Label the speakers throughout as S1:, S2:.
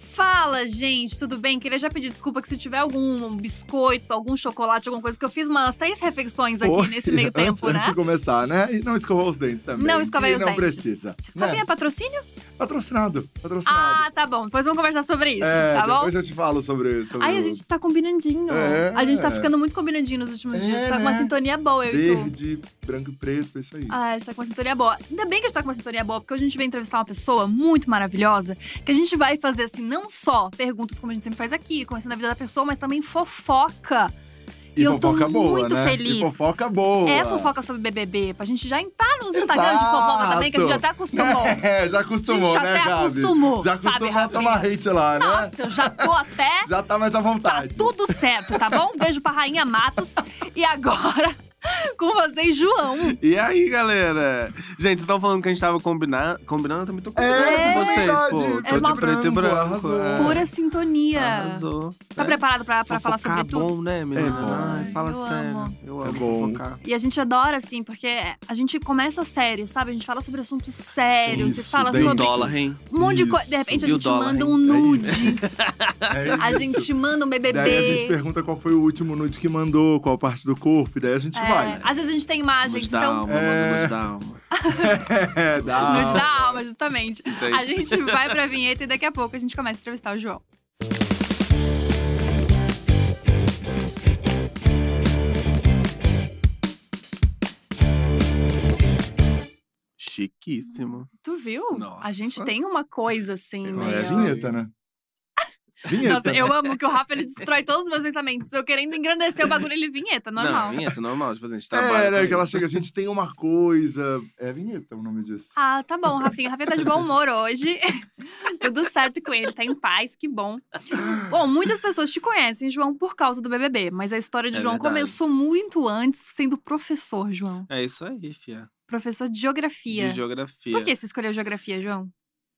S1: Fala, gente, tudo bem? Queria já pedir desculpa que se tiver algum biscoito, algum chocolate, alguma coisa, que eu fiz umas três refeições aqui
S2: Oi,
S1: nesse meio tempo,
S2: antes,
S1: né?
S2: antes de começar, né? E não escovar os dentes também.
S1: Não escovei
S2: que
S1: os
S2: não
S1: dentes.
S2: precisa. né?
S1: Rafinha, patrocínio?
S2: Patrocinado, patrocinado.
S1: Ah, tá bom. Depois vamos conversar sobre isso,
S2: é,
S1: tá bom?
S2: depois eu te falo sobre isso.
S1: Ai, a gente tá combinandinho.
S2: É.
S1: A gente tá ficando muito combinandinho nos últimos
S2: É,
S1: dias. Tá com uma
S2: né?
S1: sintonia boa, eu e tu.
S2: Verde, branco e preto, isso aí.
S1: Ah, a gente tá com uma sintonia boa. Ainda bem que a gente tá com uma sintonia boa, porque hoje a gente vai entrevistar uma pessoa muito maravilhosa, que a gente vai fazer, assim, não só perguntas como a gente sempre faz aqui, conhecendo a vida da pessoa, mas também fofoca.
S2: e
S1: eu tô
S2: fofoca boa,
S1: muito
S2: né?
S1: feliz.
S2: E fofoca boa.
S1: É fofoca sobre BBB, pra gente já entrar nos Instagram de fofoca também, que a gente já até acostumou.
S2: É, já
S1: a gente
S2: acostumou,
S1: já
S2: né,
S1: até
S2: Gabi?
S1: acostumou,
S2: Já
S1: sabe,
S2: acostumou a tomar
S1: Rafinha?
S2: hate lá, né?
S1: Nossa, eu já tô até
S2: Já tá mais à vontade.
S1: tudo certo, tá bom? Um beijo pra Rainha Matos. E agora, com vocês, João.
S3: E aí, galera? Gente, vocês estão falando que a gente tava combinar, combinando, eu também tô combinando
S1: É,
S3: com vocês,
S2: verdade.
S3: pô.
S1: É
S3: Tô
S1: uma-
S3: de preto e branco.
S2: Arrasou.
S3: é.
S1: Pura sintonia.
S3: Arrasou.
S1: Tá
S3: É.
S1: preparado pra, pra falar
S3: Fofocar
S1: sobre
S3: é
S1: tudo?
S3: bom, né, menina?
S2: É né? bom.
S3: Ai, fala
S1: Eu
S3: sério.
S1: amo.
S3: Eu
S2: É
S3: amo
S2: bom.
S3: fofocar.
S1: E a gente adora, assim, porque a gente começa sério, sabe? A gente fala sobre assuntos sérios,
S2: Isso,
S1: se fala
S2: bem
S3: Tem
S1: sobre
S3: dólar, hein?
S1: um monte de coisa.
S2: Isso.
S1: De repente a
S3: E o
S1: gente
S3: dólar,
S1: manda
S3: hein?
S1: um
S2: É
S1: nude,
S2: É
S1: a
S2: isso.
S1: gente manda um
S2: Daí a gente
S1: BBB.
S2: pergunta qual foi o último nude que mandou, qual parte do corpo, e daí a gente
S1: É,
S2: vai. né?
S1: às vezes a gente tem
S3: Nude
S1: imagens,
S3: da
S1: então.
S3: alma,
S2: É.
S3: manda nude da alma.
S2: É, dá.
S1: Nude da alma, justamente.
S3: Entendi.
S1: A gente vai pra vinheta e daqui a pouco a gente começa a entrevistar o João.
S3: Chiquíssimo.
S1: Tu viu? A
S3: Nossa.
S1: gente tem uma coisa assim,
S3: Eu
S2: É a
S1: meio...
S3: acho.
S2: vinheta, né? Vinheta.
S1: Nossa, eu amo que o Rafa ele destrói todos os meus pensamentos. Eu querendo engrandecer o bagulho, ele vinheta, normal.
S3: Não, vinheta normal. Tipo assim, a gente trabalha.
S2: É,
S3: com
S2: né? Que ela
S3: isso.
S2: chega, a gente tem uma coisa. É vinheta o nome disso.
S1: Ah, tá bom, Rafinha. Rafinha tá de bom humor hoje. Tudo certo com ele, tá em paz, que bom. Bom, muitas pessoas te conhecem, João, por causa do BBB, mas a história de
S3: É
S1: João
S3: verdade.
S1: começou muito antes, sendo professor, João.
S3: É isso aí, fia.
S1: Professor de geografia.
S3: De geografia.
S1: Por que você escolheu geografia, João?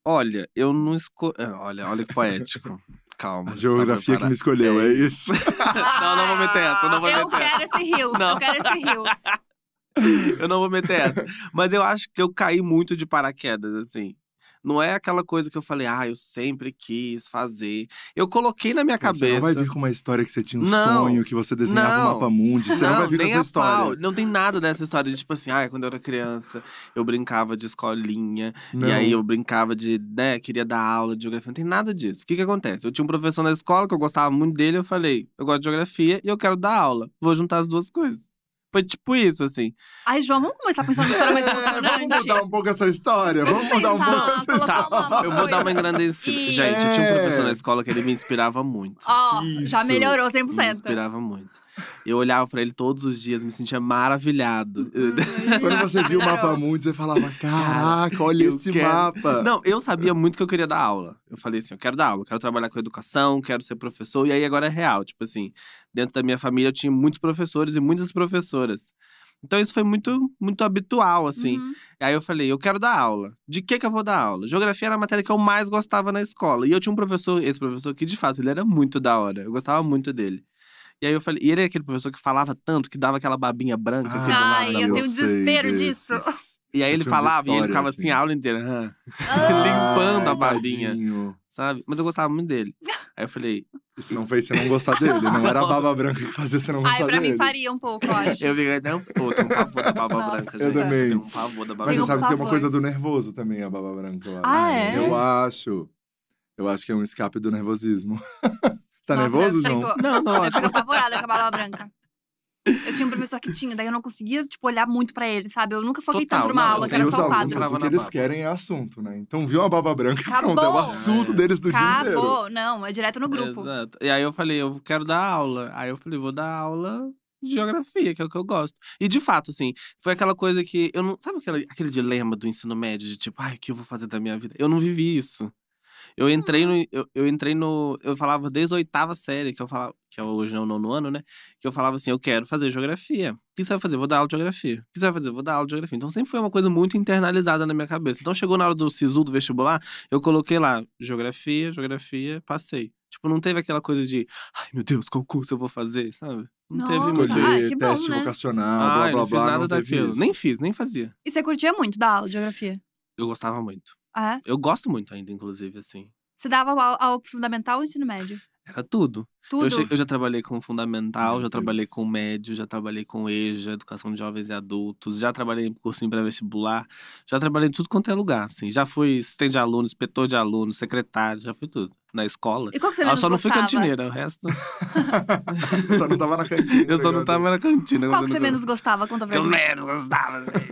S3: Olha, eu não escolhi. Olha, olha que poético. Calma. tá
S2: A geografia que me escolheu, é isso.
S3: Não, não vou meter essa, não vou
S1: eu
S3: meter
S1: quero esse rios, eu
S3: Não.
S1: quero esse rios.
S3: Eu não vou meter essa. Mas eu acho que eu caí muito de paraquedas, assim. Não é aquela coisa que eu falei, ah, eu sempre quis fazer. Eu coloquei na minha
S2: Você
S3: cabeça.
S2: não vai vir com uma história que você tinha um
S3: Não.
S2: sonho, que você desenhava
S3: Não.
S2: um mapa mundi. Você não, vai vir com
S3: nem
S2: essa
S3: a
S2: história.
S3: pau. Não tem nada dessa história de tipo assim, ah, quando eu era criança, eu brincava de escolinha,
S2: Não.
S3: e aí eu brincava de, né, queria dar aula de geografia. Não tem nada disso. O que que acontece? Eu tinha um professor na escola que eu gostava muito dele, eu falei, eu gosto de geografia e eu quero dar aula. Vou juntar as duas coisas. Foi tipo isso, assim.
S1: Ai, João, vamos começar pensando numa
S3: é
S1: história mais
S2: É, Vamos
S1: emocionante?
S2: mudar um pouco essa história. Vamos mudar um
S1: pensar,
S2: pouco essa
S1: colocar
S2: história.
S1: uma- uma
S3: Eu vou dar uma
S1: coisa.
S3: engrandecida.
S1: E-
S3: Gente, eu tinha um
S2: É.
S3: professor na escola que ele me inspirava muito.
S1: Ó, então. já
S2: Isso.
S1: melhorou
S3: Me
S1: 100%.
S3: inspirava muito. Eu olhava pra ele todos os dias, me sentia maravilhado.
S1: Uhum.
S2: Quando você viu o
S1: Melhorou.
S2: mapa mundi, você falava: Caraca, olha
S3: eu
S2: esse
S3: quero-
S2: mapa.
S3: Não, eu sabia muito que eu queria dar aula. Eu falei assim, eu quero dar aula, quero trabalhar com educação, quero ser professor. E aí agora é real, tipo assim, dentro da minha família eu tinha muitos professores e muitas professoras. Então isso foi muito, muito habitual, assim.
S1: Uhum.
S3: Aí eu falei, eu quero dar aula. De que que eu vou dar aula? Geografia era a matéria que eu mais gostava na escola. E eu tinha um professor, esse professor que de fato, ele era muito da hora. Eu gostava muito dele. E aí eu falei, e ele era aquele professor que falava tanto, que dava aquela babinha branca aqui do
S2: Ah,
S1: Ai,
S3: lado da
S1: Ah, eu
S3: boca.
S1: tenho
S2: sei
S1: desespero
S2: desses.
S3: E aí
S2: eu
S3: ele
S2: tinha umas
S3: falava e ele
S2: histórias,
S3: ficava assim,
S2: assim.
S3: a aula inteira. "Hã,
S1: Ah,
S3: limpando a
S2: Ai,
S3: barbinha.
S2: tadinho.
S3: sabe? Mas eu gostava muito dele. Aí eu falei,
S2: Isso não fez você não gostar dele. Não era a baba branca que fazia você não
S1: Ai,
S2: gostar
S1: pra
S2: dele.
S1: mim faria um pouco, eu acho.
S3: eu fiquei até um pouco, um pavor da baba
S1: Nossa.
S3: branca.
S2: Eu
S3: gente.
S2: também.
S3: Tenho um pavor da baba
S2: Mas
S1: Tenho
S2: você
S1: um
S3: branca.
S2: sabe que tem uma
S1: pavor.
S2: coisa do nervoso também, a baba branca, eu acho.
S1: Ah, é?
S2: Eu acho. Eu acho que é um escape do nervosismo. Você tá
S1: Nossa,
S2: nervoso,
S1: eu fico-
S2: João?
S3: Não, não,
S1: Eu
S3: acho
S1: fico apavorada com a barba branca. Eu tinha um professor que tinha, daí eu não conseguia, tipo, olhar muito pra ele, sabe? Eu nunca foquei
S3: Total,
S1: tanto numa
S3: não,
S1: aula,
S3: eu
S1: que era
S3: sei,
S1: só
S3: eu
S1: o
S3: só
S1: quadro.
S3: lembrava
S2: o que
S3: na
S2: eles
S3: baba.
S2: querem é assunto, né? Então viu a baba branca,
S1: Acabou.
S2: pronto, é o assunto
S3: É.
S2: deles do dia inteiro.
S1: Acabou. Não, é direto no grupo.
S3: Exato. E aí eu falei, eu quero dar aula. Aí eu falei, vou dar aula de geografia, que é o que eu gosto. E de fato, assim, foi aquela coisa que eu não. Sabe aquele, aquele dilema do ensino médio de tipo, ai, o que eu vou fazer da minha vida? Eu não vivi isso. Eu entrei
S1: Uhum.
S3: no. Eu, eu entrei no. Eu falava desde a oitava série, que eu falava, que é hoje é o nono ano, né? Que eu falava assim, eu quero fazer geografia. O que você vai fazer? Vou dar aula de geografia. O que você vai fazer? Vou dar aula de geografia. Então sempre foi uma coisa muito internalizada na minha cabeça. Então chegou na hora do SISU do vestibular, eu coloquei lá geografia, geografia, passei. Tipo, não teve aquela coisa de, ai meu Deus, qual curso eu vou fazer, sabe? Não
S1: Nossa,
S3: teve muito.
S2: Escolher
S1: ai, que bom,
S2: teste
S1: né?
S2: vocacional,
S3: Ah,
S2: blá blá
S3: não fiz
S2: blá.
S3: nada
S2: não teve
S3: daquilo.
S2: isso.
S3: Nem fiz, nem fazia.
S1: E você curtia muito da aula de geografia?
S3: Eu gostava muito.
S1: Ah, é?
S3: Eu gosto muito ainda, inclusive, assim.
S1: Você dava ao, ao fundamental ou ensino médio?
S3: Era tudo.
S1: Tudo.
S3: Eu, che- eu já trabalhei com fundamental,
S2: Meu
S3: já trabalhei
S2: Deus.
S3: com médio, já trabalhei com EJA, educação de jovens e adultos, já trabalhei em cursinho pré-vestibular, já trabalhei em tudo quanto é lugar, assim. Já fui assistente de aluno, inspetor de aluno, secretário, já fui tudo. Na escola.
S1: E qual que você
S3: Eu
S1: menos
S3: Ah, só não fui
S1: gostava?
S3: cantineira, o resto.
S2: só não tava na cantina.
S3: Eu só não
S2: entregando.
S3: tava na cantina.
S1: Qual que você
S3: fazendo coisa.
S1: menos gostava? Conta
S3: né,
S1: pra
S3: Que eu
S1: mim.
S3: menos gostava, assim.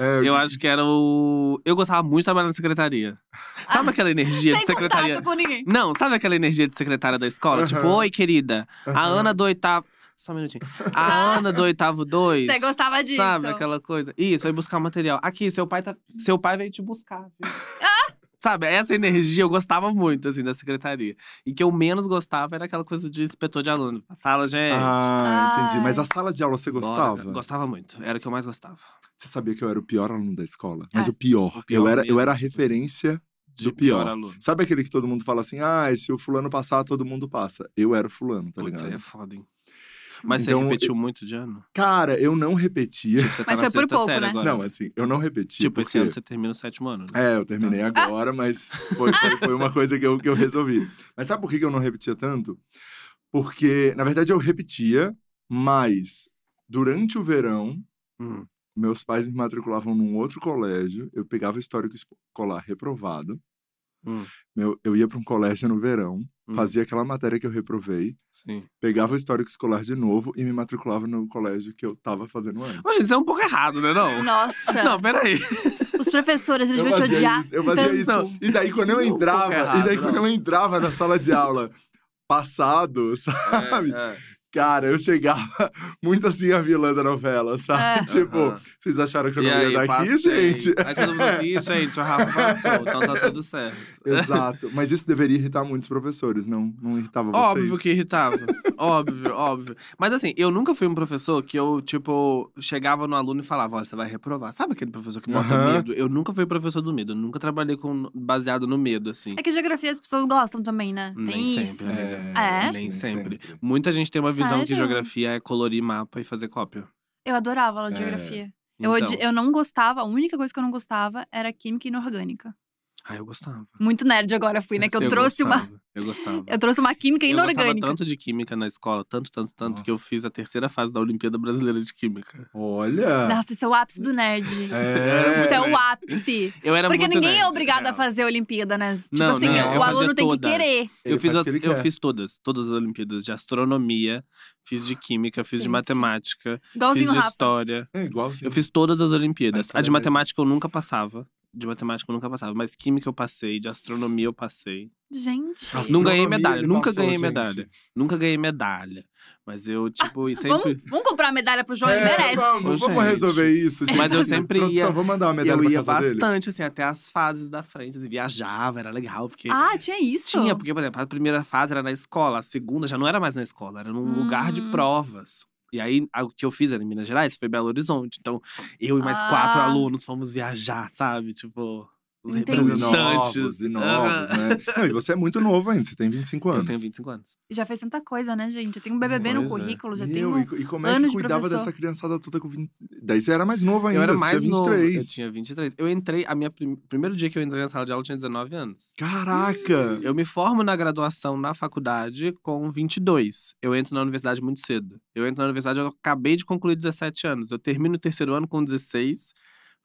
S2: É,
S3: Eu acho que era o. Eu gostava muito de trabalhar na secretaria. Sabe aquela energia de
S1: Ah, Sem
S3: secretaria?
S1: contato com ninguém.
S3: Não, sabe aquela energia de secretária da escola?
S2: Aham.
S3: Tipo, oi, querida. A Ana do oitavo. Só um minutinho. A Ana do oitavo dois.
S1: Você gostava disso.
S3: é Sabe aquela coisa? Isso, aí buscar o material. Aqui, seu pai tá. Seu pai veio te buscar. viu?
S1: Ah!
S3: Sabe, essa energia eu gostava muito, assim, da secretaria. E que eu menos gostava era aquela coisa de inspetor de aluno. Sala, gente.
S2: Ah, entendi. Mas
S1: Ai.
S2: a sala de aula você
S3: é bora.
S2: gostava?
S3: Gostava muito. Era o que eu mais gostava.
S2: Você sabia que eu era o pior aluno da escola? Mas
S1: É.
S2: o, pior.
S3: O pior
S2: Eu era, eu
S3: mesmo.
S2: era a referência.
S3: De
S2: Do pior.
S3: aluno.
S2: Sabe aquele que todo mundo fala assim: ah, se o fulano passar, todo mundo passa? Eu era o fulano, tá
S3: Putz,
S2: ligado?
S3: aí é foda, hein? Mas
S2: Então,
S3: você repetiu muito de ano? Tipo,
S2: Cara, eu não repetia.
S3: Você tá
S1: Mas
S3: na
S1: foi por
S3: sexta
S1: pouco,
S3: série
S1: né?
S3: agora.
S2: Não, assim, eu não repetia.
S3: Tipo, esse
S2: porque-
S3: ano você termina o sétimo ano, né?
S2: É, eu terminei agora, mas foi, foi- foi uma coisa que eu, que eu resolvi. Mas sabe por que que eu não repetia tanto? Porque, na verdade, eu repetia, mas durante o verão,
S3: Hum.
S2: meus pais me matriculavam num outro colégio, eu pegava histórico escolar reprovado,
S3: Hum.
S2: meu- eu ia para um colégio no verão,
S3: Hum.
S2: fazia aquela matéria que eu reprovei,
S3: Sim.
S2: pegava o histórico escolar de novo e me matriculava no colégio que eu tava fazendo antes.
S3: Mas gente, isso é um pouco errado, né? Não,
S1: Nossa,
S3: não peraí.
S1: os professores, eles vão te
S2: fazia
S1: odiar.
S2: isso, eu fazia
S3: tanto.
S2: isso. E daí quando eu
S3: Não, um
S2: entrava, e
S3: pouco
S2: daí
S3: errado,
S2: quando
S3: não.
S2: eu entrava na sala de aula passado, sabe?
S3: É, é.
S2: Cara, eu chegava muito assim a vilã da novela, sabe?
S1: É.
S2: Tipo,
S3: Aham.
S2: vocês acharam que eu
S3: E
S2: não ia
S3: aí,
S2: dar aqui,
S3: passei.
S2: gente?
S3: Aí todo mundo assim, "Ih, gente, o Rafa passou, então tá tudo certo.
S2: Exato. Mas isso deveria irritar muitos professores, não, não irritava vocês?
S3: Óbvio que irritava. óbvio, óbvio. Mas assim, eu nunca fui um professor que eu, tipo, chegava no aluno e falava: olha, você vai reprovar. Sabe aquele professor que bota
S2: Aham.
S3: medo? Eu nunca fui professor do medo. Eu nunca trabalhei com, baseado no medo, assim.
S1: É que geografia as pessoas gostam também, né? Tem
S3: Nem
S1: isso.
S3: sempre, amiga.
S1: É?
S3: Nem sempre. Muita gente tem uma visão que
S1: Sério?
S3: geografia é colorir mapa e fazer cópia.
S1: Eu adorava aula de
S2: É.
S1: geografia. Eu,
S3: Então,
S1: odi- eu não gostava, a única coisa que eu não gostava era química inorgânica.
S3: Ah, eu gostava.
S1: Muito nerd agora fui, né? Que eu, trouxe uma.
S3: gostava, Eu gostava.
S1: Eu trouxe uma química
S3: Eu gostava
S1: inorgânica.
S3: tanto de química na escola, tanto, tanto, tanto, que eu
S2: Nossa.
S3: fiz a terceira fase da Olimpíada Brasileira de Química.
S2: Olha!
S1: Nossa, isso é o ápice do nerd.
S2: É.
S1: Isso é o ápice.
S3: Eu era
S1: Porque
S3: muito
S1: ninguém
S3: nerd,
S1: é obrigado a
S3: real.
S1: fazer a Olimpíada, né? Tipo
S3: Não,
S1: assim,
S2: não, eu
S1: o
S3: fazia
S1: aluno tem que
S3: toda.
S1: querer.
S2: Ele
S3: Eu fiz,
S2: faz
S3: as-
S2: o que ele
S3: eu
S2: quer.
S3: fiz todas, todas as Olimpíadas de astronomia, fiz de química, fiz de
S1: Gente.
S3: matemática,
S1: Igualzinho
S3: fiz
S1: o
S3: de
S1: Rafa.
S3: história.
S2: É igual assim.
S3: Eu fiz todas as
S2: Mas
S3: Olimpíadas. A de
S2: toda vez-
S3: matemática eu nunca passava. De matemática eu nunca passava, mas química eu passei, de astronomia eu passei.
S1: Gente.
S3: Nossa, não ganhei
S2: Astronomia
S3: medalha,
S2: ele
S3: nunca
S2: passou,
S3: ganhei
S2: gente.
S3: medalha. Nunca ganhei medalha. Mas eu, tipo, e sempre.
S1: Vamos, vamos comprar a medalha pro João, ele
S2: É,
S1: merece.
S2: Vamos,
S3: Ô,
S2: vamos
S3: gente.
S2: resolver isso, gente.
S3: Mas eu sempre
S2: Produção,
S3: ia-
S2: vamos mandar uma medalha
S3: eu
S2: pra
S3: ia
S2: casa dele?
S3: bastante, assim, até as fases da frente. Assim, viajava, era legal, porque.
S1: Ah, tinha isso?
S3: Tinha, porque, por exemplo, a primeira fase era na escola, a segunda já não era mais na escola, era num lugar de
S1: Hum.
S3: provas. E aí, a- o que eu fiz era em Minas Gerais, foi Belo Horizonte. Então, eu e mais quatro
S1: Ah.
S3: alunos fomos viajar, sabe? Tipo, os
S1: Entendi.
S2: Então, e
S3: representantes.
S2: novos, e
S3: Aham.
S2: novos, né? Não, e você é muito novo ainda, você tem 25 anos.
S3: Eu tenho 25 anos.
S1: Já fez tanta coisa, né, gente? Eu tenho um BBB no
S3: Pois é.
S1: currículo, já
S2: Meu,
S1: tenho.
S2: e, e como é que
S1: anos de
S2: cuidava
S1: professor.
S2: dessa criançada toda com 20... Daí você era mais novo ainda,
S3: eu era
S2: você
S3: mais
S2: tinha
S3: novo.
S2: 23.
S3: Eu tinha 23. Eu entrei, a minha prim- primeiro dia que eu entrei na sala de aula, eu tinha 19 anos.
S2: Caraca!
S3: Eu me formo na graduação na faculdade com 22. Eu entro na universidade muito cedo. Eu entro na universidade, eu acabei de concluir 17 anos. Eu termino o terceiro ano com 16,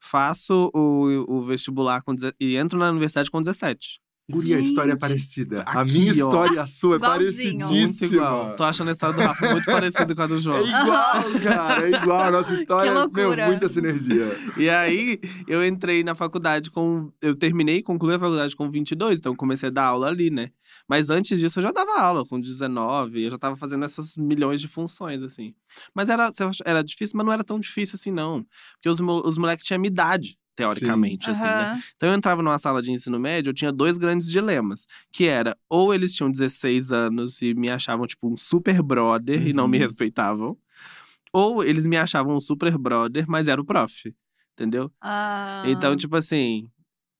S3: faço o, o vestibular com 16, e entro na universidade com 17.
S2: Guria, a história é
S1: Gente.
S2: parecida. a
S3: Aqui,
S2: minha
S3: ó.
S2: história e a sua é
S1: Igualzinho.
S2: parecidíssima.
S3: Muito igual. Tô achando a história do Rafa muito parecida com a do
S2: É
S3: João.
S2: igual, cara. É igual. A nossa história, meu,
S1: loucura.
S2: muita sinergia.
S3: E aí, eu entrei na faculdade com. Eu terminei e concluí a faculdade com 22, então comecei a dar aula ali, né? Mas antes disso, eu já dava aula com 19, eu já tava fazendo essas milhões de funções, assim. Mas era, eu acho- era difícil, mas não era tão difícil assim, não. Porque os, mo- os moleques tinham minha idade, teoricamente, assim, né?
S1: Aham.
S3: Então eu entrava numa sala de ensino médio, eu tinha dois grandes dilemas. Que era, ou eles tinham 16 anos e me achavam, tipo, um super brother e não me
S2: Uhum.
S3: respeitavam. Ou eles me achavam um super brother, mas era o prof. Entendeu?
S1: Ah.
S3: Então, tipo assim.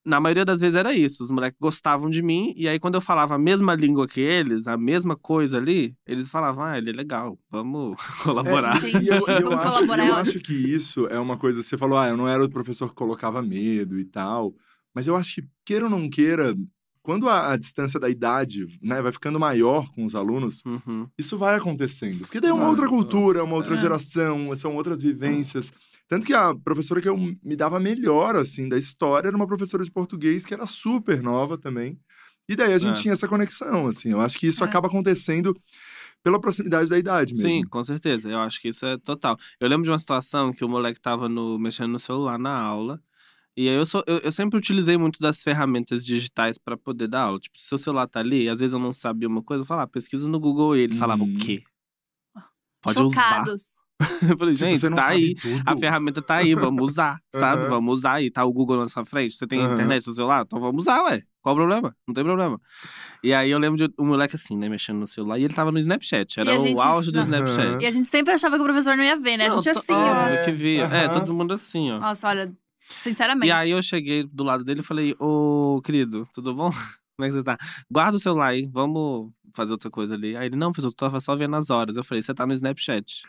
S3: Na maioria das vezes era isso. Os moleques gostavam de mim. E aí, quando eu falava a mesma língua que eles, a mesma coisa ali, eles falavam: ah, ele é legal, vamos colaborar.
S1: Entendi.
S2: É, E eu, e eu
S1: Vamos
S2: acho,
S1: colaborar,
S2: eu
S1: ó.
S2: acho que isso é uma coisa. Você falou, ah, eu não era o professor que colocava medo e tal. Mas eu acho que, queira ou não queira, quando a, a distância da idade né, vai ficando maior com os alunos,
S3: Uhum.
S2: isso vai acontecendo. Porque daí é uma
S3: Claro,
S2: outra
S3: claro.
S2: cultura, é uma outra
S1: É.
S2: geração, são outras vivências. Tanto que a professora que eu me dava melhor, assim, da história era uma professora de português que era super nova também. E daí a gente
S3: É.
S2: tinha essa conexão, assim. Eu acho que isso
S1: É.
S2: acaba acontecendo pela proximidade da idade mesmo.
S3: Sim, com certeza. Eu acho que isso é total. Eu lembro de uma situação que o moleque tava no, mexendo no celular na aula. E aí eu, sou, eu, eu sempre utilizei muito das ferramentas digitais pra poder dar aula. Tipo, se o celular tá ali, às vezes eu não sabia uma coisa, eu falava, "Ah, pesquisa no Google e eles falavam
S2: Uhum.
S3: o quê? Pode usar.
S1: Chocados.
S3: Eu
S2: Tipo,
S3: falei, gente,
S2: você não
S3: tá
S2: sabe
S3: aí.
S2: tudo.
S3: A ferramenta tá aí, vamos usar, sabe?
S2: Aham.
S3: Vamos usar aí, tá o Google na sua frente. Você tem
S2: Aham.
S3: internet no seu celular? Então vamos usar, ué. Qual o problema? Não tem problema. E aí eu lembro de um moleque assim, né, mexendo no celular, e ele tava no Snapchat.
S1: E
S3: Era
S1: a
S3: o
S1: gente-
S3: auge do
S2: Aham.
S3: Snapchat.
S1: E a gente sempre achava que o professor não ia ver, né? A gente
S3: Não,
S1: assim,
S3: to-
S1: ó.
S3: óbvio que via. É,
S2: Aham.
S3: todo mundo assim, ó.
S1: Nossa, olha, sinceramente.
S3: E aí eu cheguei do lado dele e falei, ô, querido, tudo bom? Como é que você tá? Guarda o celular aí, vamos fazer outra coisa ali. Aí ele, não, professor, eu tava só vendo as horas. Eu falei, você tá no Snapchat.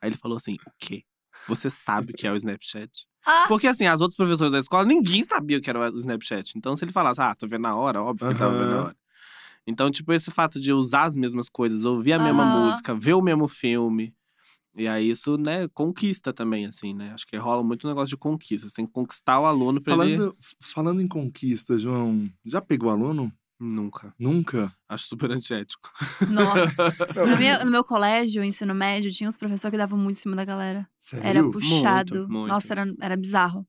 S3: Aí ele falou assim, o quê? Você sabe o que é o Snapchat?
S1: Ah,
S3: Porque assim, as outras professoras da escola, ninguém sabia o que era o Snapchat. Então, se ele falasse, ah, tô vendo na hora, óbvio que ele tava vendo na
S2: Aham.
S3: hora. Então, tipo, esse fato de usar as mesmas coisas, ouvir a mesma
S1: Aham.
S3: música, ver o mesmo filme. E aí, isso, né, conquista também, assim, né? Acho que rola muito um negócio de conquista. Você tem que conquistar o aluno pra ele.
S2: Falando, falando em conquista, João, já pegou aluno?
S3: Nunca.
S2: Nunca?
S3: Acho super antiético.
S1: nossa. No meu, no meu colégio, ensino médio, tinha uns professores que davam muito em cima da galera.
S2: Sério?
S1: Era puxado.
S3: muito.
S1: Nossa, era, era bizarro.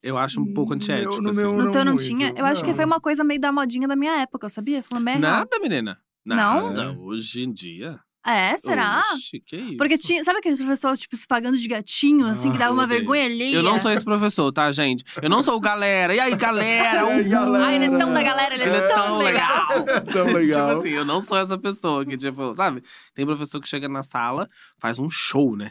S3: Eu acho um pouco
S2: No meu-
S3: antiético.
S2: no
S3: assim.
S2: meu- Eu
S1: No
S2: não
S1: teu não
S2: muito,
S1: tinha? Eu acho que
S2: não.
S1: foi uma coisa meio da modinha da minha época, sabia? Falando
S2: É
S1: merda.
S3: Nada, menina.
S1: Não?
S3: Nada. Hoje em dia.
S1: É, será?
S3: Oxi, que isso?
S1: Porque tinha, sabe aqueles professores, tipo, se pagando de gatinho, assim, que
S2: Ah,
S1: dava
S3: eu
S1: uma
S3: odeio.
S1: vergonha alheia?
S3: Eu não sou esse professor, tá, gente? Eu não sou o galera. E aí, galera?
S2: E aí,
S3: Uhul!
S2: galera?
S1: Ai, ele é tão da galera, ele é,
S3: Ele é
S1: tão,
S3: tão
S1: legal.
S2: Tão Tá legal.
S3: Tipo assim, eu não sou essa pessoa que, tipo, sabe? Tem professor que chega na sala, faz um show, né?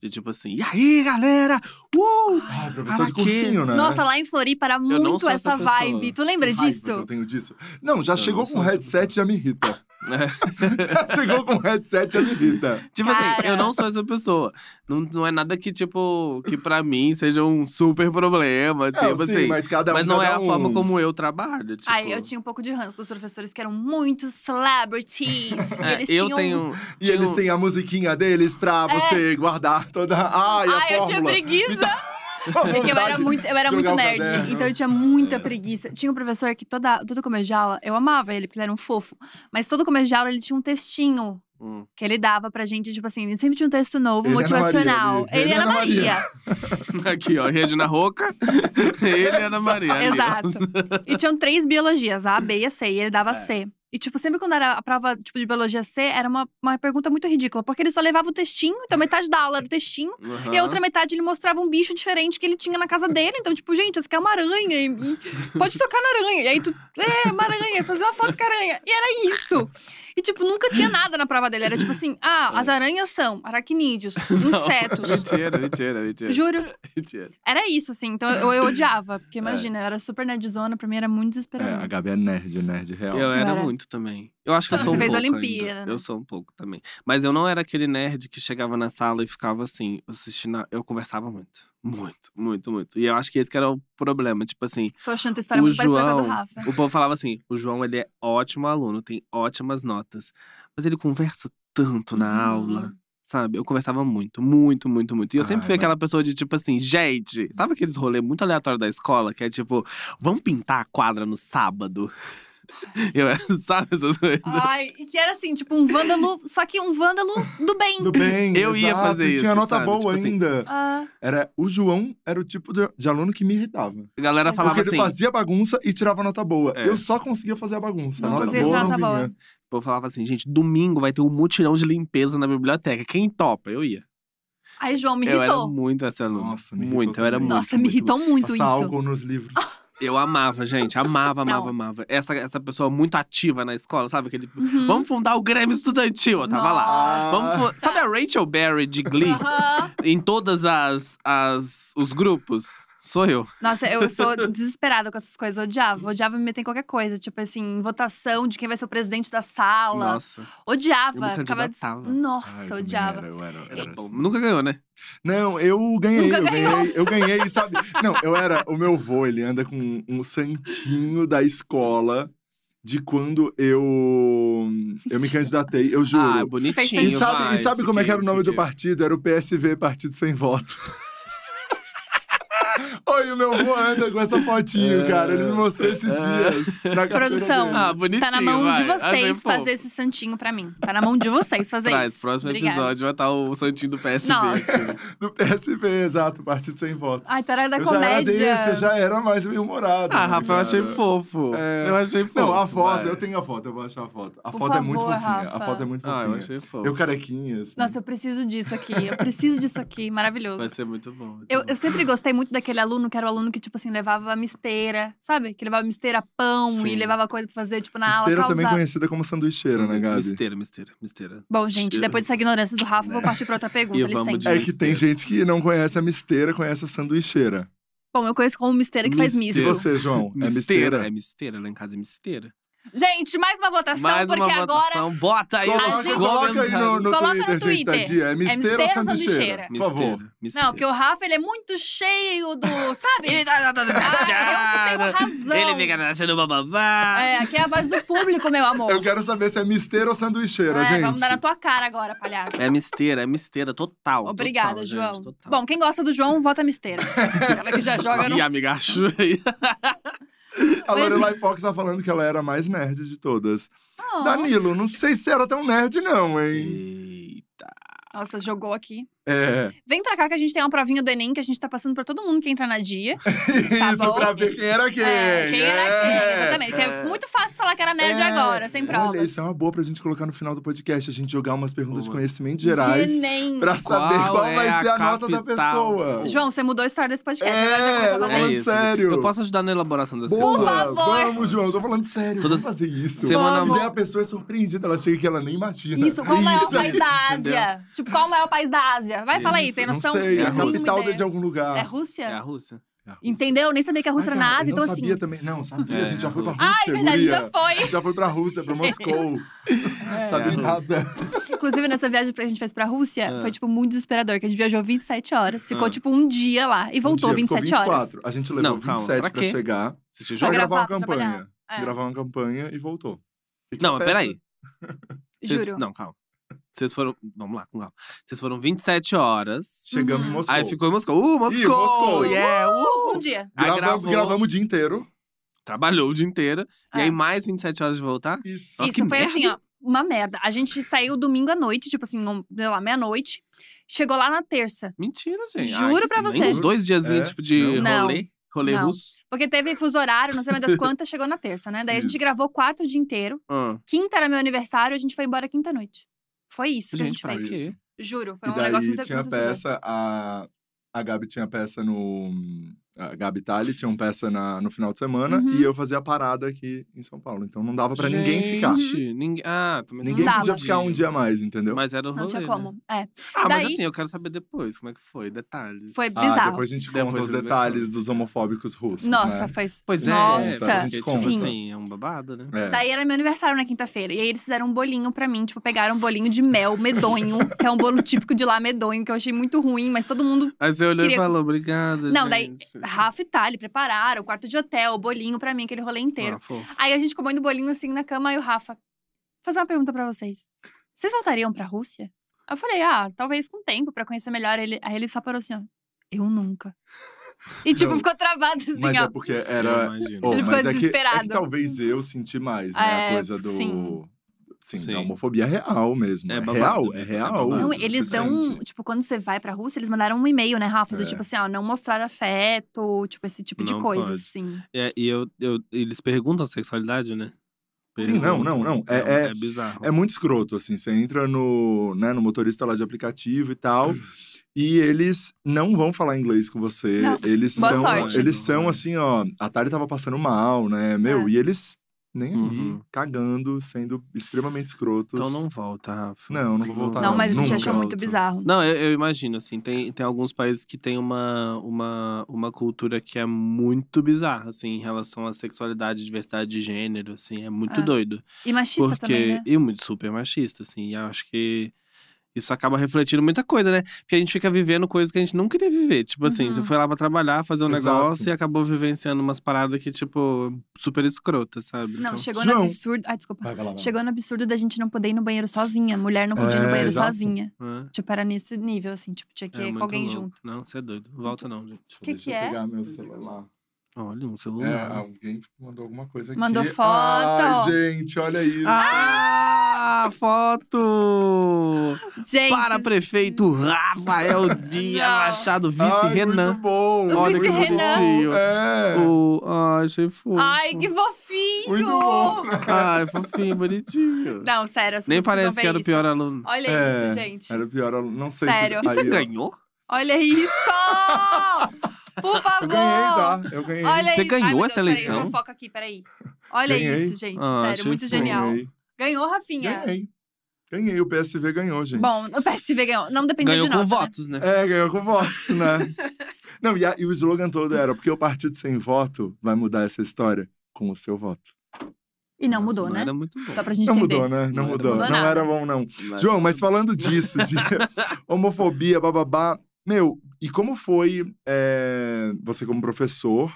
S3: De tipo assim, e aí, galera? Uh!
S2: ah, professor de
S3: Araquê.
S2: cursinho, né?
S1: Nossa, lá em Floripa era
S3: não
S1: muito
S3: sou
S1: essa
S3: essa pessoa.
S1: vibe. Tu lembra
S2: Que raiva que
S1: disso?
S2: Eu tenho disso. Não, já
S3: Eu
S2: chegou
S3: não
S2: com
S3: sou essa
S2: headset, já me irrita.
S3: É,
S2: já chegou com headset, já me irrita.
S3: tipo
S1: Cara.
S3: assim, eu não sou essa pessoa. Não, não é nada que, tipo, que pra mim seja um super problema. Assim,
S2: É,
S3: tipo
S2: sim,
S3: assim. Mas,
S2: mas cada um.
S3: não é
S2: cada
S3: a
S2: um.
S3: forma como eu trabalho. Tipo,
S1: Aí eu tinha um pouco de ranço dos professores que eram muito celebrities. e
S3: é,
S1: eles
S3: eu
S1: tinham.
S3: tenho.
S2: E
S3: tinha
S2: eles
S3: um-
S2: têm a musiquinha deles pra
S1: É.
S2: você guardar toda. Ai, a
S1: Ai, eu tinha
S2: fórmula.
S1: preguiça.
S2: Porque
S1: Porque É eu era muito, eu era
S2: de
S1: muito
S2: jogar o
S1: nerd,
S2: caderno.
S1: então eu tinha muita
S3: É.
S1: preguiça. Tinha um professor que toda, todo começo de aula, eu amava ele, porque ele era um fofo. Mas todo começo de aula ele tinha um textinho
S3: Hum.
S1: que ele dava pra gente, tipo assim, ele sempre tinha um texto novo,
S2: Ele é Ana Maria,
S1: motivacional.
S2: ali.
S1: ele era Maria.
S3: Aqui, ó, Regina Roca, ele e Ana Maria. ali, ó.
S1: Exato. E tinham três biologias, a, B e a C, e ele dava C. E, tipo, sempre quando era a prova tipo, de biologia C, era uma, uma pergunta muito ridícula. Porque ele só levava o textinho, então metade da aula era o textinho. E a
S3: Aham.
S1: outra metade ele mostrava um bicho diferente que ele tinha na casa dele. Então, tipo, gente, essa aqui é uma aranha. E, e pode tocar na aranha. E aí tu, é, uma aranha, fazer uma foto com a aranha. E era isso. E, tipo, nunca tinha nada na prova dele. Era tipo assim, ah, as aranhas são aracnídeos, insetos.
S3: Mentira, mentira, mentira.
S1: Juro.
S3: mentira.
S1: Era isso, assim. Então eu, eu odiava. Porque
S3: É.
S1: imagina, eu era super nerdzona, pra mim era muito
S2: É,
S1: desesperador.
S2: a Gabi é nerd, nerd real.
S3: Eu era
S1: era-
S3: muito também. Eu acho que eu
S1: Você
S3: sou um
S1: fez
S3: pouco
S1: Olimpíada,
S3: ainda.
S1: né?
S3: Eu sou um pouco também. Mas eu não era aquele nerd que chegava na sala e ficava assim, assistindo. a- Eu conversava muito. Muito, muito, muito. E eu acho que esse que era o problema. Tipo assim,
S1: Tô achando tua história
S3: o
S1: muito parecida com a
S3: João.
S1: do Rafa.
S3: O povo falava assim: o João, ele é ótimo aluno, tem ótimas notas. Mas ele conversa tanto na
S1: Uhum.
S3: aula. Sabe? Eu conversava muito, muito, muito, muito. E eu sempre
S2: Ai,
S3: fui
S2: mas-
S3: aquela pessoa de tipo assim, gente, sabe aqueles rolê muito aleatório da escola que é tipo, vamos pintar a quadra no sábado? Eu era, sabe essas coisas?
S1: Ai, e que era assim, tipo um vândalo, só que um vândalo do bem.
S2: Tudo bem,
S3: Eu ia
S2: exato,
S3: fazer
S2: e Tinha
S3: isso,
S2: nota
S3: sabe?
S2: boa
S3: Tipo assim,
S2: ainda.
S1: Ah,
S2: Era, o João era o tipo de, de aluno que me irritava.
S3: A galera
S1: Exato.
S3: falava
S2: Porque
S3: assim,
S2: ele fazia bagunça e tirava nota boa.
S3: É.
S2: Eu só conseguia fazer a bagunça.
S3: Não
S2: a nota
S3: conseguia
S2: boa
S3: tirar
S2: não
S1: nota boa.
S2: vinha.
S3: o povo falava assim, gente, domingo vai ter um mutirão de limpeza na biblioteca. Quem topa? Eu ia.
S1: ai, João, me
S3: Eu era
S1: irritou.
S3: muito essa aluna.
S2: Nossa, me irritou
S3: Muito, eu era
S2: também.
S3: muito.
S1: Nossa, me
S3: muito,
S1: irritou muito
S2: Passar
S1: isso.
S2: álcool nos livros.
S3: Eu amava, gente. Amava,
S1: Não.
S3: amava, amava. Essa, essa pessoa muito ativa na escola, sabe? Aquele,
S1: Uhum.
S3: Vamos fundar o Grêmio Estudantil. Eu tava lá.
S1: Nossa.
S3: Vamos fu- Sabe a Rachel Berry de Glee?
S1: Aham.
S3: em todas as, as os grupos? Sou eu.
S1: Nossa, eu sou desesperada com essas coisas. Eu odiava. Odiava me meter em qualquer coisa. Tipo assim, votação de quem vai ser o presidente da sala.
S3: Nossa. Eu
S1: Odiava.
S3: me
S1: ficava des-
S3: candidatava.
S2: Ah, eu
S1: Nossa,
S2: também
S1: odiava.
S2: era, eu era, eu era
S3: Era bom.
S2: assim.
S3: Nunca ganhou, né?
S2: Não, eu ganhei,
S1: Nunca
S2: eu
S1: ganhou.
S2: ganhei, eu ganhei, sabe? Não, eu era, o meu vô, ele anda com um santinho da escola de quando eu eu me candidatei, eu juro.
S3: Ah,
S1: Fez
S3: bonitinho.
S2: E sabe,
S3: vai,
S2: e sabe como é que
S3: fiquei-
S2: era o nome do
S3: fiquei.
S2: partido? Era o PSV, Partido Sem Voto. Oi, o meu avô anda com essa fotinho,
S3: É.
S2: cara. Ele me mostrou esses dias. na carteira
S1: Produção.
S2: dele.
S3: Ah, bonitinho.
S1: Tá na mão de
S3: vai. Achei
S1: vocês
S3: fofo.
S1: fazer esse santinho pra mim. Tá na mão de vocês fazer
S3: Traz,
S1: isso.
S3: próximo
S1: Obrigada.
S3: episódio vai estar o Santinho do PSB.
S1: Nossa.
S3: aqui. né?
S2: Do PSV, exato, Partido Sem Voto.
S1: Ai, então era da
S2: eu
S1: comédia.
S2: já era desse, já era mais meio-humorado.
S3: Ah,
S2: né,
S3: Rafa, eu achei
S2: cara?
S3: fofo.
S2: É.
S3: Eu achei fofo.
S2: Não, a foto,
S3: vai.
S2: eu tenho a foto, eu vou achar a foto. A
S1: Por
S2: foto é muito
S1: favor,
S2: fofinha. A
S1: Rafa.
S2: foto é muito
S3: Ah, eu
S2: fofinha.
S3: achei fofo.
S2: eu, carequinha, assim.
S1: Nossa, eu preciso disso aqui. Eu preciso disso aqui. Maravilhoso.
S3: Vai ser muito bom. muito
S1: Eu,
S3: bom.
S1: eu sempre gostei muito daquele aluno que era o aluno que, tipo assim, levava misteira, sabe? Que levava misteira, pão
S3: Sim.
S1: e levava coisa pra fazer, tipo, na
S2: Esteira
S1: aula,
S2: também
S1: causava.
S2: conhecida como sanduicheira, né, Gabi? É
S3: Misteira, misteira, misteira.
S1: Bom, gente, depois dessa ignorância do Rafa, vou partir pra outra pergunta,
S3: E vamos
S1: licença.
S3: de-
S2: É que tem gente que não conhece a misteira, conhece a sanduicheira.
S1: Bom, eu conheço como misteira que
S2: E
S3: Misteira.
S1: faz misto.
S2: você, João? É
S3: É
S2: misteira?
S3: misteira, lá em casa é misteira.
S1: Gente, mais uma votação,
S3: Mais
S1: porque
S3: uma
S1: agora.
S3: votação. Bota aí
S1: Coloca-
S3: nos
S1: gente-
S2: coloca aí no, no
S3: comentários.
S1: Coloca no
S2: Twitter, gente,
S1: Twitter.
S2: tadinha. É misteira ou
S1: misteira ou
S2: sanduicheira?
S1: sanduicheira?
S2: Por favor.
S3: Misteira, misteira.
S1: Não, porque o Rafa, ele é muito cheio do. Sabe?
S3: Ele tá todo
S1: Ah, eu que tenho razão.
S3: Ele fica nascendo bababá.
S1: É, aqui é a voz do público, meu amor.
S2: Eu quero saber se é misteira ou sanduicheira,
S1: É,
S2: gente.
S1: Vamos dar na tua cara agora, palhaço.
S3: É misteira, é misteira, total.
S1: Obrigada,
S3: total, gente,
S1: João.
S3: total.
S1: Bom, quem gosta do João, vota misteira. Ela que já joga no.
S3: E amiga, acho aí.
S2: A
S1: Mas-
S2: Lorelai Fox tá falando que ela era a mais nerd de todas.
S1: Oh.
S2: Danilo, não sei se era tão nerd, não, hein?
S3: Eita.
S1: Nossa, jogou aqui.
S2: É.
S1: Vem pra cá que a gente tem uma provinha do Enem que a gente tá passando pra todo mundo que entra na dia. Tá
S2: Isso,
S1: bom.
S2: pra ver quem era quem.
S1: É, quem era
S2: É.
S1: quem, exatamente. Que é muito fácil falar que era nerd
S2: É.
S1: agora, sem provas.
S2: Olha, isso é uma boa pra gente colocar no final do podcast. A gente jogar umas perguntas de
S3: Boa.
S2: conhecimentos gerais
S1: De Enem.
S2: pra saber qual,
S3: Qual é
S2: vai
S3: a
S2: ser a nota da
S3: capital?
S2: pessoa.
S1: João, você mudou a história desse podcast. agora já
S2: É,
S1: começou a
S2: tô
S1: fazer um
S3: É
S2: falando
S3: isso.
S2: sério.
S3: Eu posso ajudar na elaboração das
S2: Boa,
S1: Por
S3: questões?
S1: favor.
S2: Vamos, João, eu tô falando sério.
S3: Toda
S2: Vamos fazer isso.
S3: semana-
S2: E daí a pessoa é surpreendida, ela chega que ela nem imagina.
S1: Isso, qual o maior
S2: Isso.
S1: país da Ásia? Tipo, qual o maior país da Ásia? Vai, fala aí,
S2: Isso,
S1: tem
S2: não
S1: noção?
S2: sei, é a
S1: Não tenho
S2: capital
S1: ideia.
S2: de algum lugar.
S1: É
S3: É
S1: Rússia?
S3: a Rússia?
S2: É
S1: Entendeu? Nem sabia que a Rússia
S2: Ah,
S1: era na
S2: cara,
S1: Ásia,
S2: eu
S1: então
S2: não
S1: assim.
S2: sabia também. Não, sabia,
S3: É,
S2: a gente já foi pra
S3: Rússia.
S2: Rússia,
S1: Ai, verdade,
S2: guria.
S1: já foi.
S2: Já foi pra Rússia, pra Moscou. Sabia
S3: É.
S2: nada.
S1: Inclusive, nessa viagem que a gente fez pra Rússia,
S3: Ah.
S1: foi, tipo, muito desesperador, que a gente viajou 27 horas, ficou,
S3: Ah.
S1: tipo, um dia lá e voltou
S2: um dia, ficou
S1: 27 horas.
S2: 24. A gente levou
S3: Não, calma,
S2: 27
S3: pra
S2: pra
S3: quê?
S2: chegar.
S3: Você se
S2: Pra
S3: joga?
S1: Joga-
S2: gravar uma
S1: gravar,
S2: campanha.
S1: É,
S2: Gravar uma campanha e voltou. E que
S3: Não, mas
S2: peça-
S3: peraí. Vocês-
S1: juro.
S3: Não, calma. Vocês foram. Vamos lá, com calma. Vocês foram 27 horas.
S2: Chegamos em
S1: Uhum.
S2: Moscou.
S3: Aí ficou em Moscou. Uh, Moscou!
S2: Ih, Moscou.
S3: Yeah!
S1: Uh,
S3: Uh!
S1: um dia.
S3: Aí
S2: Gravamos,
S3: gravou,
S2: gravamos o dia inteiro.
S3: Trabalhou o dia inteiro. E
S1: É.
S3: aí, mais 27 horas de voltar?
S2: Isso.
S3: Nossa,
S1: Isso,
S3: que
S1: foi
S3: merda.
S1: assim, ó. Uma merda. A gente saiu domingo à noite, tipo assim, um, sei lá, meia-noite. Chegou lá na terça.
S3: Mentira, gente.
S1: Juro
S3: Ai,
S1: pra
S3: nem
S1: você.
S3: Uns dois diazinhos,
S2: É?
S3: tipo, de
S1: Não.
S3: rolê. Rolê
S1: Não.
S3: russo.
S1: Porque teve fuso horário, não sei mais das quantas, chegou na terça, né? Daí a gente
S2: Isso.
S1: gravou quarto o dia inteiro.
S3: Ah,
S1: Quinta era meu aniversário, a gente foi embora quinta-noite. Foi isso que a gente
S3: pra
S1: fez.
S3: quê?
S1: Juro, foi
S2: E
S1: um
S2: daí
S1: negócio muito
S2: tinha
S1: muito assustador.
S2: peça, a, a Gabi tinha peça no. A Gabi Tali tinha um peça na- no final de semana
S1: Uhum.
S2: e eu fazia a parada aqui em São Paulo. Então não dava pra ninguém
S3: Gente,
S2: ficar.
S3: ninguém- Ah, também
S2: Ninguém
S1: dava.
S2: podia ficar um dia a mais, entendeu?
S3: Mas era o rolê.
S1: Não tinha
S3: né?
S1: como. É,
S3: Ah,
S1: Daí-
S3: mas assim, eu quero saber depois como é que foi, detalhes.
S1: foi
S2: Ah,
S1: bizarro.
S2: depois a gente
S3: Depois
S2: conta os
S3: eu vejo.
S2: detalhes dos homofóbicos russos.
S1: Nossa,
S2: né?
S1: foi.
S3: Pois é,
S1: Nossa,
S2: a
S3: porque,
S2: gente
S3: tipo
S2: conta.
S3: assim, é um babado, né?
S2: É.
S1: Daí era meu aniversário na quinta-feira. E aí eles fizeram um bolinho pra mim. Tipo, pegaram um bolinho de mel, medonho. que é um bolo típico de lá, medonho. Que eu achei muito ruim. Mas todo mundo,
S3: Aí você olhou
S1: Queria-
S3: e falou, obrigada,
S1: Não, daí-
S3: gente."
S1: Rafa e Thali, prepararam. Quarto de hotel, bolinho pra mim, aquele rolê inteiro.
S3: Ah, fofo.
S1: Aí a gente comendo bolinho assim na cama. E o Rafa, vou fazer uma pergunta pra vocês. Vocês voltariam pra Rússia? Aí Eu falei, ah, talvez com tempo pra conhecer melhor. Ele, aí ele só parou assim, ó. Eu nunca. E tipo,
S2: Não.
S1: ficou travado assim,
S2: Mas
S1: ó.
S2: é porque
S3: Eu
S2: era.
S3: imagino.
S2: Oh,
S1: Ele ficou
S2: mas é que- É que,
S1: desesperado.
S2: talvez eu senti mais, né? a
S1: É,
S2: coisa do.
S1: sim.
S2: Sim,
S3: Sim.
S2: da homofobia real mesmo.
S3: É
S2: É,
S3: babado,
S2: real,
S3: né?
S2: é
S3: É
S2: real.
S3: babado.
S1: Não,
S2: Você
S1: eles dão.
S2: sente.
S1: Tipo, quando você vai pra Rússia, eles mandaram um e-mail, né, Rafa? Do
S2: É.
S1: tipo assim, ó, não mostrar afeto, tipo, esse tipo de
S3: Não
S1: coisa,
S3: pode.
S1: assim.
S3: É, e eu, eu- eles perguntam a sexualidade, né?
S2: Sim, não, não, não. É-
S3: é, bizarro.
S2: É muito escroto, assim. Você entra no, né, no motorista lá de aplicativo e tal.
S3: Uhum.
S2: E eles não vão falar inglês com você.
S1: Não.
S2: Eles
S1: Boa
S2: são.
S1: sorte.
S3: Uhum.
S2: Eles são assim, ó. A Tari tava passando mal, né? Meu,
S1: É.
S2: e eles nem aí,
S3: Uhum.
S2: cagando, sendo extremamente escrotos.
S3: Então não volta, Rafa.
S2: Não, não vou voltar,
S1: Não, mas a gente
S2: nunca
S1: achou muito
S3: volto.
S1: bizarro.
S3: Não, eu, eu imagino, assim, tem, tem alguns países que tem uma, uma, uma cultura que é muito bizarra, assim, em relação à sexualidade, diversidade de gênero, assim, é muito
S1: É.
S3: doido.
S1: E machista
S3: porque
S1: também, né?
S3: e muito super machista, assim, e eu acho que isso acaba refletindo muita coisa, né? Porque a gente fica vivendo coisas que a gente não queria viver. Tipo assim,
S1: Uhum.
S3: você foi lá pra trabalhar, fazer um
S2: Exato.
S3: negócio e acabou vivenciando umas paradas que, tipo, super escrota, sabe? Então,
S1: Não, chegou no
S2: João.
S1: absurdo. Ai, desculpa.
S2: Vai, vai lá, vai lá.
S1: Chegou no absurdo da gente não poder ir no banheiro sozinha. Mulher não podia ir no
S2: É,
S1: banheiro
S2: exato.
S1: sozinha.
S3: Né?
S1: Tipo, era nesse nível, assim. Tipo, tinha que
S3: É
S1: ir com
S3: muito
S1: alguém
S3: louco.
S1: junto.
S3: Não, você é doido. Volta não, gente.
S2: Deixa,
S1: Que
S2: Tipo,
S1: que
S2: deixa eu
S1: é?
S2: pegar meu celular.
S3: Olha, um
S2: É,
S3: celular.
S2: alguém mandou alguma coisa aqui.
S1: Mandou foto.
S2: Ai, gente, olha isso.
S3: Ah, foto!
S1: Gente.
S3: Para prefeito Rafael Dias
S1: Não.
S3: Machado, vice
S2: Ai,
S3: Renan.
S2: Muito bom.
S1: O
S3: Olha
S1: vice
S3: que
S1: Renan.
S3: bonitinho.
S2: É.
S3: O- Ai, achei fofo.
S1: Ai, que fofinho!
S2: Muito bom.
S3: Ai, fofinho, bonitinho.
S1: Não, sério, as
S3: Nem
S1: pessoas precisam
S3: parece que
S1: ver
S3: era o
S1: isso.
S3: pior aluno.
S1: Olha
S2: É,
S1: isso, gente.
S2: Era o pior aluno. Não sei
S1: Sério.
S2: se. tá
S3: E você
S2: Aí, ó.
S3: ganhou?
S1: Olha isso! Por favor!
S2: Eu ganhei, tá? Eu ganhei.
S1: Olha
S3: Você
S1: isso.
S3: ganhou
S1: Ai, meu
S3: essa
S1: Deus,
S3: eleição?
S1: Peraí, fofoca aqui, peraí. Olha
S2: Ganhei.
S1: isso, gente.
S3: Ah,
S1: sério,
S3: achei
S1: muito
S3: fofo.
S1: genial.
S2: Ganhei.
S1: Ganhou, Rafinha.
S2: ganhei. Ganhei. O PSV ganhou, gente.
S1: Bom, o PSV ganhou. Não dependeu
S3: Ganhou
S1: de
S3: com
S1: nós.
S3: votos, né?
S2: É, ganhou com votos, né? Não, e, a- e o slogan todo era: porque o partido sem voto vai mudar essa história com o seu voto.
S1: E não
S3: Nossa,
S1: mudou, né?
S3: Era muito bom.
S1: Só pra gente
S2: Não
S1: entender.
S2: mudou, né? Não,
S3: Não era
S2: mudou.
S1: bom.
S2: Não
S1: Mudou
S2: era
S1: nada.
S2: bom, não.
S3: Não era
S2: João, mas
S3: muito
S2: falando disso, de homofobia, bababá, meu, e como foi é, você como professor?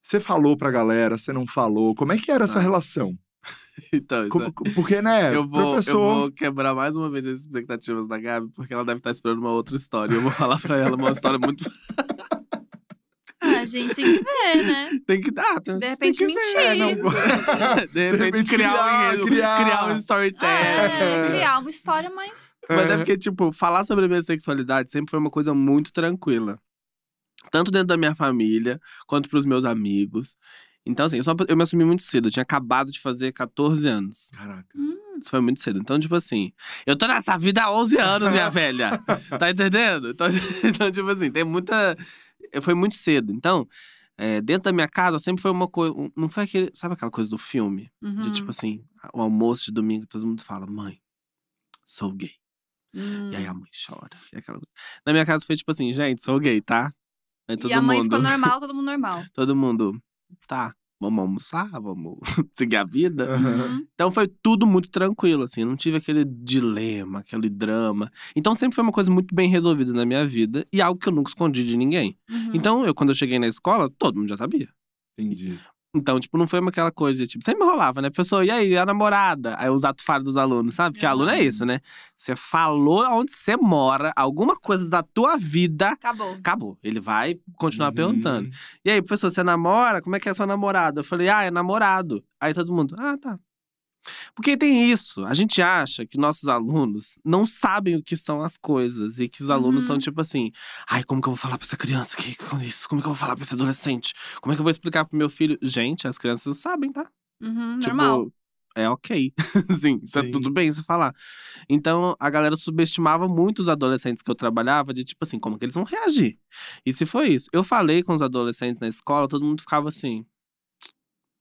S2: Você falou pra galera, você não falou? Como é que era essa
S3: Ah.
S2: relação?
S3: bom. Então,
S2: Como- porque, né,
S3: Eu vou, eu
S2: professor...
S3: vou quebrar mais uma vez as expectativas da Gabi, porque ela deve estar esperando uma outra história. Eu vou falar pra ela uma história muito.
S1: Ah, gente, tem que ver, né?
S3: Tem que dar. Tem,
S1: De repente
S3: tem que
S1: mentir.
S3: ver, É, né? não- De repente,
S2: repente
S3: criar,
S2: criar,
S3: um enredo,
S2: criar.
S3: criar, um storytelling.
S1: É, criar uma história, mas.
S3: Mas é porque, tipo, falar sobre a minha sexualidade sempre foi uma coisa muito tranquila. Tanto dentro da minha família, quanto pros meus amigos. Então, assim, eu, só, eu me assumi muito cedo. Eu tinha acabado de fazer 14 anos.
S2: Caraca.
S3: Isso foi muito cedo. Então, tipo assim, eu tô nessa vida há 11 anos, minha velha. Tá entendendo? Então, então, tipo assim, tem muita. eh, Foi muito cedo. Então, eh, dentro da minha casa sempre foi uma coisa. Não foi aquele. Sabe aquela coisa do filme? De
S1: Uhum.
S3: tipo assim, o almoço de domingo, todo mundo fala: mãe, sou gay.
S1: Hum.
S3: E aí a mãe chora. E aquela coisa. Na minha casa foi tipo assim, gente, sou gay, tá? Aí todo
S1: E a mãe
S3: mundo.
S1: ficou normal, todo mundo normal.
S3: Todo mundo. Tá, vamos almoçar, vamos seguir a vida.
S2: Aham.
S1: Uhum.
S3: Então foi tudo muito tranquilo, assim. eu Não tive aquele dilema, aquele drama. Então sempre foi uma coisa muito bem resolvida na minha vida e algo que eu nunca escondi de ninguém.
S1: Uhum.
S3: Então, eu, quando eu cheguei na escola, todo mundo já sabia.
S2: Entendi.
S3: Então, tipo, não foi uma aquela coisa, tipo, sempre rolava, né? Professor, e aí, a namorada? Aí os atos falhos dos alunos, sabe? Porque
S1: Uhum.
S3: aluno é isso, né? Você falou onde você mora, alguma coisa da tua vida,
S1: Acabou.
S3: acabou. Ele vai continuar
S2: Uhum.
S3: perguntando. E aí, professor, você namora? Como é que é sua namorada? Eu falei, ah, é namorado. Aí todo mundo, ah, tá. Porque tem isso, a gente acha que nossos alunos não sabem o que são as coisas. E que os alunos
S1: Uhum.
S3: são tipo assim: ai, como que eu vou falar pra essa criança que com isso? Como que eu vou falar pra esse adolescente? Como é que eu vou explicar pro meu filho? Gente, as crianças sabem, tá?
S1: Uhum, normal.
S3: Tipo, é ok. Sim, tá
S2: Sim.
S3: tudo bem se falar. Então, a galera subestimava muito os adolescentes que eu trabalhava, de tipo assim, como que eles vão reagir? E se foi isso? Eu falei com os adolescentes na escola, todo mundo ficava assim,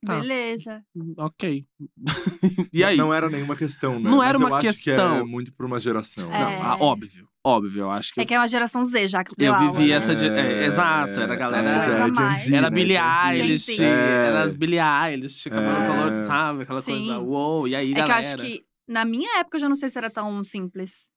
S3: tá.
S1: Beleza. É
S3: ok. e aí?
S2: Não era nenhuma questão, né?
S3: Não era
S2: Mas eu
S3: uma
S2: acho que é
S3: questão.
S2: muito pra uma geração.
S1: É.
S3: Não, ah, óbvio. Óbvio, eu acho que.
S1: É que é uma geração Z já que deu
S3: Tipo, Eu
S1: aula,
S3: vivi
S1: né?
S3: essa de- é, exato, era a galera-
S2: É, já é Gen Z,
S3: Era
S2: né?
S3: Billie
S2: Gen Z.
S3: Eilish,
S1: Gen Z.
S3: era as Billie Eilish, cabelo
S1: É.
S3: colorido, sabe? Aquela
S1: Sim.
S3: coisa, uou, e aí,
S1: É
S3: galera.
S1: que eu acho que na minha época eu já não sei se era tão simples.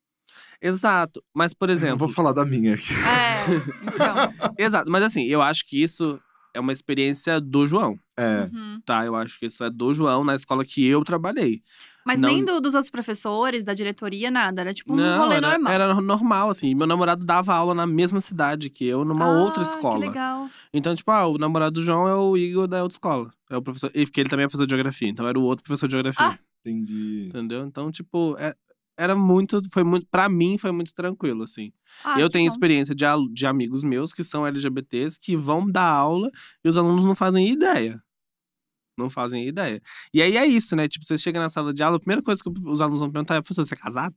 S3: Exato, mas por
S2: Eu
S3: exemplo…
S2: vou falar da minha aqui.
S1: É, então.
S3: Exato, mas assim, eu acho que isso é uma experiência do João,
S2: É.
S1: uhum.
S3: tá? Eu acho que isso é do João na escola que eu trabalhei.
S1: Mas
S3: Não-
S1: nem do- dos outros professores, da diretoria, nada. Era tipo um rolê
S3: era,
S1: normal.
S3: era normal, assim. Meu namorado dava aula na mesma cidade que eu, numa outra
S1: Ah,
S3: escola.
S1: Que legal.
S3: Então, tipo, ah, o namorado do João é o Igor da outra escola. É o professor. e Porque ele também é professor de geografia, então era o outro professor de geografia.
S1: Ah.
S2: Entendi.
S3: Entendeu? Então, tipo, é- era muito. Foi muito. Pra mim, foi muito tranquilo, assim.
S1: Ah,
S3: Eu
S1: que
S3: tenho
S1: bom.
S3: experiência de, alu- de amigos meus que são LGBTs que vão dar aula e os alunos não fazem ideia. Não fazem ideia. E aí é isso, né? Tipo, você chega na sala de aula, a primeira coisa que os alunos vão perguntar é: professor, você é casado?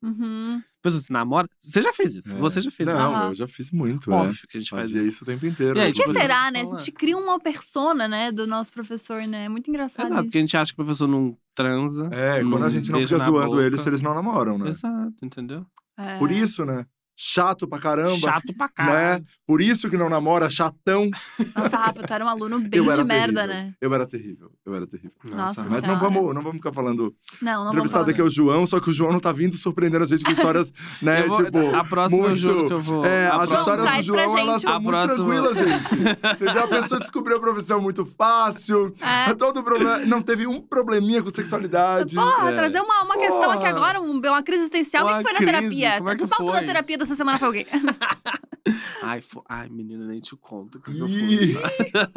S1: Uhum.
S3: Pessoas se namoram. Você já fez isso.
S2: É.
S3: Você já fez
S2: Não,
S1: Aham.
S2: eu já fiz muito, é.
S3: Óbvio que a gente fazia.
S2: Fazia isso o tempo inteiro. assim,
S3: E aí,
S2: eu
S1: Por
S3: tipo,
S1: que
S2: fazia-
S1: será, né? A
S3: falar.
S1: gente cria uma persona, né, do nosso professor, né? É muito engraçado
S3: Exato,
S1: isso.
S3: porque a gente acha que o professor não transa.
S2: É, quando
S3: Não
S2: a gente não
S3: um beijo
S2: fica
S3: na
S2: zoando
S3: boca.
S2: eles se eles não namoram, né?
S3: Exato, entendeu?
S1: É.
S2: Por isso, né? Chato pra caramba.
S3: Chato
S2: né,
S3: pra caralho.
S2: Por isso que não namora, chatão.
S1: Nossa, Rafa, tu era um aluno bem
S2: eu era
S1: de merda,
S2: terrível.
S1: né?
S2: Eu era terrível, eu era terrível.
S1: Nossa
S2: Mas não
S1: Senhora.
S2: vamos, não vamos ficar falando.
S1: Não, não vamos
S2: Entrevistado
S1: falar. né?
S2: aqui é o João, só que o João não tá vindo surpreendendo a gente com histórias, né?
S3: Eu vou-
S2: tipo.
S3: a próxima eu
S2: muito-
S3: juro que eu vou.
S2: É,
S3: a
S2: as
S3: próxima-
S2: histórias do
S1: Traz pra
S2: João, elas
S1: gente. um
S2: são
S3: A
S2: muito
S3: próxima-
S2: tranquilas, gente. Entendeu? A pessoa descobriu a profissão muito fácil.
S1: É.
S2: Todo problema, não teve um probleminha com sexualidade.
S1: Porra,
S3: É.
S1: trazer uma, uma questão aqui
S2: Porra.
S1: agora, um- uma crise existencial. O que
S3: Uma
S1: que foi na
S3: crise,
S1: terapia?
S3: como é que
S1: Falta
S3: foi?
S1: da terapia dessa semana foi alguém.
S3: Ai, fo- Ai, menina, nem te conto. o Que eu
S2: Ih.
S3: fui.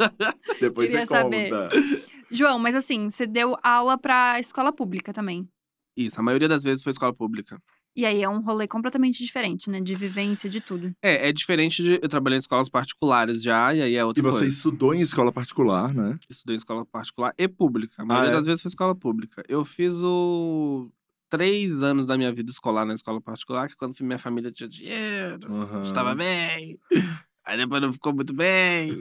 S2: Depois
S1: Queria
S2: você
S1: saber.
S2: conta.
S1: João, mas assim, você deu aula pra escola pública também.
S3: Isso, a maioria das vezes foi escola pública.
S1: E aí é um rolê completamente diferente, né? De vivência, de tudo.
S3: É, é diferente de. Eu trabalhei em escolas particulares já, e aí é
S2: E
S3: outra
S2: você
S3: coisa.
S2: estudou em escola particular, né?
S3: Estudei em escola particular e pública. A maioria
S2: é?
S3: das vezes foi escola pública. Eu fiz o. Três anos da minha vida escolar na escola particular, que quando minha família tinha dinheiro,
S2: Aham.
S3: estava bem. Aí depois não ficou muito bem.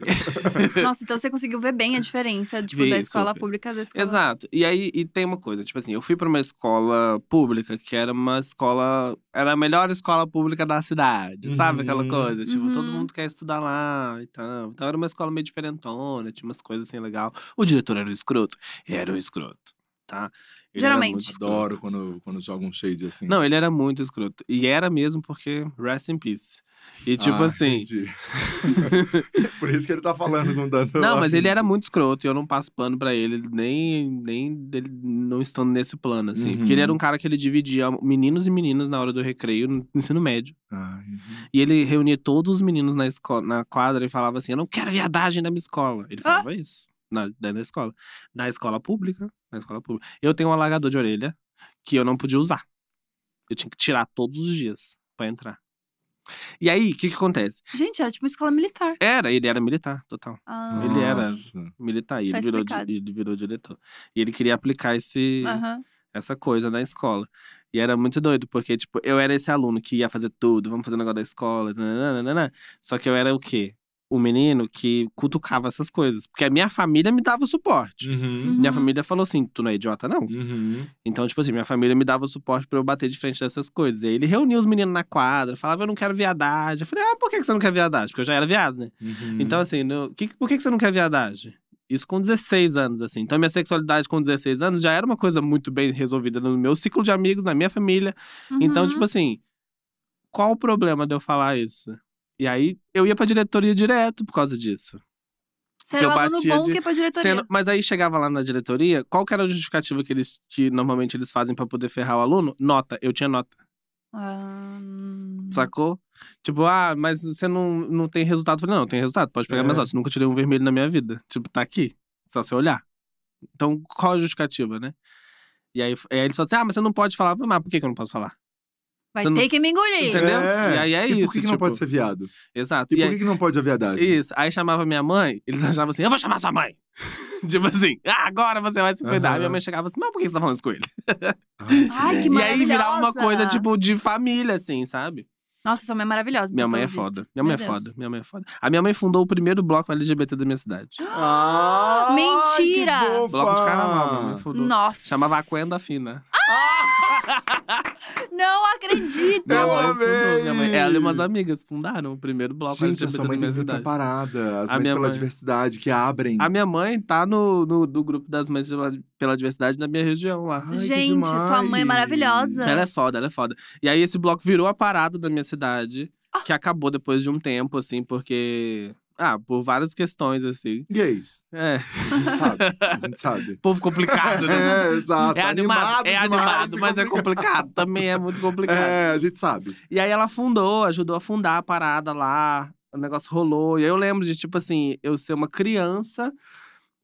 S1: Nossa, então você conseguiu ver bem a diferença, tipo,
S3: Vi,
S1: da escola
S3: super.
S1: pública da escola.
S3: Exato. E aí e tem uma coisa, tipo assim, eu fui pra uma escola pública que era uma escola, era a melhor escola pública da cidade, sabe aquela
S2: Uhum.
S3: coisa? Tipo, todo
S1: Uhum.
S3: mundo quer estudar lá e tal. Então era uma escola meio diferentona, tinha umas coisas assim legal. O diretor era um escroto, era um escroto, tá? Ele era muito
S1: Geralmente.
S3: escroto.
S2: Adoro quando, quando joga um shade assim.
S3: Não, ele era muito escroto. E era mesmo porque rest in peace. E tipo
S2: Ah,
S3: assim,
S2: entendi. Por isso que ele tá falando com tanto.
S3: Não, mas
S2: afinco.
S3: ele era muito escroto e eu não passo pano pra ele, nem, nem dele não estando nesse plano, assim. Porque ele era
S2: Uhum.
S3: um cara que ele dividia meninos e meninas na hora do recreio no ensino médio.
S2: Ai,
S3: E ele reunia todos os meninos na, esco- na quadra e falava assim: Eu não quero viadagem na minha escola. Ele falava isso. Na, dentro da escola. Na escola pública. Na escola pública. Eu tenho um alagador de orelha que eu não podia usar. Eu tinha que tirar todos os dias pra entrar. E aí, o que que acontece?
S1: Gente, era tipo escola militar.
S3: Era, ele era militar, total.
S1: Ah.
S3: Ele era-
S2: nossa.
S3: militar. E
S1: Tá
S3: ele, virou, di-
S1: explicado.
S3: ele virou diretor. E ele queria aplicar esse,
S1: Aham.
S3: essa coisa na escola. E era muito doido, porque, tipo, eu era esse aluno que ia fazer tudo, vamos fazer um negócio da escola, nananana. Só que eu era o quê? O menino que cutucava essas coisas. Porque a minha família me dava o suporte.
S2: Uhum.
S3: Minha
S1: Uhum.
S3: família falou assim: tu não é idiota, não.
S2: Uhum.
S3: Então, tipo assim, minha família me dava o suporte pra eu bater de frente dessas coisas. E aí ele reunia os meninos na quadra, falava, eu não quero viadagem. Eu falei, ah, por que que você não quer viadagem? Porque eu já era viado, né?
S2: Uhum.
S1: Hum.
S3: Então, assim, no- que- por que, que você não quer viadagem? Isso com 16 anos, assim. Então, minha sexualidade com 16 anos já era uma coisa muito bem resolvida no meu ciclo de amigos, na minha família. Então,
S1: Uhum.
S3: tipo assim, qual o problema de eu falar isso? E aí, eu ia pra diretoria direto por causa disso.
S1: Você era
S3: eu
S1: um aluno
S3: batia
S1: bom
S3: de-
S1: que ia pra diretoria.
S3: Sendo- mas aí chegava lá na diretoria, qual que era a justificativa que eles que normalmente eles fazem pra poder ferrar o aluno? Nota, eu tinha nota,
S1: Ah, hum.
S3: sacou? Tipo, ah, mas você não, não tem resultado. Eu falei, não, tem resultado, pode pegar
S2: É.
S3: minhas notas. Nunca tirei um vermelho na minha vida. Tipo, tá aqui, só você olhar. Então, qual a justificativa, né? E aí, f- aí eles falam assim, ah, mas você não pode falar. Eu falei, Mas por que, que eu não posso falar?
S1: Vai
S3: você não-
S1: ter que me engolir.
S3: Entendeu? E aí é
S2: assim, e
S3: isso,
S2: Por que, que não
S3: tipo-
S2: pode ser viado?
S3: Exato.
S2: E,
S3: E
S2: por
S3: aí-
S2: que, que não pode a
S1: né?
S2: viadagem?
S3: Isso. Aí chamava minha mãe, eles achavam assim: eu vou chamar sua mãe. tipo assim, ah, agora você vai se cuidar.
S2: Aham.
S3: Minha mãe chegava assim: mas por que você tá falando isso com ele?
S2: Ah,
S1: Ai, que
S3: e aí virava uma
S1: maravilhosa!
S3: coisa, tipo, de família, assim, sabe?
S1: Nossa, sua mãe é maravilhosa.
S3: Minha
S1: então,
S3: mãe é
S1: pelo visto.
S3: foda. Minha mãe é
S1: Meu Deus.
S3: foda. Minha mãe é foda. A minha mãe fundou o primeiro bloco LGBT da minha cidade.
S2: Ah,
S1: Mentira!
S2: que fofa!
S3: bloco de carnaval, minha mãe fundou.
S1: Nossa.
S3: Chamava Aquenda Fina.
S1: Não acredito!
S3: Minha mãe
S2: amei!
S3: fundou. Minha mãe, ela e umas amigas fundaram o primeiro bloco
S2: Gente, a
S3: LGBT
S2: sua
S3: da
S2: mãe
S3: minha
S2: tem que
S3: cidade.
S2: parada. As
S3: A
S2: mães
S3: minha
S2: pela
S3: mãe-
S2: diversidade, que abrem.
S3: A minha mãe tá no, no do grupo das mães pela, pela diversidade da minha região lá.
S2: Ai, que
S1: Gente, tua mãe é
S2: demais.
S1: maravilhosa.
S3: Ela é foda, ela é foda. E aí esse bloco virou a parada da minha cidade,
S2: Ah.
S3: que acabou depois de um tempo, assim, porque. Ah, por várias questões, assim.
S2: Gays.
S3: É.
S2: A gente sabe. A gente sabe.
S3: Povo complicado, né?
S2: É, exato.
S3: É animado, é
S2: demais,
S3: animado, mas é complicado. Também é muito complicado.
S2: É, a gente sabe.
S3: E aí ela fundou, ajudou a fundar a parada lá. O negócio rolou. E aí eu lembro de, tipo assim, eu ser uma criança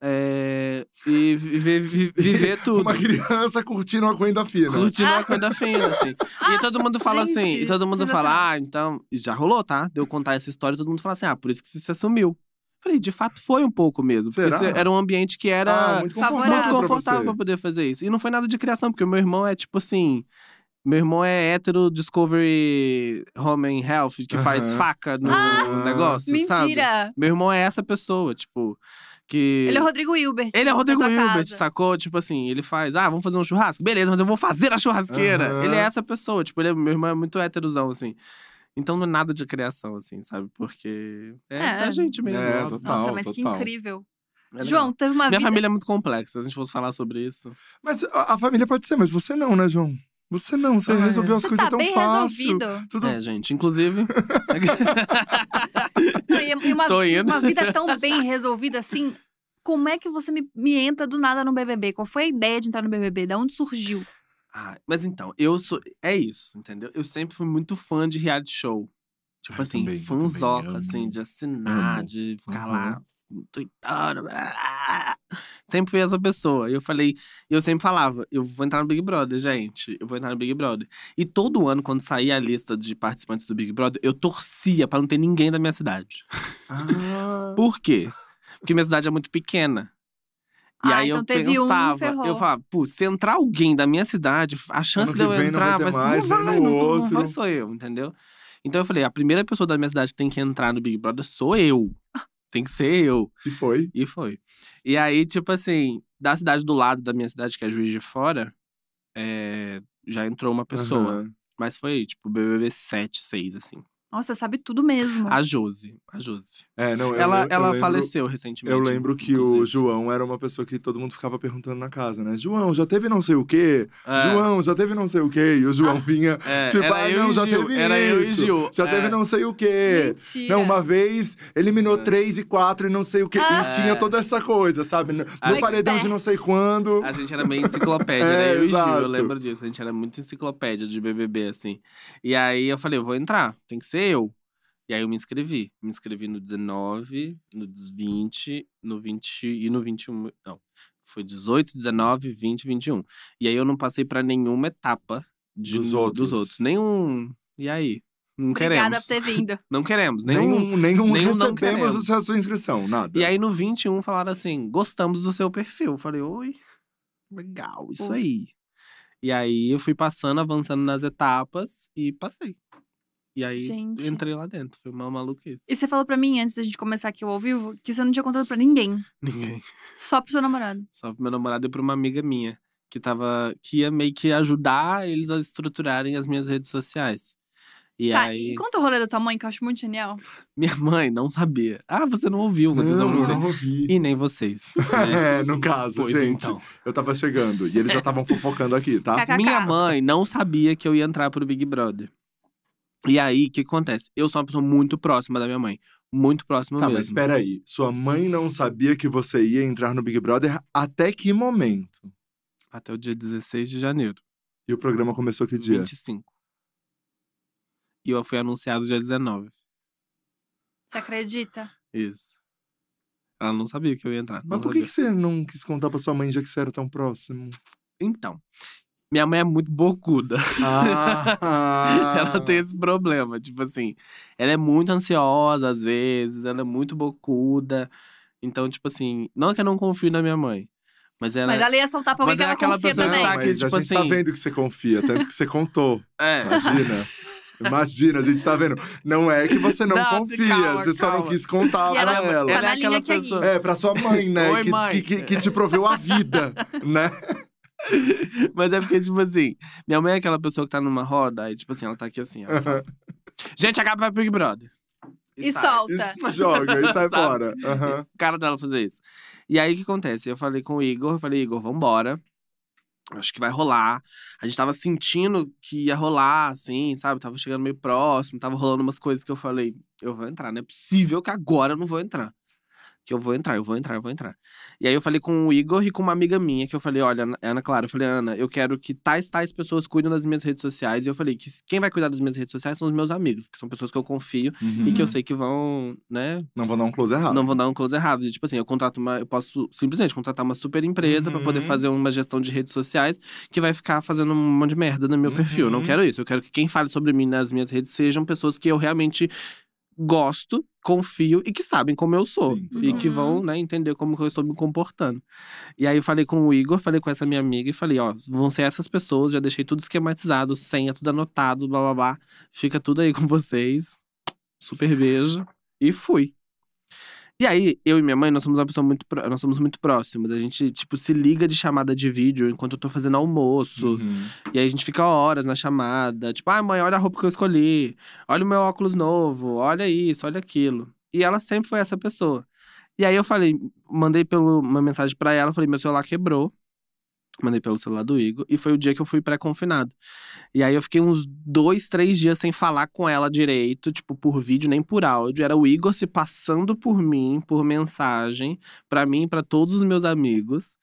S3: é, e viver, vi- viver tudo.
S2: Uma criança curtindo uma coenda fina.
S3: Curtindo uma coisa feia, assim. E todo mundo fala assim,
S1: Gente,
S3: e todo mundo
S1: sensacional.
S3: fala, ah, então. e Já rolou, tá? De eu contar essa história, todo mundo fala assim, ah, por isso que você se assumiu. Falei, de fato foi um pouco mesmo. Porque
S2: Será?
S3: esse era um ambiente que era
S2: Ah, muito
S1: Favorável.
S3: muito
S2: confortável.
S3: confortável pra,
S2: pra você.
S3: poder fazer isso. E não foi nada de criação, porque o meu irmão é tipo assim. Meu irmão é hétero Discovery Home and Health, que faz
S2: Aham.
S3: faca no
S2: Ah,
S3: negócio, sabe?
S1: Mentira!
S3: Meu irmão é essa pessoa, tipo, que…
S1: Ele é o Rodrigo Hilbert.
S3: Ele é Rodrigo
S1: da tua
S3: Hilbert,
S1: casa.
S3: sacou? Tipo assim, ele faz, ah, vamos fazer um churrasco? Beleza, mas eu vou fazer a churrasqueira.
S2: Aham.
S3: Ele é essa pessoa, tipo, ele é, meu irmão é muito héterozão, assim. Então não é nada de criação, assim, sabe? Porque é,
S1: É.
S3: da gente mesmo.
S2: É,
S3: óbvio.
S2: total.
S1: Nossa, mas que
S2: total.
S1: incrível.
S3: É legal.
S1: João, teve uma
S3: Minha
S1: vida.
S3: família é muito complexa, se a gente fosse falar sobre isso.
S2: Mas a, a família pode ser, mas você não, né, João? Você não, você
S3: Ah, é.
S2: resolveu as
S1: Você
S2: coisas
S1: tá
S2: tão
S1: bem
S2: fácil.
S1: resolvido.
S2: Tudo
S3: É, gente, inclusive.
S1: Não, e e uma,
S3: Tô indo.
S1: uma vida tão bem resolvida assim. Como é que você me, me entra do nada no BBB? Qual foi a ideia de entrar no BBB? Da onde surgiu?
S3: Ah, mas então, eu sou. É isso, entendeu? Eu sempre fui muito fã de reality show. Tipo
S2: Ah, eu
S3: assim,
S2: também, eu também
S3: fanzoca,
S2: amo.
S3: assim, de assinar,
S2: Amo.
S3: de ficar
S2: Uhum.
S3: lá tweetando. blá, blá, blá. Sempre fui essa pessoa. E eu falei, eu sempre falava, eu vou entrar no Big Brother, gente. Eu vou entrar no Big Brother. E todo ano, quando saía a lista de participantes do Big Brother, eu torcia pra não ter ninguém da minha cidade.
S2: Ah,
S3: Por quê? Porque minha cidade é muito pequena. E
S1: Ah,
S3: aí eu
S1: então teve um,
S3: pensava,
S1: ferrou.
S3: eu falava, pô, se entrar alguém da minha cidade, a chance
S2: que
S3: de eu
S2: vem não vai
S3: entrar
S2: ter
S3: vai ser,
S2: mais,
S3: não
S2: vem
S3: vai,
S2: no
S3: não, não
S2: outro."
S3: vai, sou eu, entendeu? Então eu falei, a primeira pessoa da minha cidade que tem que entrar no Big Brother sou eu. Tem que ser eu.
S2: e foi.
S3: E foi. E aí, tipo assim, da cidade do lado da minha cidade, que é Juiz de Fora, é, já entrou uma pessoa.
S2: Aham.
S3: Mas foi, tipo, BBB 7, 6, assim.
S1: Nossa, sabe tudo mesmo.
S3: A Josi, a Josi.
S2: É, não, eu,
S3: ela
S2: eu, eu
S3: ela
S2: lembro-
S3: faleceu recentemente.
S2: Eu lembro que o
S3: inclusive.
S2: João era uma pessoa que todo mundo ficava perguntando na casa, né? João, já teve não sei o quê?
S3: É,
S2: João, já teve não sei o quê? E o João vinha,
S3: é,
S2: tipo,
S3: era
S2: ah,
S3: eu
S2: não,
S3: e
S2: já
S3: Gil,
S2: teve
S3: Era eu e
S2: isso,
S3: Gil.
S2: já
S3: é,
S2: teve não sei o quê.
S1: Mentira.
S2: Não, uma vez eliminou
S3: É.
S2: três e quatro e não sei o quê.
S1: Ah.
S2: E tinha toda essa coisa, sabe? No,
S3: Ah,
S2: no paredão de não sei quando.
S3: A gente era meio enciclopédia,
S2: É,
S3: era eu e Gil,
S2: exato.
S3: eu lembro disso. A gente era muito enciclopédia de BBB, assim. E aí eu falei, eu vou entrar, tem que ser eu. E aí eu me inscrevi. Me inscrevi no 19, no 20, no 20 e no 21. Não, foi 18, 19, 20, 21. E aí eu não passei pra nenhuma etapa de-
S2: Dos outros.
S3: Nenhum. E aí? Não
S1: Obrigada
S3: queremos.
S1: por ter vindo.
S3: Não queremos. Nenhum.
S2: Nenhum, um, nenhum,
S3: nenhum não
S2: recebemos
S3: queremos.
S2: a sua inscrição, nada.
S3: E aí no 21 falaram assim: gostamos do seu perfil. Eu falei, oi, legal, isso
S1: Pô.
S3: aí. E aí eu fui passando, avançando nas etapas e passei. E aí
S1: Gente.
S3: entrei lá dentro. Foi uma maluquice.
S1: E você falou pra mim, antes da gente começar aqui o ao vivo, que você não tinha contado pra ninguém.
S3: Ninguém.
S1: Só pro seu namorado.
S3: Só pro meu namorado e pra uma amiga minha. Que tava. Que ia meio que ajudar eles a estruturarem as minhas redes sociais. E
S1: tá,
S3: aí,
S1: e conta o rolê da tua mãe, que eu acho muito genial.
S3: minha mãe não sabia. Ah, você não ouviu,
S2: não,
S3: Matheus, eu
S2: não,
S3: ouvi.
S2: ouvi.
S3: E nem vocês. né?
S2: É, no caso,
S3: Pois
S2: gente.
S3: então.
S2: Eu tava chegando e eles já estavam fofocando aqui, tá?
S1: Cacá.
S3: Minha mãe não sabia que eu ia entrar pro Big Brother. E aí, o que acontece? Eu sou uma pessoa muito próxima da minha mãe. Muito próxima
S2: Tá, mas
S3: mesmo.
S2: espera aí. Sua mãe não sabia que você ia entrar no Big Brother até que momento?
S3: Até o dia 16 de janeiro.
S2: E o programa começou que dia?
S3: 25. E eu fui anunciado dia 19.
S1: Você acredita?
S3: Isso. Ela não sabia que eu ia entrar. não
S2: Mas por que,
S3: sabia.
S2: que você não quis contar pra sua mãe já que você era tão próximo?
S3: Então, minha mãe é muito bocuda.
S2: Ah,
S3: ela tem esse problema. Tipo assim, ela é muito ansiosa às vezes, ela é muito bocuda. Então, tipo assim, não é que eu não confio na minha mãe, mas ela.
S1: Mas ela ia soltar pra alguém
S3: é- Mas
S1: que
S3: é
S1: ela
S3: aquela
S1: confia
S3: pessoa que
S1: também.
S3: tá aqui,
S2: mas a
S3: tipo
S2: gente tá
S3: assim.
S2: vendo que você confia, tanto que você contou.
S3: é.
S2: Imagina. Imagina, a gente tá vendo. Não é que você não,
S3: Não,
S2: confia,
S3: calma,
S2: você só não
S3: calma.
S2: quis contar
S1: E
S2: pra
S1: ela-
S2: ela.
S1: Tá
S3: Ela
S1: na
S3: é
S1: linha
S3: aquela
S1: que é guia.
S3: pessoa.
S2: É, pra sua mãe, né?
S3: Oi,
S2: que,
S3: mãe.
S2: Que, que- que te proveu a vida, né?
S3: Mas é porque, tipo assim, minha mãe é aquela pessoa que tá numa roda, aí, tipo assim, ela tá aqui assim, ó. Gente, a Gabi vai pro Big Brother.
S1: E
S3: sai.
S1: solta.
S2: Isso joga e sai
S3: Sabe?
S2: fora. Aham.
S3: O cara dela fazer isso. E aí, o que acontece? Eu falei com o Igor, eu falei, Igor, vambora. Acho que vai rolar. A gente tava sentindo que ia rolar, assim, sabe? Tava chegando meio próximo, tava rolando umas coisas que eu falei, eu vou entrar, não é possível que agora eu não vou entrar. Que eu vou entrar, eu vou entrar, eu vou entrar. E aí eu falei com o Igor e com uma amiga minha, que eu falei, olha, Ana- Ana Clara, eu falei, Ana, eu quero que tais, tais pessoas cuidem das minhas redes sociais. E eu falei que quem vai cuidar das minhas redes sociais são os meus amigos, que são pessoas que eu confio e que eu
S1: Uhum.
S3: sei que vão, né,
S2: Não vou dar um close errado.
S3: não vou dar um close errado. de, Tipo assim, eu contrato uma. Eu posso simplesmente contratar uma super empresa pra poder
S2: Uhum.
S3: fazer uma gestão de redes sociais que vai ficar fazendo um monte de merda no meu perfil. Eu não
S2: Uhum.
S3: quero isso. Eu quero que quem fale sobre mim nas minhas redes sejam pessoas que eu realmente gosto, confio e que sabem como eu sou.
S2: Sim,
S3: E
S1: total.
S3: que vão, né, entender como que eu estou me comportando. E aí eu falei com o Igor, falei com essa minha amiga e falei, ó, vão ser essas pessoas, já deixei tudo esquematizado, senha, tudo anotado, blá blá blá. Fica tudo aí com vocês. Super beijo. E fui. E aí, eu e minha mãe, nós somos uma pessoa muito, pró- nós somos muito próximos. A gente, tipo, se liga de chamada de vídeo enquanto eu tô fazendo almoço.
S2: Uhum.
S3: E aí a gente fica horas na chamada. Tipo, ai, mãe, olha a roupa que eu escolhi. Olha o meu óculos novo. Olha isso, olha aquilo. E ela sempre foi essa pessoa. E aí eu falei, mandei pelo, uma mensagem pra ela, falei, meu celular quebrou. Mandei pelo celular do Igor. E foi o dia que eu fui pré-confinado. E aí eu fiquei uns dois, três dias sem falar com ela direito, tipo, por vídeo nem por áudio. Era o Igor se passando por mim, por mensagem, pra mim e pra todos os meus amigos.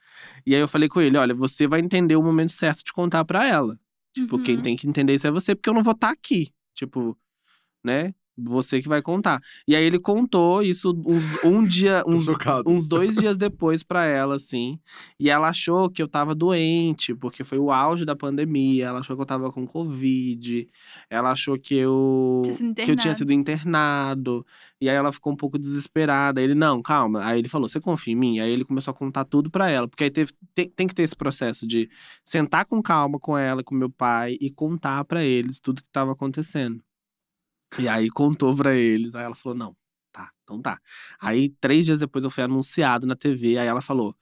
S3: E aí eu falei com ele: olha, você vai entender o momento certo de contar pra ela. Tipo, quem
S1: Uhum.
S3: tem que entender isso é você, porque eu não vou estar aqui. Tipo, né? Você que vai contar. E aí ele contou isso uns- um, dia,
S2: Tô
S3: uns
S2: chocado.
S3: uns dois dias depois pra ela, assim. E ela achou que eu tava doente, porque foi o auge da pandemia. Ela achou que eu tava com Covid. Ela achou que eu.
S1: Tinha sido
S3: Que eu tinha
S1: internado.
S3: sido internado. E aí ela ficou um pouco desesperada. Ele, não, calma. Aí ele falou, você confia em mim? Aí ele começou a contar tudo pra ela. Porque aí teve, tem, tem que ter esse processo de sentar com calma com ela, com meu pai, e contar pra eles tudo que tava acontecendo. E aí contou pra eles. Aí ela falou, não, tá, então tá. Aí, três dias depois, eu fui anunciado na TV. Aí ela falou: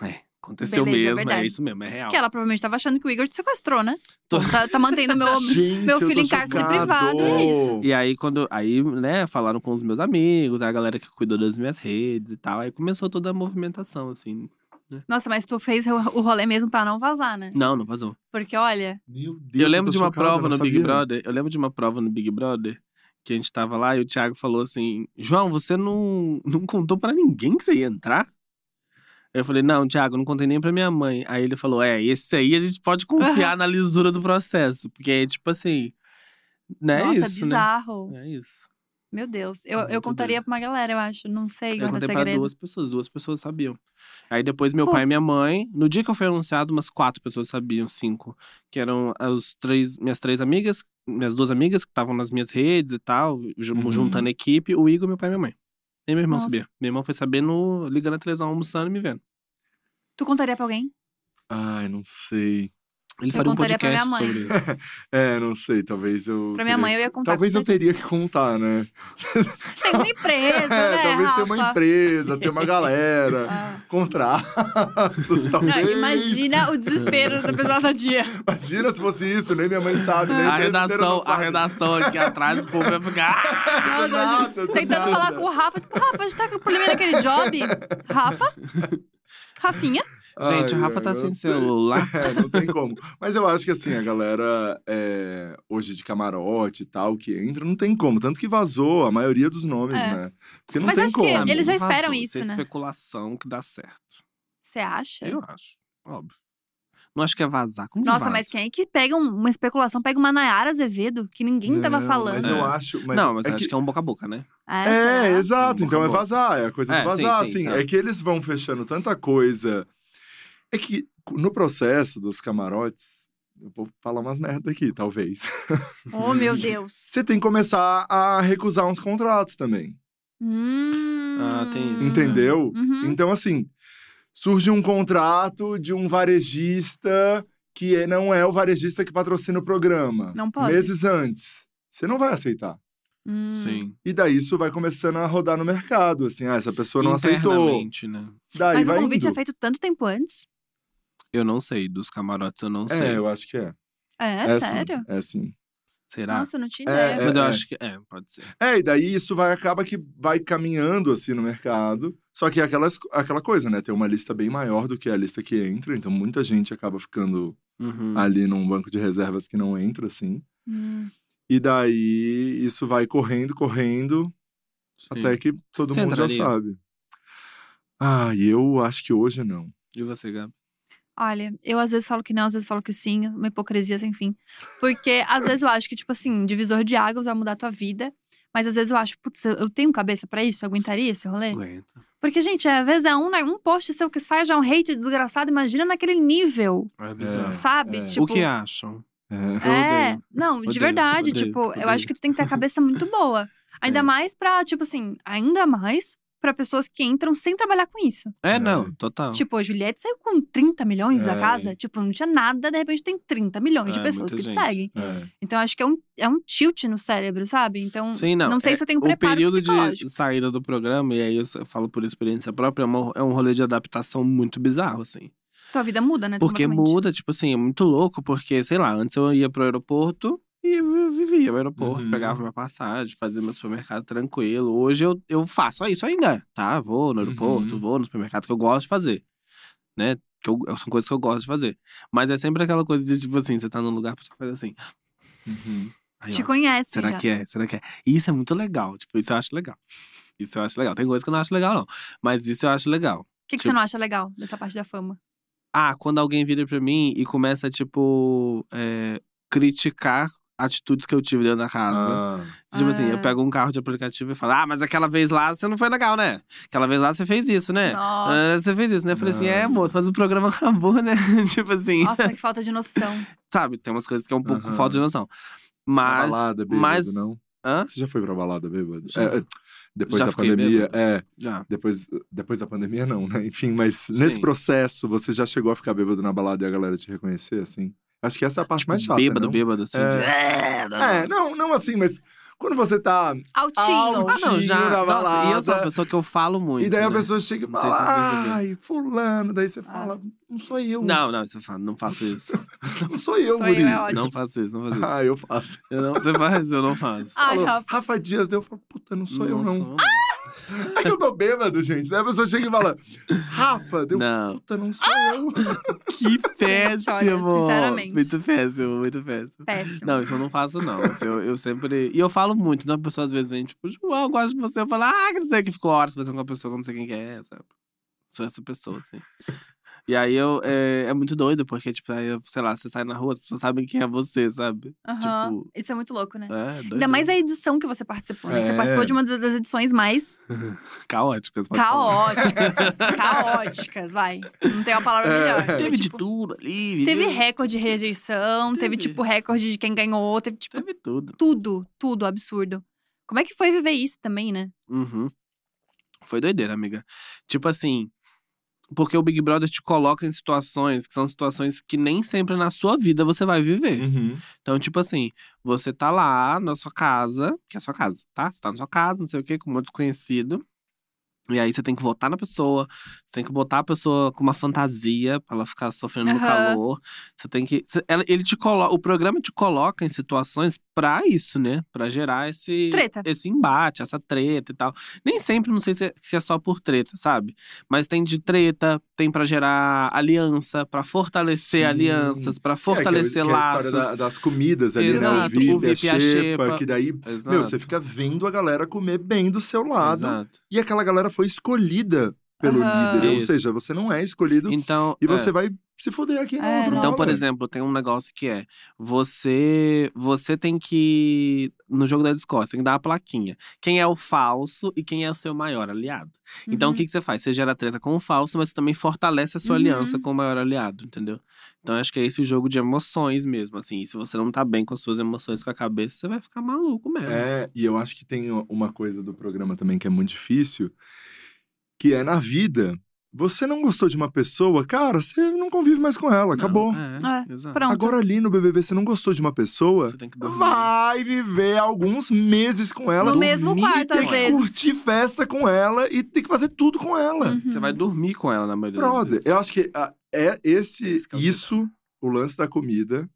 S3: É, aconteceu
S1: Beleza, é
S3: mesmo, é,
S1: verdade."
S3: isso mesmo, é real.
S1: Que ela provavelmente tava achando que o Igor te sequestrou, né?
S3: Tô-
S1: Então Tá, tá mantendo meu.
S2: Gente,
S1: Meu
S2: eu tô
S1: filho em cárcere
S2: chocado.
S1: privado, é isso.
S3: E aí, quando. Aí, né, falaram com os meus amigos, a galera que cuidou das minhas redes e tal. Aí começou toda a movimentação, assim.
S1: Nossa, mas tu fez o o rolê mesmo pra não vazar, né?
S3: Não, não vazou.
S1: Porque olha.
S2: Meu Deus,
S3: Eu lembro
S2: tô
S3: de uma
S2: chocado,
S3: prova
S2: eu não
S3: no Big
S2: sabia.
S3: Brother. Eu lembro de uma prova no Big Brother que a gente tava lá e o Thiago falou assim: João, você não, não contou pra ninguém que você ia entrar? Eu falei, não, Thiago, não contei nem pra minha mãe. Aí ele falou: é, esse aí a gente pode confiar na lisura do processo. Porque é tipo assim. Não é
S1: nossa,
S3: isso,
S1: bizarro.
S3: né? É isso.
S1: Meu Deus. Eu, eu
S3: Muito
S1: contaria
S3: doido.
S1: pra uma galera, eu acho. Não sei
S3: Eu
S1: guardar
S3: contei É, pra
S1: segredo.
S3: duas pessoas, duas pessoas sabiam. Aí depois meu
S1: Pô.
S3: pai e minha mãe, no dia que eu fui anunciado, umas quatro pessoas sabiam, cinco. Que eram as três, minhas três amigas, minhas duas amigas que estavam nas minhas redes e tal, ju-
S2: Uhum.
S3: juntando equipe, o Igor, meu pai e minha mãe. Nem meu irmão
S1: Nossa.
S3: sabia. Meu irmão foi saber no, ligando a televisão, almoçando e me vendo.
S1: Tu contaria pra alguém?
S2: Ai, não sei.
S3: Ele
S1: Eu
S3: faria um
S1: contaria pra minha
S3: podcast sobre
S1: mãe.
S3: isso.
S2: É, não sei, talvez eu.
S1: Pra minha
S2: teria-
S1: mãe é um eu ia contar.
S2: Talvez
S1: com
S2: eu teria que contar, né?
S1: certeza. Tem uma empresa, né,
S2: É, talvez
S1: Rafa?
S2: ter uma empresa, ter uma galera,
S1: Ah.
S2: contratos,
S1: Não,
S2: talvez.
S1: imagina o desespero da pessoa da dia.
S2: Imagina se fosse isso, nem minha mãe sabe, nem
S3: A
S2: empresa inteira
S3: redação,
S2: não
S3: a
S2: sabe.
S3: redação aqui atrás, o povo vai ficar. "Ah!"
S2: Exato,
S1: Tentando
S2: exato.
S1: falar com o Rafa, tipo, Rafa, a gente tá com problema naquele job. Rafa? Rafinha?
S3: Gente, o
S2: Ai,
S3: Rafa tá
S2: ai,
S3: sem
S2: não
S3: celular.
S2: É, não tem como. Mas eu acho que assim, a galera é, hoje de camarote e tal, que entra, não tem como. Tanto que vazou a maioria dos nomes,
S1: É.
S2: né? Porque não
S1: Mas
S2: tem
S1: acho que
S2: como.
S1: Eles já
S3: Vazou.
S1: esperam
S3: é
S1: isso, né?
S3: especulação que dá certo.
S1: Você acha?
S3: Eu acho, óbvio. Não acho que é vazar. Como que
S1: Nossa,
S3: vaza?
S1: mas quem é que pega um- uma especulação? Pega uma Nayara Azevedo, que ninguém tava
S2: Não,
S1: falando.
S2: Mas
S3: É.
S2: eu acho. Mas
S3: não, mas
S2: é
S3: acho que... é um boca a boca, né?
S1: Ah,
S2: É,
S1: será?
S2: exato.
S3: Boca a
S2: Então é
S3: boca.
S2: vazar, é a coisa
S3: É,
S2: de vazar,
S3: sim, sim,
S2: assim.
S3: tá.
S2: É que eles vão fechando tanta coisa. É que no processo dos camarotes, eu vou falar umas merda aqui, talvez.
S1: Oh, meu Deus.
S2: Você tem que começar a recusar uns contratos também,
S1: Hum.
S3: Ah, tem isso.
S2: entendeu?
S1: Uhum.
S2: Então, assim, surge um contrato de um varejista que é- não é o varejista que patrocina o programa.
S1: Não pode.
S2: Meses antes. Você não vai aceitar.
S1: Hum.
S2: E daí isso vai começando a rodar no mercado, assim, ah, essa pessoa não aceitou.
S3: Internamente, né?
S2: Daí
S1: Mas
S2: vai
S1: o convite
S2: indo.
S1: é feito tanto tempo antes?
S3: Eu não sei, dos camarotes eu não
S2: É,
S3: sei.
S2: eu acho que é.
S1: É,
S2: É, sim,
S1: sério?
S2: É sim.
S3: Será?
S1: Nossa, eu não tinha
S2: É,
S1: ideia.
S3: mas eu
S2: é.
S3: acho que. É, pode ser.
S2: É, e daí isso vai acaba que vai caminhando assim no mercado. Só que é aquelas, aquela coisa, né? Tem uma lista bem maior do que a lista que entra, então muita gente acaba ficando
S3: Uhum.
S2: ali num banco de reservas que não entra, assim.
S1: Hum.
S2: E daí isso vai correndo, correndo,
S3: Sim.
S2: até que todo
S3: Você
S2: mundo
S3: entraria?
S2: já sabe. Ah, e eu acho que hoje não.
S3: E você, Gabi?
S1: Olha, eu às vezes falo que não, às vezes falo que sim, uma hipocrisia sem fim. Porque às vezes eu acho que, tipo assim, divisor de águas vai mudar a tua vida. Mas às vezes eu acho, putz, eu- eu tenho cabeça pra isso? Eu aguentaria esse rolê?
S3: Aguenta.
S1: Porque, gente, às vezes é um, na- um post seu que sai já é um hate desgraçado. Imagina naquele nível,
S3: É
S2: bizarro.
S3: bizarro.
S1: sabe?
S2: é.
S1: Tipo,
S3: O que acham?
S2: É.
S1: é,
S3: odeio.
S1: não, de
S3: Odeio,
S1: verdade,
S3: odeio,
S1: tipo, eu
S3: odeio.
S1: acho que tu tem que ter a cabeça muito boa. Ainda
S2: É.
S1: mais pra, tipo assim, ainda mais pra pessoas que entram sem trabalhar com isso.
S3: É,
S2: É.
S3: não, total.
S1: Tipo, a Juliette saiu com 30 milhões da
S2: É.
S1: casa. Tipo, não tinha nada, de repente tem 30 milhões de
S3: É,
S1: pessoas que
S3: muita
S1: te
S3: gente.
S1: seguem.
S2: É.
S1: Então, acho que é um, é um tilt no cérebro, sabe? Então,
S3: Sim, não.
S1: não sei
S3: é-
S1: se eu tenho
S3: o
S1: preparo
S3: período
S1: psicológico.
S3: de saída do programa, e aí eu só- eu falo por experiência própria, é, uma- é um rolê de adaptação muito bizarro, assim.
S1: Tua vida muda, né?
S3: Porque
S1: completamente.
S3: muda, tipo assim, é muito louco, porque, sei lá, antes eu ia pro aeroporto e eu vivia o aeroporto,
S2: Uhum.
S3: pegava minha passagem, fazia meu supermercado tranquilo. Hoje eu, eu faço isso ainda, tá? Vou no aeroporto,
S2: Uhum.
S3: vou no supermercado, que eu gosto de fazer, né? Que eu- são coisas que eu gosto de fazer. Mas é sempre aquela coisa de, tipo assim, você tá num lugar, você faz assim.
S2: Uhum.
S3: Aí,
S1: Te
S3: ó,
S1: conhece.
S3: Será
S1: já.
S3: que é? Será que é? E Isso é muito legal. Tipo, isso eu acho legal. Isso eu acho legal. Tem coisa que eu não acho legal, não. Mas isso eu acho legal.
S1: O que, que
S3: Tipo-
S1: você não acha legal dessa parte da fama?
S3: Ah, quando alguém vira pra mim e começa, tipo, é, criticar atitudes que eu tive dentro da casa.
S2: Ah,
S3: Tipo assim, eu
S1: Ah.
S3: pego um carro de aplicativo e falo, ah, mas aquela vez lá você não foi legal, né? Aquela vez lá você fez isso, né?
S1: Nossa,
S3: Ah, Você fez isso, né? Eu falei assim, é,
S2: Não.
S3: moço, mas o programa acabou, né? tipo assim,
S1: nossa, que falta de noção.
S3: sabe? Tem umas coisas que é um pouco
S2: Aham.
S3: falta de noção.
S2: pra
S3: Mas.
S2: balada, bêbado,
S3: mas-
S2: não?
S3: Hã?
S2: Você já foi pra balada, bêbado?
S3: Já.
S2: É, é, depois
S3: Já
S2: da
S3: fiquei
S2: pandemia,
S3: bêbado.
S2: é.
S3: Já.
S2: Depois, depois da pandemia, não, né? Enfim, mas nesse
S3: Sim.
S2: processo, você já chegou a ficar bêbado na balada e a galera te reconhecer, assim? Acho que essa é a parte mais chata,
S3: Tipo, bêbado,
S2: não?
S3: bêbado, assim. É, não,
S2: É, não, não assim, mas quando você tá...
S1: Altinho.
S3: Ah, não, já.
S2: Tinho na
S3: Nossa, e eu sou uma
S2: balada.
S3: pessoa que eu falo muito.
S2: e daí a
S3: né?
S2: pessoa chega e
S3: Não sei se vocês
S2: fala,
S3: perceberam.
S2: ai, fulano. Daí você
S1: Ah.
S2: fala, não sou eu.
S3: Não, não, você fala, não faço isso.
S2: Não sou eu,
S1: Sou eu,
S2: guri.
S1: é ótimo.
S3: não faço isso, não faço isso.
S2: Ah, eu faço.
S3: Eu não, você faz, eu não faço.
S1: Ai,
S2: Falou,
S1: Ah, Rafa.
S2: Rafa Dias, daí eu falo, puta, não sou eu, não.
S3: sou,
S2: É que eu tô bêbado, gente. Daí a pessoa chega e fala, Rafa, deu
S3: Não,
S2: puta, não sou eu.
S3: que
S1: Gente, olha,
S3: péssimo.
S1: sinceramente.
S3: Muito péssimo, muito péssimo.
S1: Péssimo.
S3: Não, isso eu não faço, não. Isso eu, eu sempre. E eu falo muito, então a pessoa às vezes vem, tipo, João, eu gosto de você. Eu falo, ah, que não sei, que ficou horas conversando com uma pessoa que eu não sei quem que é, sabe? Sou essa pessoa, assim. E aí eu. É, é muito doido, porque, tipo, aí, eu- sei lá, você sai na rua, as pessoas sabem quem é você, sabe?
S1: Aham.
S3: tipo-
S1: Isso é muito louco, né?
S3: É, doido.
S1: Ainda mais a edição que você participou, né? Você
S2: É.
S1: participou de uma das edições mais
S3: Caóticas, pode falar.
S1: caóticas. caóticas, vai. Não tem uma palavra
S2: É.
S1: melhor. Foi,
S3: Teve de
S1: tipo,
S3: tudo ali.
S1: Teve
S3: viu?
S1: recorde de rejeição, teve,
S3: Teve.
S1: tipo, recorde de quem ganhou, teve, tipo,
S3: Teve tudo.
S1: tudo, tudo absurdo. Como é que foi viver isso também, né?
S3: Uhum. Foi doideira, amiga. Tipo assim, porque o Big Brother te coloca em situações que são situações que nem sempre na sua vida você vai viver.
S2: É,
S3: Então, tipo assim, você tá lá na sua casa, que é a sua casa, tá? Você tá na sua casa, não sei o quê, com um monte de conhecido. E aí você tem que votar na pessoa, você tem que botar a pessoa com uma fantasia pra ela ficar sofrendo no
S1: Aham.
S3: calor. Você tem que. cê- ela- ele te coloca. O programa te coloca em situações pra isso, né? Pra gerar esse.
S1: Treta.
S3: Esse embate, essa treta e tal. Nem sempre, não sei se é, se é só por treta, sabe? Mas tem de treta, tem pra gerar aliança, pra fortalecer
S2: Sim.
S3: alianças, pra
S2: é,
S3: fortalecer
S2: que é a
S3: laços.
S2: história da- das comidas ali, né? O
S3: Exato, o
S2: VIP, a
S3: VIP, a
S2: xepa,
S3: xepa.
S2: que daí
S3: Exato.
S2: Meu, você é fica vendo a galera comer bem do seu lado.
S3: Exato.
S2: E aquela galera foi escolhida pelo
S1: Aham.
S2: líder. Ou
S3: Isso.
S2: seja, você não é escolhido
S3: Então,
S2: e
S3: é.
S2: você vai se fuder aqui no
S1: É,
S2: outro
S3: Então,
S1: Nossa.
S3: por
S2: lado. né?
S3: exemplo, tem um negócio que é: você você tem que. No jogo da Discord, tem que dar uma plaquinha. Quem é o falso e quem é o seu maior aliado. Então, o
S1: Uhum.
S3: que, que você faz? Você gera treta com o falso, mas você também fortalece a sua
S1: Uhum.
S3: aliança com o maior aliado, entendeu? Então, eu acho que é esse jogo de emoções mesmo, assim. E se você não tá bem com as suas emoções com a cabeça, você vai ficar maluco mesmo.
S2: É, e eu acho que tem uma coisa do programa também que é muito difícil, que é na vida. Você não gostou de uma pessoa, cara, você não convive mais com ela,
S3: Não,
S2: acabou.
S3: É, exato.
S1: Pronto.
S2: Agora ali no BBB, você não gostou de uma pessoa,
S3: Você tem que dormir.
S2: vai viver alguns meses com ela,
S1: no mesmo
S3: dormir,
S1: quarto,
S2: tem
S1: às
S2: que
S1: vezes.
S2: curtir festa com ela e tem que fazer tudo com ela.
S1: Uhum.
S3: Você vai dormir com ela na maioria das
S2: Brother,
S3: vezes.
S2: eu acho que ah, é esse,
S3: Esse que é o
S2: isso, o lance da comida,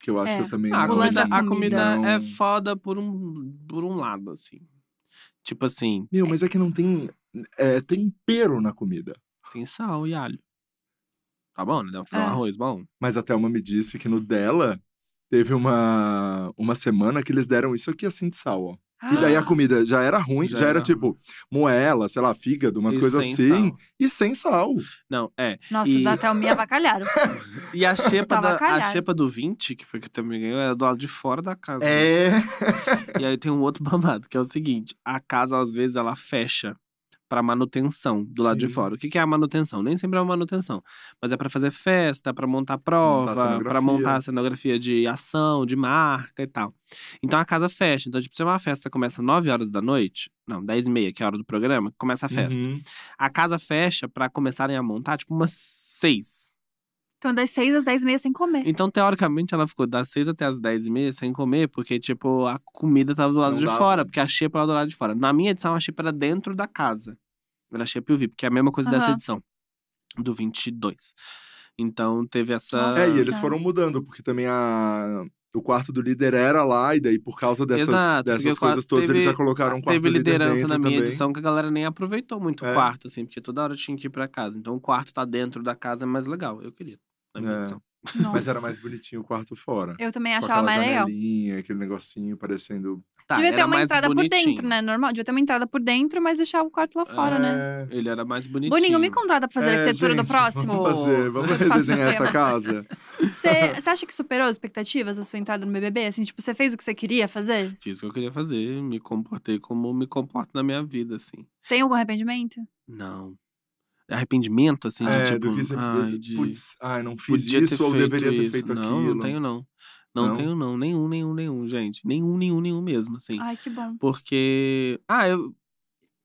S2: que eu acho
S1: É.
S2: que eu também
S3: Ah, a
S1: O
S2: não...
S1: lance
S3: comida,
S1: da
S3: a comida
S2: Não.
S3: é foda por um, por um lado, assim. Tipo assim,
S2: Meu, mas é que não tem é, tempero na comida.
S3: tem sal e alho. Tá bom, né? Dá pra fazer
S1: É.
S3: um arroz bom.
S2: Mas a Thelma me disse que no dela teve uma, uma semana que eles deram isso aqui assim de sal, ó. E
S1: Ah,
S2: daí a comida já era ruim, já,
S3: Ah. Já
S2: era
S3: era
S2: tipo moela, sei lá, fígado, umas
S3: E
S2: coisas
S3: sem
S2: assim.
S3: sal.
S2: E sem sal.
S3: Não, é.
S1: Nossa,
S3: E-
S1: da Thelminha avacalharam.
S3: E a xepa,
S1: Tava
S3: da, a
S1: calhado.
S3: xepa do 20, que foi que também ganhou, era do lado de fora da casa. né?
S2: É.
S3: E aí tem um outro babado, que é o seguinte: a casa, às vezes, ela fecha para manutenção do lado de
S2: Sim.
S3: fora. O que que é a manutenção? Nem sempre é uma manutenção, mas é para fazer festa, para montar prova, para
S2: cenografia.
S3: montar a cenografia de ação, de marca e tal. Então a casa fecha. Então, tipo, se uma festa começa 9 horas da noite, não, 10 e meia, que é a hora do programa, começa a festa.
S2: Uhum.
S3: A casa fecha para começarem a montar, tipo, umas 6.
S1: Então, das seis às dez e meia sem comer.
S3: Então, teoricamente, ela ficou das 6 até as 10 e meia sem comer, porque, tipo, a comida tava do lado
S2: Não
S3: de
S2: dava.
S3: fora, porque a xepa era do lado de fora. Na minha edição, a xepa era dentro da casa. Era a xepa e o VIP, que é a mesma coisa dessa
S1: Aham.
S3: edição, do 22. Então, teve essa.
S1: Nossa.
S2: É, e eles
S1: Nossa.
S2: foram mudando, porque também a... o quarto do líder era lá, e daí por causa dessas,
S3: Exato, porque
S2: dessas
S3: o quarto-
S2: coisas todas, eles
S3: teve-
S2: já colocaram o quarto
S3: Teve
S2: do líder
S3: liderança
S2: dentro
S3: na minha
S2: também.
S3: edição que a galera nem aproveitou muito o
S2: É.
S3: quarto, assim, porque toda hora tinha que ir pra casa. Então, o quarto tá dentro da casa é mais legal, eu queria. Na minha
S2: É.
S3: edição.
S1: Nossa.
S2: Mas era mais bonitinho o quarto fora.
S1: Eu também
S2: com
S1: achava
S2: aquela
S1: mais legal.
S2: janelinha, aquele negocinho parecendo.
S3: Tá,
S1: Devia ter
S3: era
S1: uma
S3: mais
S1: entrada por
S3: bonitinho.
S1: dentro, né? Normal. Devia ter uma entrada por dentro, mas deixar o quarto lá fora, né?
S2: É.
S3: Ele era mais bonitinho.
S1: Boninho, me contrata pra fazer a
S2: É,
S1: arquitetura do
S2: gente,
S1: próximo.
S2: Vamos fazer, vamos
S1: Faça esse
S2: redesenhar essa
S1: esquema.
S2: casa.
S1: Você acha que superou as expectativas a sua entrada no BBB? Assim, tipo, você fez o que você queria fazer?
S3: Fiz o que eu queria fazer, me comportei como me comporto na minha vida, assim.
S1: Tem algum arrependimento?
S3: Não. É Arrependimento, assim, de
S2: é,
S3: tipo,
S2: do que você
S3: ai, de...
S2: Putz, ai, não fiz
S3: podia ter
S2: isso ou
S3: feito
S2: deveria ter
S3: isso.
S2: feito
S3: não,
S2: aquilo.
S3: Não, tenho não. Não,
S2: Não?
S3: tenho não, nenhum, nenhum, nenhum, gente. Nenhum, nenhum, nenhum mesmo, assim.
S1: Ai, que bom.
S3: Porque, ah, eu,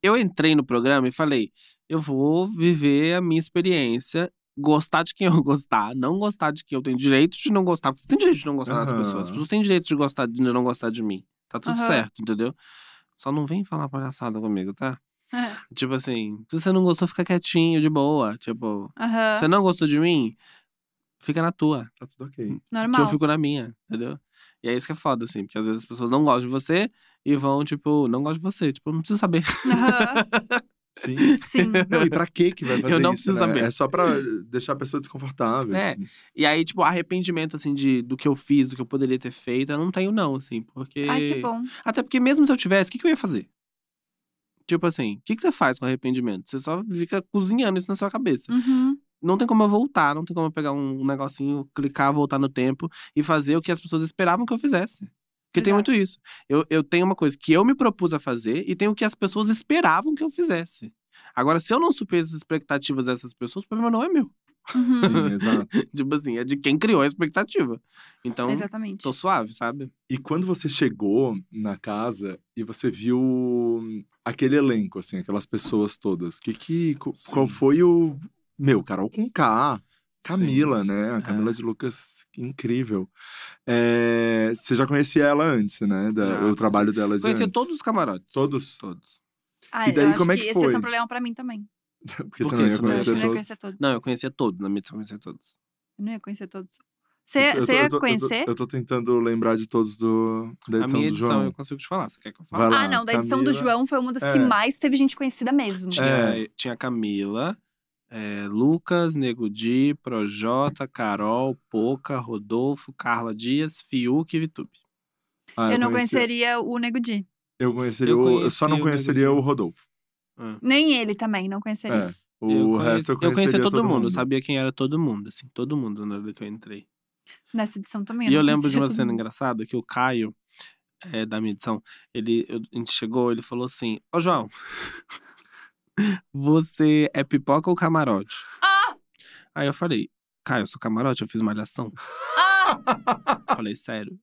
S3: eu entrei no programa e falei, eu vou viver a minha experiência, gostar de quem eu gostar, não gostar de quem eu tenho direito de não gostar, porque você tem direito de não gostar das
S2: Aham.
S3: pessoas, as pessoas têm direito de gostar de não gostar de mim. Tá tudo
S1: Aham.
S3: certo, entendeu? Só não vem falar palhaçada comigo, tá?
S1: É.
S3: Tipo assim, se você não gostou, fica quietinho, de boa. Tipo,
S1: Aham.
S3: você não gostou de mim? Fica na tua.
S2: Tá tudo ok.
S3: Que
S1: Normal.
S3: eu fico na minha, entendeu? E é isso que é foda, assim, porque às vezes as pessoas não gostam de você e vão, tipo, não gosto de você. Tipo, eu não preciso saber.
S1: Aham.
S2: Sim.
S1: Sim.
S2: Não, e pra que que vai fazer
S3: Eu não
S2: isso,
S3: preciso
S2: né?
S3: saber.
S2: É só pra deixar a pessoa desconfortável.
S3: É. E aí, tipo, arrependimento, assim, de, do que eu fiz, do que eu poderia ter feito, eu não tenho, não, assim, porque.
S1: Ai, que bom.
S3: Até porque mesmo se eu tivesse, o que, que eu ia fazer? Tipo assim, o que, que você faz com arrependimento? Você só fica cozinhando isso na sua cabeça.
S1: Uhum.
S3: não tem como eu voltar, não tem como eu pegar um negocinho, clicar, voltar no tempo e fazer o que as pessoas esperavam que eu fizesse. Porque tem
S1: Exato.
S3: muito isso. Eu, eu tenho uma coisa que eu me propus a fazer e tem o que as pessoas esperavam que eu fizesse. Agora, se eu não suprir as expectativas dessas pessoas, o problema não é meu.
S1: Uhum.
S2: Sim, exato.
S3: tipo assim, é de quem criou a expectativa. Então,
S1: Exatamente.
S3: tô suave, sabe?
S2: E quando você chegou na casa e você viu aquele elenco, assim, aquelas pessoas todas, que que... co-
S3: Sim.
S2: Qual foi o... Meu, Carol com K. Camila,
S3: Sim.
S2: né? A Camila de Lucas, incrível. É, Você já conhecia ela antes, né? Da-
S3: Já,
S2: o
S3: conheci.
S2: trabalho dela de
S3: Conhecer
S2: antes.
S3: todos os camarotes.
S2: Todos?
S3: Todos.
S1: Ai,
S2: E daí,
S1: eu acho
S2: como é
S1: que,
S2: que
S1: esse é
S2: foi?
S1: um problema pra mim também.
S2: Porque
S3: Por
S2: você
S3: que
S2: não ia
S3: você não ia
S1: Eu acho que
S2: conhecer
S1: eu não ia
S2: todos.
S1: conhecer todos.
S3: Não, eu conhecia todos. Na minha edição, eu conhecia todos.
S1: Eu não ia conhecer todos.
S2: Eu
S1: Você
S2: tô- eu tô-
S1: você
S2: eu
S1: ia
S2: tô- eu tô-
S1: conhecer?
S2: Eu tô tentando lembrar de todos do, da
S3: A
S2: edição
S3: minha
S2: do
S3: edição, eu
S2: João.
S3: consigo te falar. Você quer que eu fale?
S2: Vai lá,
S1: Ah, não. Da edição do
S2: Camila.
S1: João foi uma das que
S2: É.
S1: mais teve gente conhecida mesmo.
S3: Tinha,
S2: É.
S3: tinha Camila, é, Lucas, Nego Di, Projota, Carol, Poca, Rodolfo, Carla Dias, Fiuk e Vitube.
S2: Ah,
S1: eu não
S2: conheci-
S1: conheceria o Nego Di.
S2: Eu conheceria.
S3: Eu
S2: o- Eu,
S3: conheci
S2: só não
S3: o
S2: conheceria
S3: Nego
S2: o
S3: Di.
S2: Rodolfo.
S3: Ah.
S1: Nem ele também, não conheceria.
S2: É. O
S3: conheci-
S2: resto eu conhecia.
S3: conhecia todo, mundo, sabia quem era todo mundo, assim, todo mundo na hora que eu entrei.
S1: Nessa edição também.
S3: e
S1: não
S3: eu lembro de
S1: conhecia
S3: uma
S1: todo
S3: cena
S1: mundo.
S3: engraçada que o Caio, é, da minha edição, ele, eu- a gente chegou, ele falou assim: Ô João, você é pipoca ou camarote?
S1: Ah!
S3: Aí eu falei: Caio, eu sou camarote, eu fiz malhação.
S1: Ah!
S3: Eu Falei, sério.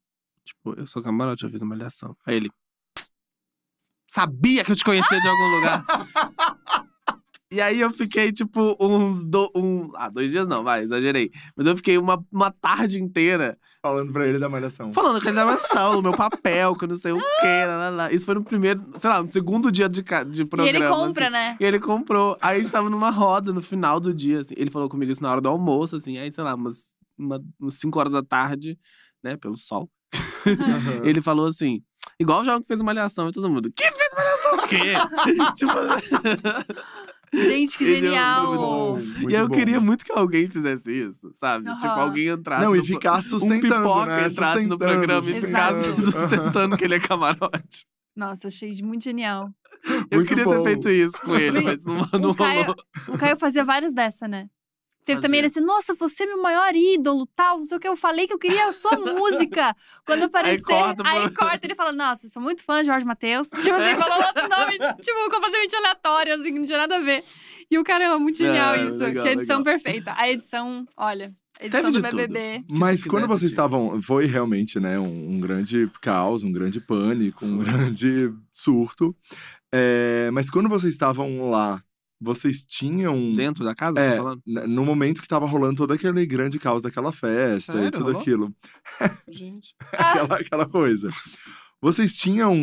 S3: Tipo, eu sou camarote, eu fiz uma malhação. Aí ele. Sabia que eu te conhecia de algum lugar. E aí eu fiquei, tipo, uns. Do, um, ah, dois dias não, vai, exagerei. Mas eu fiquei uma, uma tarde inteira
S2: Falando pra ele da Malhação.
S3: falando que ele tava sal, o meu papel, que eu não sei o quê. lá, lá, lá. Isso foi no primeiro, sei lá, no segundo dia de, ca- de
S1: E
S3: programa.
S1: ele
S3: assim.
S1: compra, né?
S3: E ele comprou. Aí a gente tava numa roda no final do dia, assim. Ele falou comigo isso na hora do almoço, assim. Aí, sei lá, umas, uma, umas 5 horas da tarde, né, pelo sol.
S2: Aham.
S3: Ele falou assim, igual o João que fez malhação. E todo mundo, que fez malhação o quê? tipo,
S1: Gente, que
S3: Ele é um
S2: Muito bom,
S1: genial!
S2: muito
S3: e eu
S2: bom.
S3: queria muito que alguém fizesse isso, sabe? Tipo,
S1: Aham.
S3: alguém entrasse
S2: Não,
S3: no
S2: e ficar
S3: um
S2: sustentando,
S3: pipoca
S2: né?
S3: entrasse no
S2: Sustentando,
S3: programa e ficasse
S2: sustentando.
S3: sustentando que ele é camarote.
S1: Nossa, achei muito genial.
S3: Eu
S2: Muito
S3: queria
S2: bom.
S3: ter feito isso com ele,
S1: Ui,
S3: mas não,
S1: O
S3: não
S1: Caio,
S3: rolou.
S1: o Caio fazia várias dessa, né? Teve também ele
S3: fazer.
S1: assim, nossa, você é meu maior ídolo, tal, não sei o que. Eu falei que eu queria só música. Quando aparecer, aí
S3: corta
S1: corta,
S3: pro-
S1: ele fala, nossa, eu sou muito fã de Jorge Matheus. Tipo assim, falou outro nome, tipo, completamente aleatório, assim, que não tinha nada a ver. E o caramba, muito genial
S3: É,
S1: isso.
S3: legal,
S1: que edição
S3: legal.
S1: perfeita. A edição, olha, a edição do
S3: Teve de tudo.
S1: BBB.
S2: Mas
S3: você
S2: quando
S3: quiser
S2: vocês
S3: assistir.
S2: estavam. Foi realmente, né? Um, um grande caos, um grande pânico, um
S3: Foi.
S2: grande surto. É, mas quando vocês estavam lá, vocês tinham.
S3: Dentro da casa,
S2: É.
S3: tá falando?
S2: n- No momento que tava rolando todo aquele grande caos daquela festa e
S3: Sério?
S2: tudo
S3: Rolou?
S2: aquilo.
S3: Gente.
S2: aquela, aquela coisa. Vocês tinham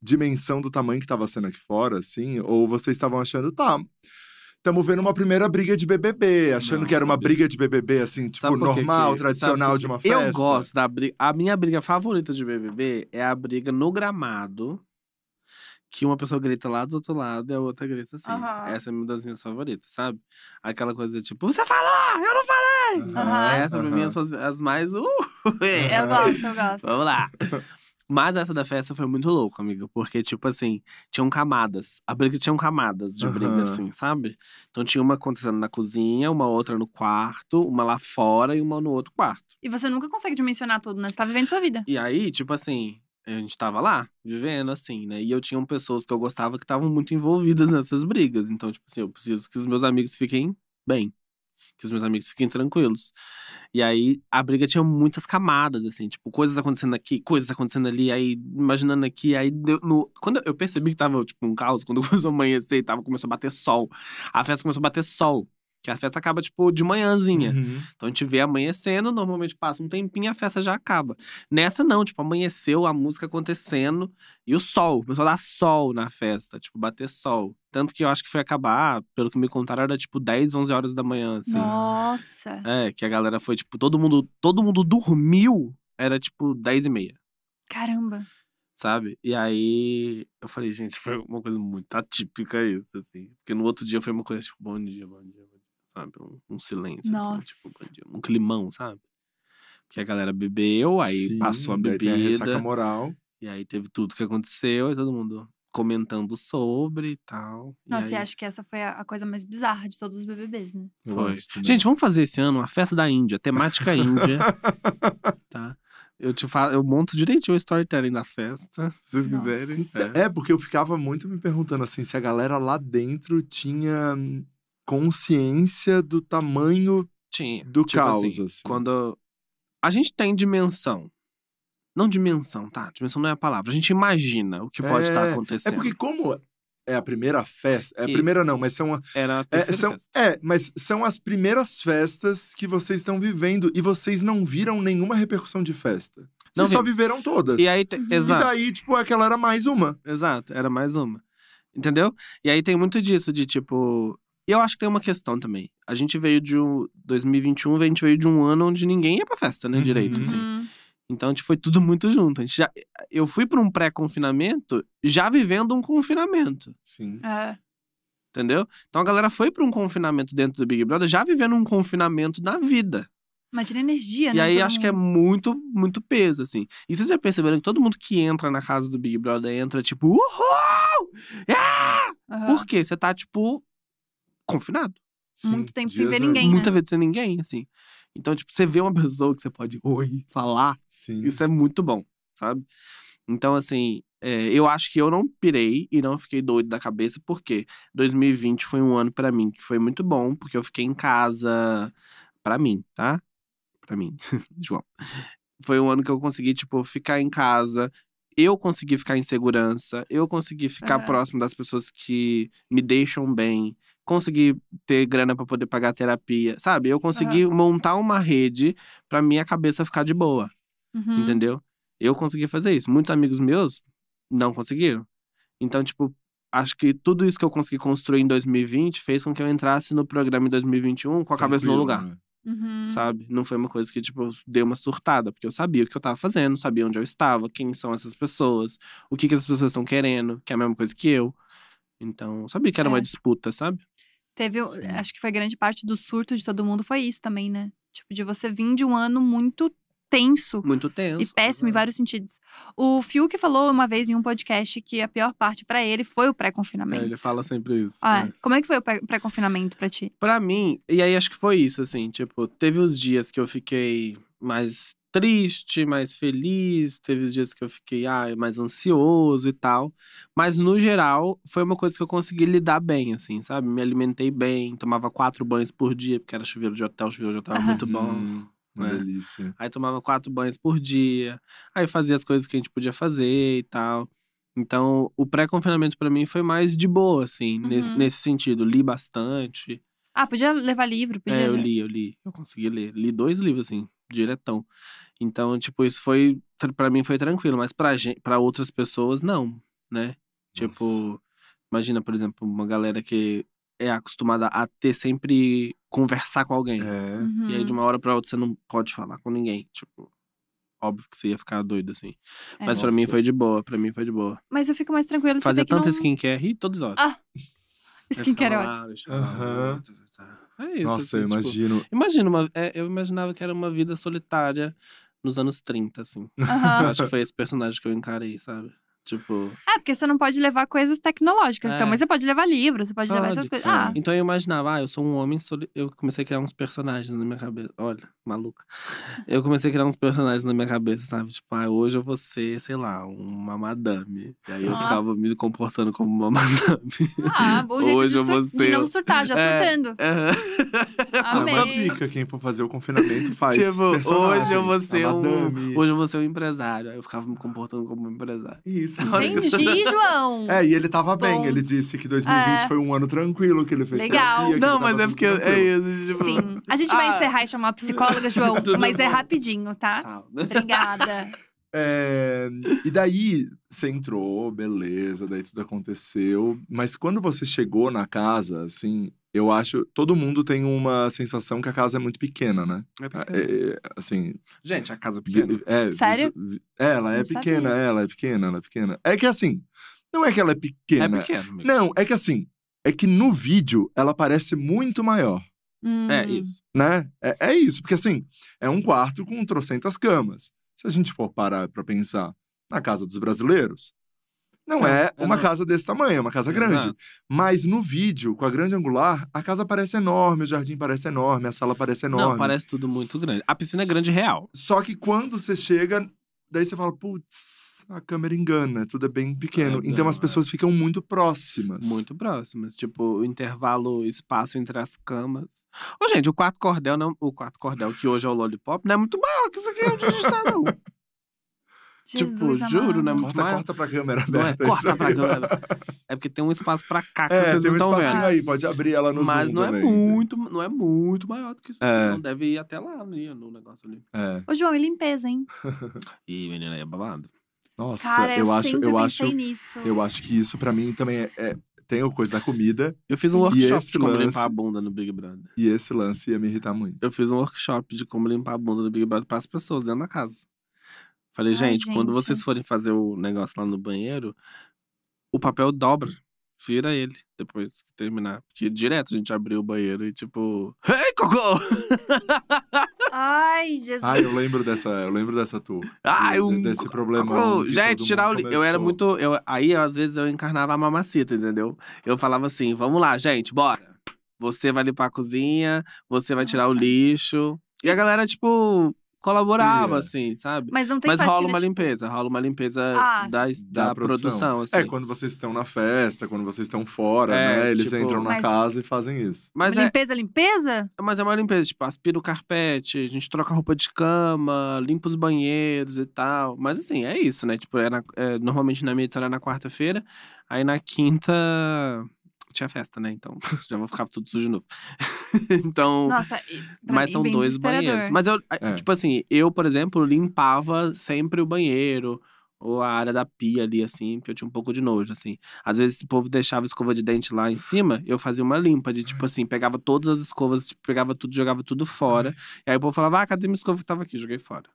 S2: dimensão do tamanho que tava sendo aqui fora, assim? Ou vocês estavam achando, tá, estamos vendo uma primeira briga de BBB, achando
S3: Não,
S2: que era uma
S3: sabia.
S2: briga de BBB, assim, tipo,
S3: Sabe por que
S2: normal,
S3: que-
S2: tradicional
S3: sabe por
S2: de uma
S3: que-
S2: festa?
S3: Eu gosto da briga. A minha briga favorita de BBB é a briga no gramado. Que uma pessoa grita lá do outro lado e a outra grita assim.
S1: Aham.
S3: Essa é uma das minhas favoritas, sabe? Aquela coisa de tipo, você falou, eu não falei.
S1: Aham.
S3: Essa pra mim
S2: Ah,
S3: é
S2: aham.
S3: são as, as mais. Uh,
S1: Eu gosto, eu gosto.
S3: Vamos lá. Mas essa da festa foi muito louca, amigo. Porque, tipo assim, tinham camadas. A briga tinha camadas de briga,
S2: Aham.
S3: assim, sabe? Então tinha uma acontecendo na cozinha, uma outra no quarto, uma lá fora e uma no outro quarto.
S1: E você nunca consegue dimensionar tudo, né? Você tá vivendo sua vida.
S3: E aí, tipo assim, a gente tava lá, vivendo, assim, né? E eu tinha pessoas que eu gostava que estavam muito envolvidas nessas brigas. Então, tipo assim, eu preciso que os meus amigos fiquem bem. Que os meus amigos fiquem tranquilos. E aí a briga tinha muitas camadas, assim, tipo, coisas acontecendo aqui, coisas acontecendo ali, aí imaginando aqui, aí deu no... quando eu percebi que tava tipo um caos, quando começou a amanhecer e tava começou a bater sol. A festa começou a bater sol, que a festa acaba tipo de manhãzinha.
S2: Uhum.
S3: Então a gente vê amanhecendo, normalmente passa um tempinho e a festa já acaba. Nessa não, tipo, amanheceu, a música acontecendo e o sol, começou a dar sol na festa, tipo, bater sol. Tanto que eu acho que foi acabar, pelo que me contaram, era tipo 10, 11 horas da manhã, assim.
S1: Nossa.
S3: É, que a galera foi, tipo, todo mundo, todo mundo dormiu, era tipo 10 e meia,
S1: Caramba.
S3: sabe? E aí eu falei, gente, foi uma coisa muito atípica isso, assim. Porque no outro dia foi uma coisa, tipo, bom dia, bom dia, bom dia, sabe? Um, um silêncio,
S1: Nossa.
S3: assim, tipo, bom dia, um climão, sabe? Porque a galera bebeu, aí
S2: Sim,
S3: passou a
S2: daí tem ressaca
S3: bebida,
S2: moral.
S3: e aí teve tudo que aconteceu, e todo mundo comentando sobre e tal. e
S1: Nossa, e
S3: aí-
S1: acho que essa foi a, a coisa mais bizarra de todos os BBBs, né?
S2: eu
S3: Foi.
S2: gosto, né?
S3: Gente, vamos fazer esse ano uma festa da Índia, temática Índia. tá? Eu te falo, eu monto direitinho o storytelling da festa, se vocês
S1: Nossa.
S3: quiserem.
S2: É, porque eu ficava muito me perguntando assim se a galera lá dentro tinha hum, consciência do tamanho
S3: Tinha.
S2: do
S3: Tipo
S2: caos,
S3: assim,
S2: assim.
S3: Quando a gente tem dimensão. Não dimensão, tá? Dimensão não é a palavra. A gente imagina o que pode estar
S2: É, É
S3: acontecendo.
S2: porque como é a primeira festa, é a
S3: E-
S2: primeira não, mas são, a-
S3: Era a
S2: é,
S3: terceira
S2: são
S3: festa.
S2: é, mas são as primeiras festas que vocês estão vivendo e vocês não viram nenhuma repercussão de festa. Vocês
S3: Não
S2: só
S3: vimos.
S2: viveram todas.
S3: E aí, te-
S1: Uhum. E
S2: E
S3: exato.
S2: daí, tipo, aquela era mais uma.
S3: Exato, era mais uma. Entendeu? E aí tem muito disso de tipo. Eu acho que tem uma questão também. A gente veio de um. 2021, a gente veio de um ano onde ninguém ia pra festa, né?
S2: Uhum.
S3: Direito, assim.
S1: Hum,
S3: Então, tipo, foi tudo muito junto. A gente já, eu fui pra um pré-confinamento já vivendo um confinamento.
S2: Sim.
S1: é.
S3: Entendeu? Então a galera foi pra um confinamento dentro do Big Brother já vivendo um confinamento na vida.
S1: Imagina a energia, né?
S3: E aí
S1: todo
S3: acho que é
S1: mundo.
S3: muito, muito peso, assim. E vocês já perceberam que todo mundo que entra na casa do Big Brother entra tipo, uhul!
S1: Aham.
S3: Por quê? Você tá, tipo, confinado.
S1: Muito
S2: sim.
S1: tempo sem
S2: Dias
S1: ver
S2: antes.
S1: ninguém, né?
S3: Muita vez sem ninguém, assim. Então, tipo, você vê uma pessoa que você pode oi, falar.
S2: Sim.
S3: Isso é muito bom, sabe? Então, assim, é, eu acho que eu não pirei e não fiquei doido da cabeça, porque 2020 foi um ano pra mim que foi muito bom, porque eu fiquei em casa. pra mim, tá? Pra mim, João. Foi um ano que eu consegui, tipo, ficar em casa. Eu consegui ficar em segurança, eu consegui ficar
S1: Aham.
S3: próximo das pessoas que me deixam bem, consegui ter grana pra poder pagar terapia, sabe? Eu consegui montar uma rede pra minha cabeça ficar de boa
S1: Uhum.
S3: entendeu? Eu consegui fazer isso. Muitos amigos meus não conseguiram. Então, tipo, acho que tudo isso que eu consegui construir em 2020 fez com que eu entrasse no programa em 2021 com a cabeça no
S2: Tranquilo,
S3: lugar,
S2: né?
S1: Uhum.
S3: sabe? Não foi uma coisa que, tipo, deu uma surtada, porque eu sabia o que eu tava fazendo, sabia onde eu estava, quem são essas pessoas, o que, que essas pessoas estão querendo, que é a mesma coisa que eu. Então, eu sabia que era
S1: É.
S3: uma disputa, sabe?
S1: Teve, o-
S2: Sim.
S1: acho que foi grande parte do surto de todo mundo foi isso também, né? Tipo, de você vir de um ano muito tenso
S3: Muito tenso. É,
S1: e péssimo em
S3: exato.
S1: vários sentidos. O Fiuk falou uma vez em um podcast que a pior parte pra ele foi o
S3: É,
S1: pré-confinamento.
S3: ele fala sempre isso.
S1: Ah,
S3: né?
S1: Como é que foi o pré- pré-confinamento pra ti?
S3: Pra mim, e aí acho que foi isso, assim, tipo, teve os dias que eu fiquei mais triste, mais feliz, teve os dias que eu fiquei ai, mais ansioso e tal. Mas no geral, foi uma coisa que eu consegui lidar bem, assim, sabe? Me alimentei bem, tomava quatro banhos por dia, porque era chuveiro de hotel, chuveiro de hotel era
S1: Aham.
S3: muito bom.
S2: Hum, uma
S3: né?
S2: delícia.
S3: Aí tomava quatro banhos por dia. Aí fazia as coisas que a gente podia fazer e tal. Então, o pré-confinamento pra mim foi mais de boa, assim, nesse,
S1: Uhum.
S3: nesse sentido. Li bastante.
S1: Ah, podia levar livro, podia.
S3: É, eu li, eu li. Eu consegui ler. Li dois livros, assim, diretão. Então, tipo, isso foi. tra- Pra mim foi tranquilo, mas pra, gente, pra outras pessoas, não, né? Tipo, imagina, por exemplo, uma galera que é acostumada a ter sempre conversar com alguém.
S2: É.
S1: Uhum.
S3: né? E aí, de uma hora pra outra, você não pode falar com ninguém. Tipo, óbvio que você ia ficar doido, assim.
S1: É.
S3: Mas pra mim
S2: Nossa.
S3: foi de boa, pra mim foi de boa.
S1: Mas eu fico mais tranquila de
S3: Fazia
S1: saber que
S3: tanta
S1: não...
S3: skincare e todos horas.
S1: Ah, Skincare é
S3: Deixava
S1: ótimo.
S3: lá, deixava lá,
S2: Aham.
S3: tá, tá, tá. É isso.
S2: Nossa, eu
S3: assim, tipo,
S2: imagino.
S3: Imagina, uma- é, eu imaginava que era uma vida solitária nos anos 30, assim. Eu
S1: Aham.
S3: acho que foi esse personagem que eu encarei, sabe? Tipo.
S1: É, porque você não pode levar coisas tecnológicas,
S3: É.
S1: então. Mas você pode levar livro, você pode levar essas
S3: pode,
S1: coisas.
S2: cara.
S1: Ah,
S3: Então eu imaginava, ah, eu sou um homem soli... Eu comecei a criar uns personagens na minha cabeça. Olha, maluca. Eu comecei a criar uns personagens na minha cabeça, sabe? Tipo, ah, hoje eu vou ser, sei lá, uma madame. E aí eu
S1: Ah.
S3: ficava me comportando como uma madame.
S1: ah bom jeito
S3: Hoje
S1: de,
S3: eu vou
S1: sur- de
S3: ser-
S1: não surtar, já
S3: É.
S1: surtando.
S2: Essa é uma
S1: Amei.
S2: dica, quem for fazer o confinamento faz.
S3: Tipo,
S2: personagens,
S3: hoje eu vou
S2: a
S3: ser um.
S2: madame.
S3: Hoje eu vou ser um empresário. Aí eu ficava me comportando como um empresário.
S2: Isso.
S3: Olha que-
S1: Entendi, João.
S2: É, e ele tava bem.
S1: Bom.
S2: Ele disse que 2020
S1: É.
S2: foi um ano tranquilo, que ele fez
S1: Legal.
S2: terapia, que ele
S3: Não,
S2: tava
S3: mas é
S2: tudo
S3: porque é
S2: tranquilo.
S3: isso, tipo.
S1: Sim. A gente vai
S3: Ah.
S1: encerrar e chamar a psicóloga, João,
S3: Tudo
S1: mas é
S3: bom.
S1: rapidinho, tá?
S3: Tá.
S1: Obrigada.
S2: É, E daí, você entrou, beleza, daí tudo aconteceu. Mas quando você chegou na casa, assim, eu acho... Todo mundo tem uma sensação que a casa é muito pequena, né?
S3: É pequeno.
S2: É, é, assim,
S3: Gente, a casa é
S2: Vi-
S3: pequena.
S2: É, visu-
S1: Sério?
S2: vi- ela é
S1: Não
S2: pequena,
S1: sabia.
S2: ela é pequena, ela é pequena. É que assim, não é que ela é
S3: É
S2: pequena.
S3: pequeno. amigo.
S2: Não, é que assim, é que no vídeo ela parece muito maior,
S1: Hum.
S3: É isso.
S2: né? É, é isso, porque assim, é um quarto com trocentas camas. Se a gente for parar pra pensar na casa dos brasileiros, não é,
S3: É, é
S2: uma
S3: não.
S2: casa desse tamanho, é uma casa grande.
S3: Exato.
S2: Mas no vídeo, com a grande angular, a casa parece enorme, o jardim parece enorme, a sala parece enorme.
S3: Não, parece tudo muito grande. A piscina é grande real.
S2: Só que quando você chega, daí você fala, putz, a câmera engana, tudo é bem pequeno.
S3: É,
S2: então
S3: não,
S2: as pessoas ficam muito próximas.
S3: Muito próximas. Tipo, o intervalo, o espaço entre as camas. Ô, gente, o quarto cordel, não, o quarto cordel que hoje é o Lollipop, não é muito maior que isso aqui onde a gente tá, não.
S1: Jesus
S3: Tipo, juro,
S1: amado.
S3: né, muito
S2: Corta,
S3: maior.
S2: corta pra câmera
S3: Não é?
S2: aberta.
S3: Corta
S2: isso
S3: pra
S2: aí.
S3: galera. É porque tem um espaço pra cá que
S2: É,
S3: vocês
S2: tem um
S3: não estão
S2: espacinho
S3: vendo.
S2: aí, pode abrir ela no
S3: Mas
S2: Zoom
S3: não é
S2: também.
S3: muito, não é muito maior do que isso.
S2: É.
S3: Não deve ir até lá né, no negócio ali.
S2: É.
S1: Ô, João, e limpeza, hein?
S3: Ih, menina, aí é babado.
S2: Nossa,
S1: Cara, eu,
S2: eu, acho,
S1: sempre
S2: eu
S1: pensei
S2: acho,
S1: nisso.
S2: eu acho que isso pra mim também é, é- tem a coisa da comida
S3: Eu fiz um
S2: E
S3: workshop
S2: esse
S3: de como
S2: lance-
S3: limpar a bunda no Big Brother.
S2: e esse lance ia me irritar muito.
S3: Eu fiz um workshop de como limpar a bunda do Big Brother para as pessoas dentro da casa. Falei,
S1: Ai,
S3: gente, quando
S1: gente.
S3: vocês forem fazer o negócio lá no banheiro, o papel dobra. Vira ele depois que terminar. Porque direto a gente abriu o banheiro e tipo. Ei, cocô!
S1: Ai, Jesus.
S2: Ah, eu lembro dessa, eu lembro dessa tour.
S3: Ai,
S2: de-
S3: um.
S2: desse
S3: co-
S2: problema.
S3: cocô!
S2: que
S3: Gente,
S2: todo
S3: tirar o.
S2: mundo
S3: li- Eu era
S2: começou.
S3: muito. Eu, aí, às vezes, eu encarnava a mamacita, entendeu? Eu falava assim: vamos lá, gente, bora. Você vai limpar a cozinha, você vai tirar o
S1: Nossa.
S3: lixo. E a galera, tipo, colaborava,
S2: Ia.
S3: assim, sabe?
S1: Mas não tem
S3: Mas
S1: faxina
S3: rola uma
S1: de- tipo,
S3: limpeza, rola uma limpeza
S1: Ah.
S3: da,
S2: Da
S3: da,
S2: produção.
S3: produção. assim.
S2: É, quando vocês estão na festa, quando vocês estão fora,
S3: É,
S2: né? Eles
S3: tipo-
S2: entram na
S1: Mas-
S2: casa e fazem isso.
S3: Mas, é,
S1: Limpeza, limpeza?
S3: mas é uma limpeza, tipo, aspira o carpete, a gente troca a roupa de cama, limpa os banheiros e tal. Mas assim, é isso, né? Tipo, é na- é, normalmente na minha edição era na quarta-feira, aí na quinta tinha festa, né? Então já vou ficar tudo sujo de novo. então.
S1: Nossa, e- pra
S3: Mas
S1: mim,
S3: são
S1: bem
S3: dois
S1: desesperador.
S3: banheiros. Mas eu,
S2: É.
S3: tipo assim, eu, por exemplo, limpava sempre o banheiro ou a área da pia ali, assim, porque eu tinha um pouco de nojo, assim. Às vezes o povo deixava escova de dente lá em cima, eu fazia uma limpa de, tipo assim, pegava todas as escovas, tipo, pegava tudo, jogava tudo fora. E aí o povo falava, ah, cadê minha escova que tava aqui? Joguei fora.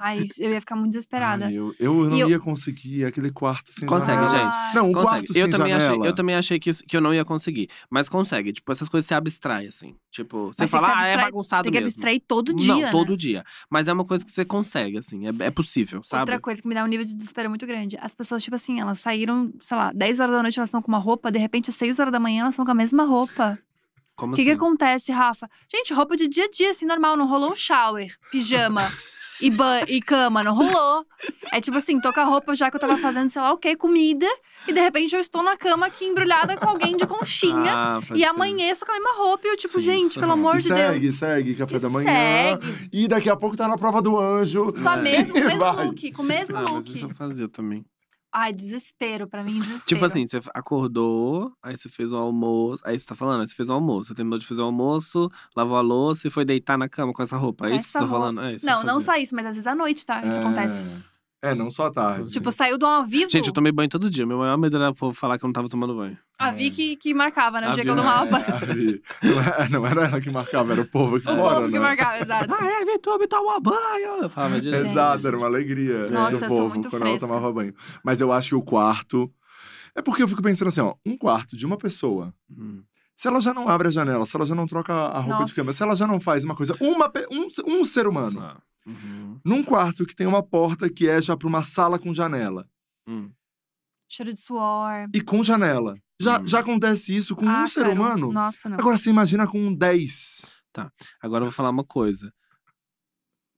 S1: Ai, eu ia ficar muito desesperada.
S2: Ai, eu, eu não
S1: E eu-
S2: ia conseguir aquele quarto sem
S3: Consegue,
S2: janela.
S3: gente.
S1: Ai,
S2: Não, um
S3: Consegue.
S2: quarto sem
S3: Eu também,
S2: janela.
S3: achei, eu também achei que, isso- que eu não ia conseguir. Mas consegue. Tipo, essas coisas se abstrai, assim. Tipo, você
S1: tem que
S3: fala,
S1: se
S3: ah, é
S1: abstrai-
S3: bagunçado
S1: Tem que
S3: mesmo.
S1: abstrair todo dia,
S3: Não,
S1: né?
S3: todo dia. Mas é uma coisa que você consegue, assim. É, é possível, sabe?
S1: Outra coisa que me dá um nível de desespero muito grande. As pessoas, tipo assim, elas saíram, sei lá, 10 horas da noite elas estão com uma roupa, de repente às 6 horas da manhã elas estão com a mesma roupa.
S3: Como
S1: O que, que
S3: assim?
S1: acontece, Rafa? Gente, roupa de dia a dia, assim, normal. Não rolou um shower, pijama e, ban e cama, não rolou. É tipo assim, tô com a roupa já que eu tava fazendo, sei lá o quê, comida. E de repente eu estou na cama aqui embrulhada com alguém de conchinha.
S3: Ah, pode
S1: e
S3: crer.
S1: amanheço com a mesma roupa. E eu, tipo,
S3: Sim,
S1: gente,
S3: isso
S1: pelo
S3: é.
S1: amor
S2: E
S1: de
S2: segue,
S1: Deus.
S2: segue, café
S1: E
S2: da manhã.
S1: segue.
S2: E daqui a pouco tá na prova do anjo.
S1: Com a mesma, com o mesmo
S2: Vai.
S1: look, com o mesmo
S3: Ah, É. mas
S1: look.
S3: isso eu fazia também.
S1: Ai, desespero, pra mim, desespero.
S3: Tipo assim, você acordou, aí você fez o almoço. Aí você tá falando, aí você fez o almoço. Você terminou de fazer o almoço, lavou a louça e foi deitar na cama com essa roupa. É
S1: Com
S3: isso que você
S1: essa
S3: tá falando? É isso que
S1: Não,
S3: eu
S1: não
S3: fazia.
S1: só isso, mas às vezes à noite, tá? Isso acontece.
S2: É, não só à tarde.
S1: Tipo, saiu do ao vivo,
S3: Gente, eu tomei banho todo dia. Meu maior medo era o povo falar que eu não tava tomando banho.
S1: a
S2: É.
S1: Vicky que marcava, né? O
S3: A
S1: dia que eu
S3: Vi-
S1: tomava banho.
S2: Aí, não, era, não era ela que marcava, era o povo
S1: O
S2: aqui fora,
S1: povo
S2: né?
S1: que marcava, exato.
S3: Ah, é, vem tu me tomar banho! Eu falava disso.
S2: Exato, era uma alegria né,
S1: Nossa, eu sou
S2: do povo
S1: muito
S2: quando ela
S1: fresca.
S2: tomava banho. Mas eu acho que o quarto. É porque eu fico pensando assim, ó, um quarto de uma pessoa.
S3: Hum.
S2: Se ela já não abre a janela, se ela já não troca a roupa
S1: Nossa.
S2: de cama, se ela já não faz uma coisa. Uma, pe- um, um ser humano.
S3: Só. Uhum.
S2: Num quarto que tem uma porta que é já pra uma sala com janela.
S3: Hum.
S1: Cheiro de suor.
S2: E com janela. Já,
S3: Hum.
S2: já acontece isso com
S1: Ah,
S2: um ser
S1: cara,
S2: humano?
S1: Nossa, não.
S2: Agora você imagina com um 10.
S3: Agora eu vou falar uma coisa.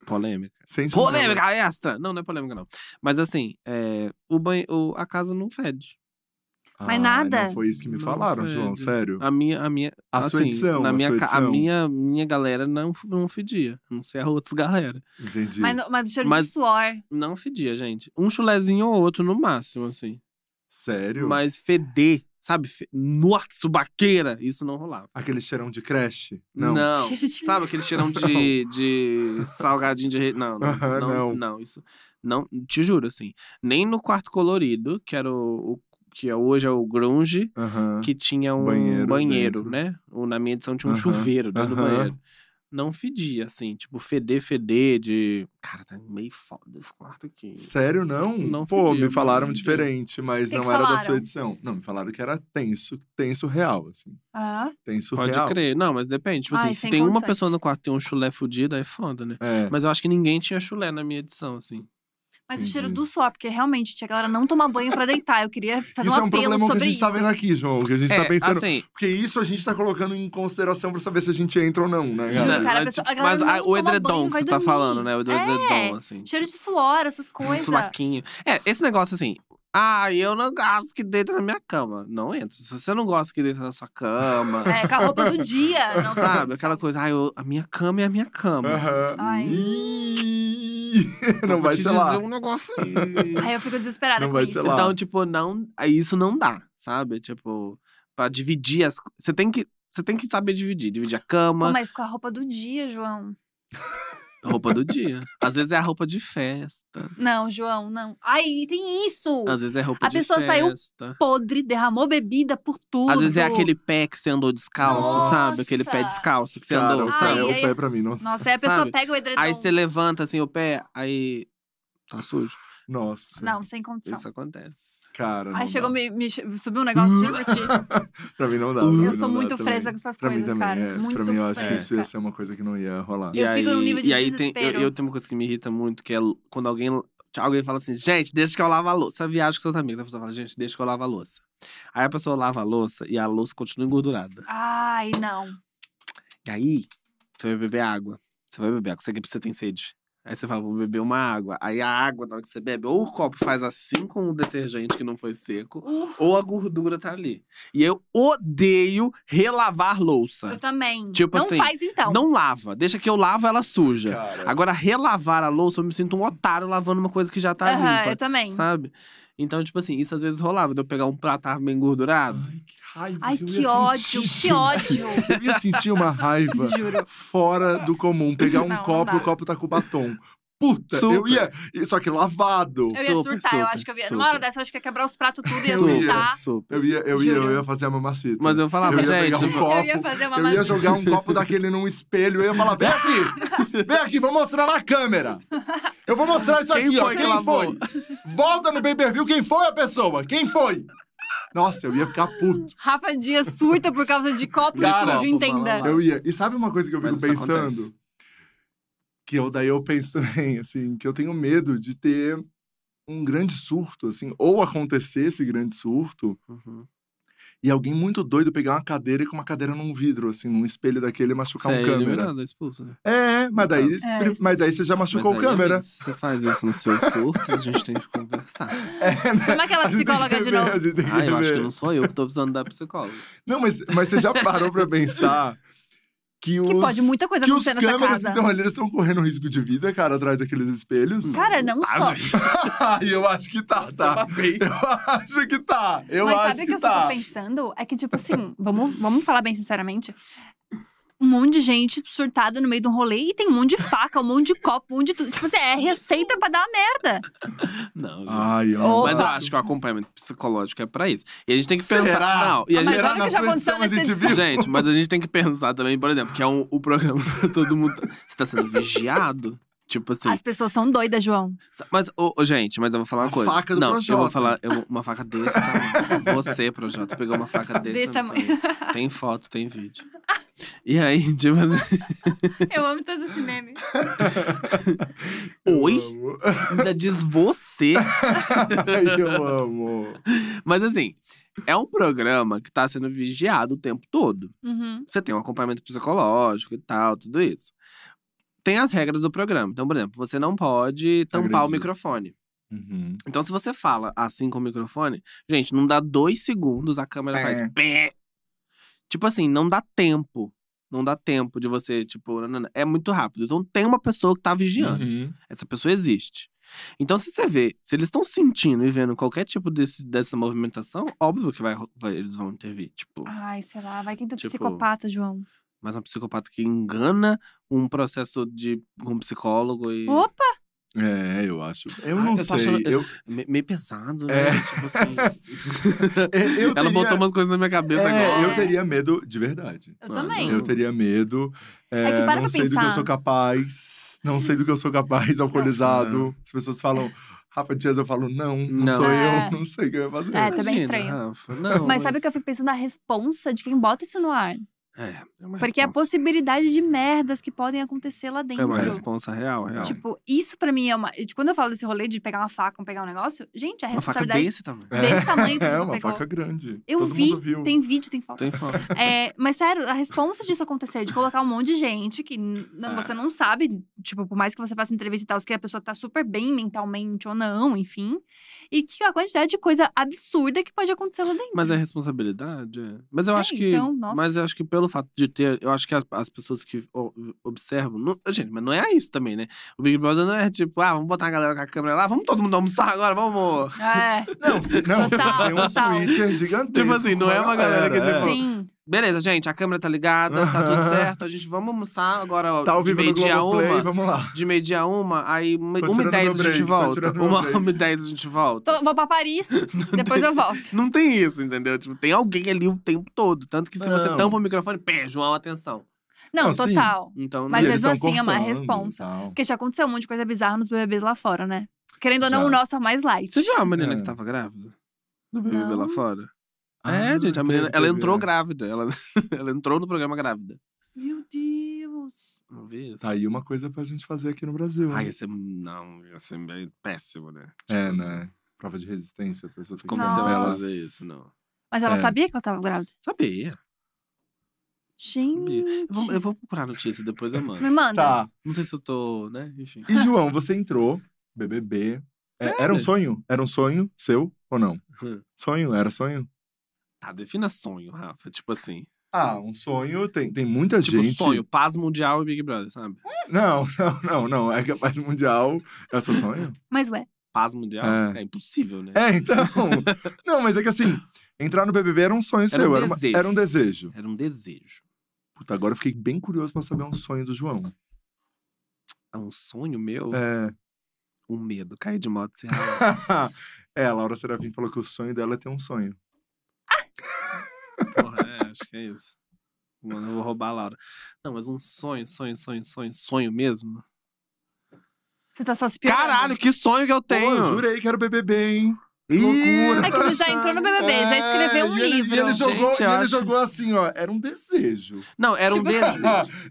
S3: Polêmica.
S2: Sem janela.
S3: Polêmica extra! Não, não é polêmica, não. Mas assim, é, o banho, o- a casa não fede.
S1: Mas
S2: Ah,
S1: nada.
S2: Não foi isso que me
S3: Não
S2: falaram,
S3: foi,
S2: João,
S3: de-
S2: sério.
S3: A minha, a minha,
S2: A
S3: assim,
S2: sua edição,
S3: na
S2: a
S3: minha,
S2: sua
S3: ca- a
S2: edição.
S3: minha, minha galera não, f- não fedia. Não sei a outras galera.
S2: Entendi.
S1: Mas, no- mas o cheiro
S3: Mas-
S1: de suor.
S3: Não fedia, gente. Um chulezinho ou outro no máximo, assim.
S2: Sério?
S3: Mas feder, sabe? Fe... Nossa, subaqueira! Isso não rolava.
S2: Aquele cheirão de creche? Não.
S1: Cheiro de...
S3: Sabe aquele cheirão de, de salgadinho de... re- Não, não,
S2: Aham,
S3: não,
S2: não.
S3: não, isso... Não, te juro, assim, nem no quarto colorido, que era o, o- que é- hoje é o grunge,
S2: Aham.
S3: que tinha um
S2: Banheiro
S3: banheiro,
S2: dentro.
S3: né? Ou na minha edição tinha um
S2: Aham,
S3: chuveiro dentro do
S2: aham.
S3: banheiro. Não fedia, assim, tipo, feder, feder de... Cara, tá meio foda esse quarto aqui.
S2: Sério, não?
S3: Não
S2: Pô,
S3: podia,
S2: me falaram
S3: não podia.
S2: diferente, mas
S1: Que
S2: não
S1: que
S2: era da sua
S1: falaram?
S2: edição. Não, me falaram que era tenso, tenso real, assim.
S1: Ah,
S2: Tenso
S3: Pode
S2: real.
S3: crer. Não, mas depende. Tipo
S1: Ai,
S3: assim, se
S1: sem
S3: tem uma
S1: condições.
S3: pessoa no quarto que tem um chulé fudido, aí é foda, né?
S2: É.
S3: Mas eu acho que ninguém tinha chulé na minha edição, assim.
S1: mas o cheiro
S2: Entendi.
S1: do suor, porque realmente tinha galera não tomar banho pra deitar. Eu queria fazer
S2: Isso é
S1: um
S2: um
S1: apelo
S2: problema que a
S1: sobre
S2: gente
S1: isso.
S2: tá vendo aqui, João. Que a gente tá
S1: É,
S2: pensando.
S3: assim,
S2: Porque isso a gente tá colocando em consideração pra saber se a gente entra ou não, né,
S1: Juro,
S2: galera?
S1: cara, a
S3: mas,
S1: pessoa-
S3: tipo,
S1: a galera
S3: mas a-
S1: não
S3: o
S1: toma
S3: edredom
S1: banho,
S3: que
S1: vai
S3: você tá
S1: dormir.
S3: falando, né? O do
S1: É,
S3: edredom, assim.
S1: Cheiro de suor, essas
S3: um
S1: coisas.
S3: Sulaquinho. É, esse negócio assim. Ah, eu não gosto que deita na minha cama. Não entra. Se você não gosta que deita na sua cama,
S1: É, com a roupa do dia. Não
S3: sabe? Aquela coisa, ah, eu- a minha cama é a minha cama.
S2: Aham.
S1: Ai.
S2: Ih,
S3: Então
S2: Não
S3: vou
S2: vai
S3: te
S2: ser lá.
S3: dizer um negócio aí.
S1: Aí eu fico desesperada
S2: Não
S1: com
S2: vai
S1: isso.
S2: ser lá.
S3: Então, tipo, não. Aí isso não dá, sabe? Tipo, pra dividir as. co- Você tem que. Você tem que saber dividir. Dividir a
S1: Pô,
S3: cama,
S1: mas com a roupa do dia, João.
S3: roupa do dia. Às vezes é a roupa de festa.
S1: Não, João, não. Ai, tem isso!
S3: Às vezes é roupa
S1: A
S3: de
S1: pessoa saiu
S3: festa.
S1: Podre, derramou bebida por tudo.
S3: Às vezes é aquele pé que você andou descalço,
S1: Nossa!
S3: sabe? Aquele pé descalço que você
S2: Cara,
S3: andou,
S2: o
S1: Ai,
S2: pé,
S3: sabe?
S2: o
S1: ai,
S2: pé
S1: ai.
S2: pra mim, não.
S1: Nossa, aí a pessoa
S3: Sabe?
S1: pega o edredom.
S3: Aí você levanta assim o pé, aí tá sujo.
S2: Nossa.
S1: Não, sem condição.
S3: Isso é acontece.
S2: Cara. não
S1: Aí chegou,
S2: dá.
S1: me, me che- subiu um negócio de repetir.
S2: Pra mim não dá. pra mim
S1: Eu
S2: não
S1: sou
S2: dá
S1: muito
S2: também.
S1: fresa com essas
S2: Pra mim
S1: coisas,
S2: também,
S1: cara.
S2: é.
S1: Muito
S2: pra mim eu acho que isso
S1: fresca.
S2: ia ser uma coisa que não ia rolar.
S3: E
S1: Eu
S3: aí,
S1: fico num nível de
S3: e aí tem, eu,
S1: desespero.
S3: eu tenho uma coisa que me irrita muito, que é l- quando alguém, alguém fala assim, gente, deixa que eu lavo a louça. Eu viajo com seus amigos, a pessoa fala, gente, deixa que eu lavo a louça. Aí a pessoa lava a louça e a louça continua engordurada.
S1: Ai, não.
S3: E aí, você vai beber água. Você vai beber água, você, você tem sede. Aí você fala, vou beber uma água. Aí a água, na hora que você bebe, ou o copo faz assim com o detergente que não foi seco,
S1: Uf.
S3: ou a gordura tá ali. E eu odeio relavar
S2: É.
S3: louça.
S1: Eu também.
S3: Tipo
S1: não
S3: assim,
S1: faz então.
S3: Não lava, deixa que eu lavo ela suja.
S2: Cara,
S3: Agora, relavar a louça, eu me sinto um otário lavando uma coisa que já tá
S1: Aham, eu
S3: limpa,
S1: também.
S3: sabe? Então, tipo assim, isso às vezes rolava, de eu pegar um prato tava meio engordurado.
S2: Ai, que raiva.
S1: Ai,
S2: eu
S1: que
S2: ia
S1: ódio,
S2: sentir
S1: que
S2: uma-
S1: ódio.
S2: Eu ia sentir uma raiva
S1: Juro.
S2: fora do comum. Pegar um
S1: Não, não
S2: copo,
S1: dá.
S2: o copo tá com batom. puta. Eu
S3: Super.
S2: ia. Só que lavado.
S1: Eu ia
S3: Super,
S1: surtar, eu
S3: super,
S1: acho que eu ia. Numa
S3: super.
S1: hora dessa, eu acho que ia quebrar os pratos tudo, ia
S2: Super.
S1: surtar.
S3: super.
S2: Eu ia, eu ia, eu
S1: Juro.
S2: ia fazer a mamacita.
S3: Mas eu falava,
S2: Eu ia
S3: gente,
S2: pegar um
S3: vou-
S2: copo,
S1: Eu ia fazer uma
S2: Eu ia
S1: magia.
S2: jogar um copo daquele num espelho, eu ia falar: vem aqui! Vem aqui, vou mostrar na câmera! Eu vou mostrar isso
S3: Quem
S2: aqui,
S3: foi
S2: ó.
S3: que
S2: Quem
S3: lavou?
S2: foi? Volta no pay per view, quem foi a pessoa? Quem foi? Nossa, eu ia ficar puto.
S1: Rafa Dias surta por causa de copo
S2: Cara,
S1: de sujo, entenda.
S3: Vai.
S2: Eu ia. E sabe uma coisa que eu fico
S3: Mas isso
S2: pensando?
S3: acontece.
S2: Que eu daí eu penso também, assim, que eu tenho medo de ter um grande surto, assim, ou acontecer esse grande surto
S3: Uhum.
S2: e alguém muito doido pegar uma cadeira e com uma cadeira num vidro, assim, num espelho daquele e machucar
S3: Você é
S2: um câmera.
S3: eliminado, é expulso, né?
S2: É, mas daí,
S1: É,
S2: pri- mas daí você já machucou
S3: Então, Mas
S2: o
S3: aí, é
S2: câmera.
S3: amigo, se você faz isso nos seus surtos, a gente tem que conversar.
S2: É, né?
S1: Chama aquela
S2: A gente tem que
S1: psicóloga de
S2: ver,
S1: novo.
S2: a gente tem que
S3: Ah, eu acho
S2: ver.
S3: que não sou eu que tô precisando da psicóloga.
S2: Não, mas, mas você já parou pra pensar que os,
S1: Que pode muita coisa
S2: que os
S1: acontecer nessa
S2: câmeras que
S1: casa.
S2: estão ali, eles estão correndo risco de vida, cara, atrás daqueles espelhos?
S1: Cara, não
S2: Ah,
S3: Tá,
S1: só.
S3: gente.
S2: E eu acho que tá, tá. Eu acho que tá. Eu
S1: Mas
S2: acho
S1: sabe o que, eu
S2: tá.
S1: fico pensando? É que, tipo assim, vamos, vamos falar bem sinceramente. Um monte de gente surtada no meio de um rolê e tem um monte de faca, um monte de copo, um monte de tudo. Tipo assim, é receita pra dar merda.
S3: Não, gente.
S2: Ai, ó.
S1: Opa.
S3: Mas eu acho que o acompanhamento psicológico é pra isso. E a gente tem que pensar.
S2: Será?
S3: Não, e a
S1: Ah, Mas tá
S3: gente
S1: olha o que já aconteceu
S2: edição a
S1: nessa
S2: gente
S1: edição.
S2: viu.
S3: Gente, mas a gente tem que pensar também, por exemplo, que é um, o programa todo mundo. tá- Você tá sendo vigiado? Tipo assim.
S1: As pessoas são doidas, João.
S3: Mas, ô, ô, gente, mas eu vou falar uma
S2: A
S3: coisa.
S2: faca do
S3: não, eu vou
S2: Projota.
S3: falar eu vou- uma faca desse tamanho. Você, Projota, pegou uma faca desse,
S1: Desse
S3: Tem foto, tem vídeo. E aí, tipo assim,
S1: Eu amo todo esse meme.
S2: Eu
S3: Oi?
S2: amo.
S3: ainda diz você.
S2: Ai, eu amo.
S3: Mas assim, é um programa que tá sendo vigiado o tempo todo.
S1: Uhum.
S3: Você tem um acompanhamento psicológico e tal, tudo isso. Tem as regras do programa. Então, por exemplo, você não pode tampar o
S2: Agredir.
S3: microfone.
S2: Uhum.
S3: Então, se você fala assim com o microfone, gente, não dá dois segundos, a câmera
S2: É.
S3: faz. pé. Tipo assim, não dá tempo. Não dá tempo de você, tipo, nanana. é muito rápido. Então tem uma pessoa que tá vigiando.
S2: Uhum.
S3: Essa pessoa existe. Então, se você vê, se eles estão sentindo e vendo qualquer tipo desse, dessa movimentação, óbvio que vai, vai- eles vão intervir. Tipo,
S1: Ai, sei lá, vai quem tá
S3: Tipo-
S1: psicopata, João.
S3: mas um psicopata que engana um processo de com um psicólogo e.
S1: Opa!
S2: É, eu acho. Eu
S3: Ah,
S2: não
S3: eu tô
S2: sei.
S3: achando-
S2: Eu,
S3: Me- meio pesado, né?
S2: É.
S3: Tipo assim.
S2: eu
S3: Ela
S2: teria-
S3: botou umas coisas na minha cabeça
S2: É,
S3: agora.
S2: eu teria medo de verdade.
S1: Eu
S3: Ah,
S1: também.
S2: Eu teria medo. É,
S1: que para
S2: não
S1: pra
S2: sei do que eu
S1: pensar.
S2: sou capaz. Não sei do que eu sou capaz, alcoolizado. As pessoas falam, Rafa Dias, eu falo, não, não,
S3: Não.
S2: sou
S1: É.
S2: eu, não sei o que eu ia fazer.
S1: É, tá bem
S3: Imagina,
S1: estranho.
S3: Rafa, não,
S1: Mas sabe o que eu fico pensando? A responsa de quem bota isso no ar.
S3: É, é uma
S1: Porque a
S3: responsa.
S1: possibilidade de merdas que podem acontecer lá
S3: É
S1: dentro.
S3: uma
S2: É.
S3: responsa real, real.
S1: Tipo, isso pra mim é uma. e Quando eu falo desse rolê de pegar uma faca, um pegar um negócio, gente, a
S3: uma faca
S1: responsabilidade
S3: desse também.
S2: É.
S1: desse tamanho que a
S2: É,
S1: gente
S2: uma
S1: pegou.
S2: faca grande.
S1: Eu
S2: Todo
S1: vi,
S2: mundo viu.
S1: tem vídeo, tem foto.
S3: Tem foto.
S1: É, mas sério, a responsa disso acontecer, de colocar um monte de gente que n-
S3: É.
S1: você não sabe, tipo, por mais que você faça entrevista e tal, que a pessoa tá super bem mentalmente ou não, enfim. E que a quantidade de coisa absurda que pode acontecer lá dentro.
S3: Mas é responsabilidade. é. Mas eu
S1: É,
S3: acho que.
S1: então, nossa.
S3: Mas eu acho que pelo fato de ter. Eu acho que as, as pessoas que o- observam. não- gente, mas não é isso também, né? O Big Brother não é tipo, ah, vamos botar a galera com a câmera lá, vamos todo mundo almoçar agora, vamos.
S1: É,
S2: Não, se- não
S1: Total,
S2: tem um
S1: total.
S2: switcher gigantesco.
S3: Tipo assim, não é uma galera que, tipo,
S2: é.
S1: sim.
S3: Beleza, gente, a câmera tá ligada, tá tudo
S2: Aham.
S3: certo, a gente vamos almoçar agora ó,
S2: Tá ao
S3: de um,
S2: vivo no
S3: meio-dia a
S2: Globoplay,
S3: uma.
S2: vamos lá.
S3: De meio-dia a uma, aí uma
S2: Tô
S3: uma e
S2: tirando
S3: dez
S2: meu
S3: a gente
S2: break, tô
S3: volta.
S2: tirando meu
S3: Uma
S2: break.
S3: uma e dez a gente volta.
S1: Tô- vou pra Paris, depois eu volto.
S3: Não tem isso, entendeu? Tipo, tem alguém ali o tempo todo. Tanto que se você
S2: Não.
S3: tampa o microfone, pé, João, atenção.
S1: Não,
S2: Não, sim.
S1: total.
S3: Então,
S1: Mas
S2: E
S3: não-
S2: eles
S1: mesmo
S2: tão
S1: assim, é uma
S2: cortando e
S1: responsa.
S2: tal.
S1: Porque já aconteceu um monte de coisa bizarra nos BBBs lá fora, né? Querendo ou não,
S2: Já.
S1: o nosso é o mais light.
S3: Você viu a menina
S2: É.
S3: que tava grávida? No BBB lá
S1: Não.
S3: fora?
S2: Ah,
S3: é, gente, a menina,
S2: teve,
S3: ela
S2: teve,
S3: entrou
S2: né?
S3: grávida. Ela, ela entrou no programa grávida.
S1: Meu Deus.
S3: Não vi isso?
S2: Tá aí uma coisa pra gente fazer aqui no Brasil.
S3: Ai,
S2: né?
S3: ia ser, não, ia ser bem péssimo, né?
S2: É,
S3: Tipo assim,
S2: né? Prova de resistência, a pessoa tem que
S3: Como é
S1: Nossa.
S3: você vai
S2: ela-
S3: fazer isso, não?
S1: Mas ela
S2: É.
S1: sabia que eu tava grávida?
S3: Sabia. sabia.
S1: Gente.
S3: Eu vou, eu vou procurar a notícia, depois eu mando.
S1: Me manda.
S2: Tá,
S3: Não sei se eu tô, né? Enfim.
S2: E, João, você entrou, BBB. É, era um
S3: Era.
S2: sonho? Era um sonho seu ou não?
S3: Hum.
S2: Sonho? Era sonho?
S3: Tá, defina sonho, Rafa. Tipo assim.
S2: Ah, um sonho tem, tem muita
S3: Tipo,
S2: gente.
S3: sonho, paz mundial e Big Brother, sabe?
S2: Não, não, não, não. É que a paz mundial é o seu sonho?
S1: Mas ué,
S3: Paz mundial é,
S2: É.
S3: impossível, né?
S2: É, então. não, mas é que assim, entrar no BBB era um sonho seu.
S3: um
S2: era, uma-
S3: desejo.
S2: era um desejo.
S3: Era um desejo.
S2: Puta, agora eu fiquei bem curioso pra saber um sonho do João.
S3: É um sonho meu?
S2: É.
S3: Um medo. Cair de moto sem ralo.
S2: é, a Laura Serafim falou que o sonho dela é ter um sonho.
S3: Porra, é, acho que é isso. Mano, eu vou roubar a Laura. Não, mas um sonho, sonho, sonho, sonho, sonho mesmo?
S1: Você tá só se piorando.
S3: Caralho, que sonho que eu
S2: Pô,
S3: tenho!
S2: eu jurei que era o BBB, hein? Que
S3: Ih,
S2: loucura. É,
S1: É que você já entrou no BBB, já escreveu um
S2: e ele-
S1: livro.
S2: E ele jogou,
S3: Gente,
S2: e
S3: eu
S2: ele
S3: acho-
S2: jogou assim, ó. Era um desejo.
S3: Não, era um
S1: Tipo
S3: desejo.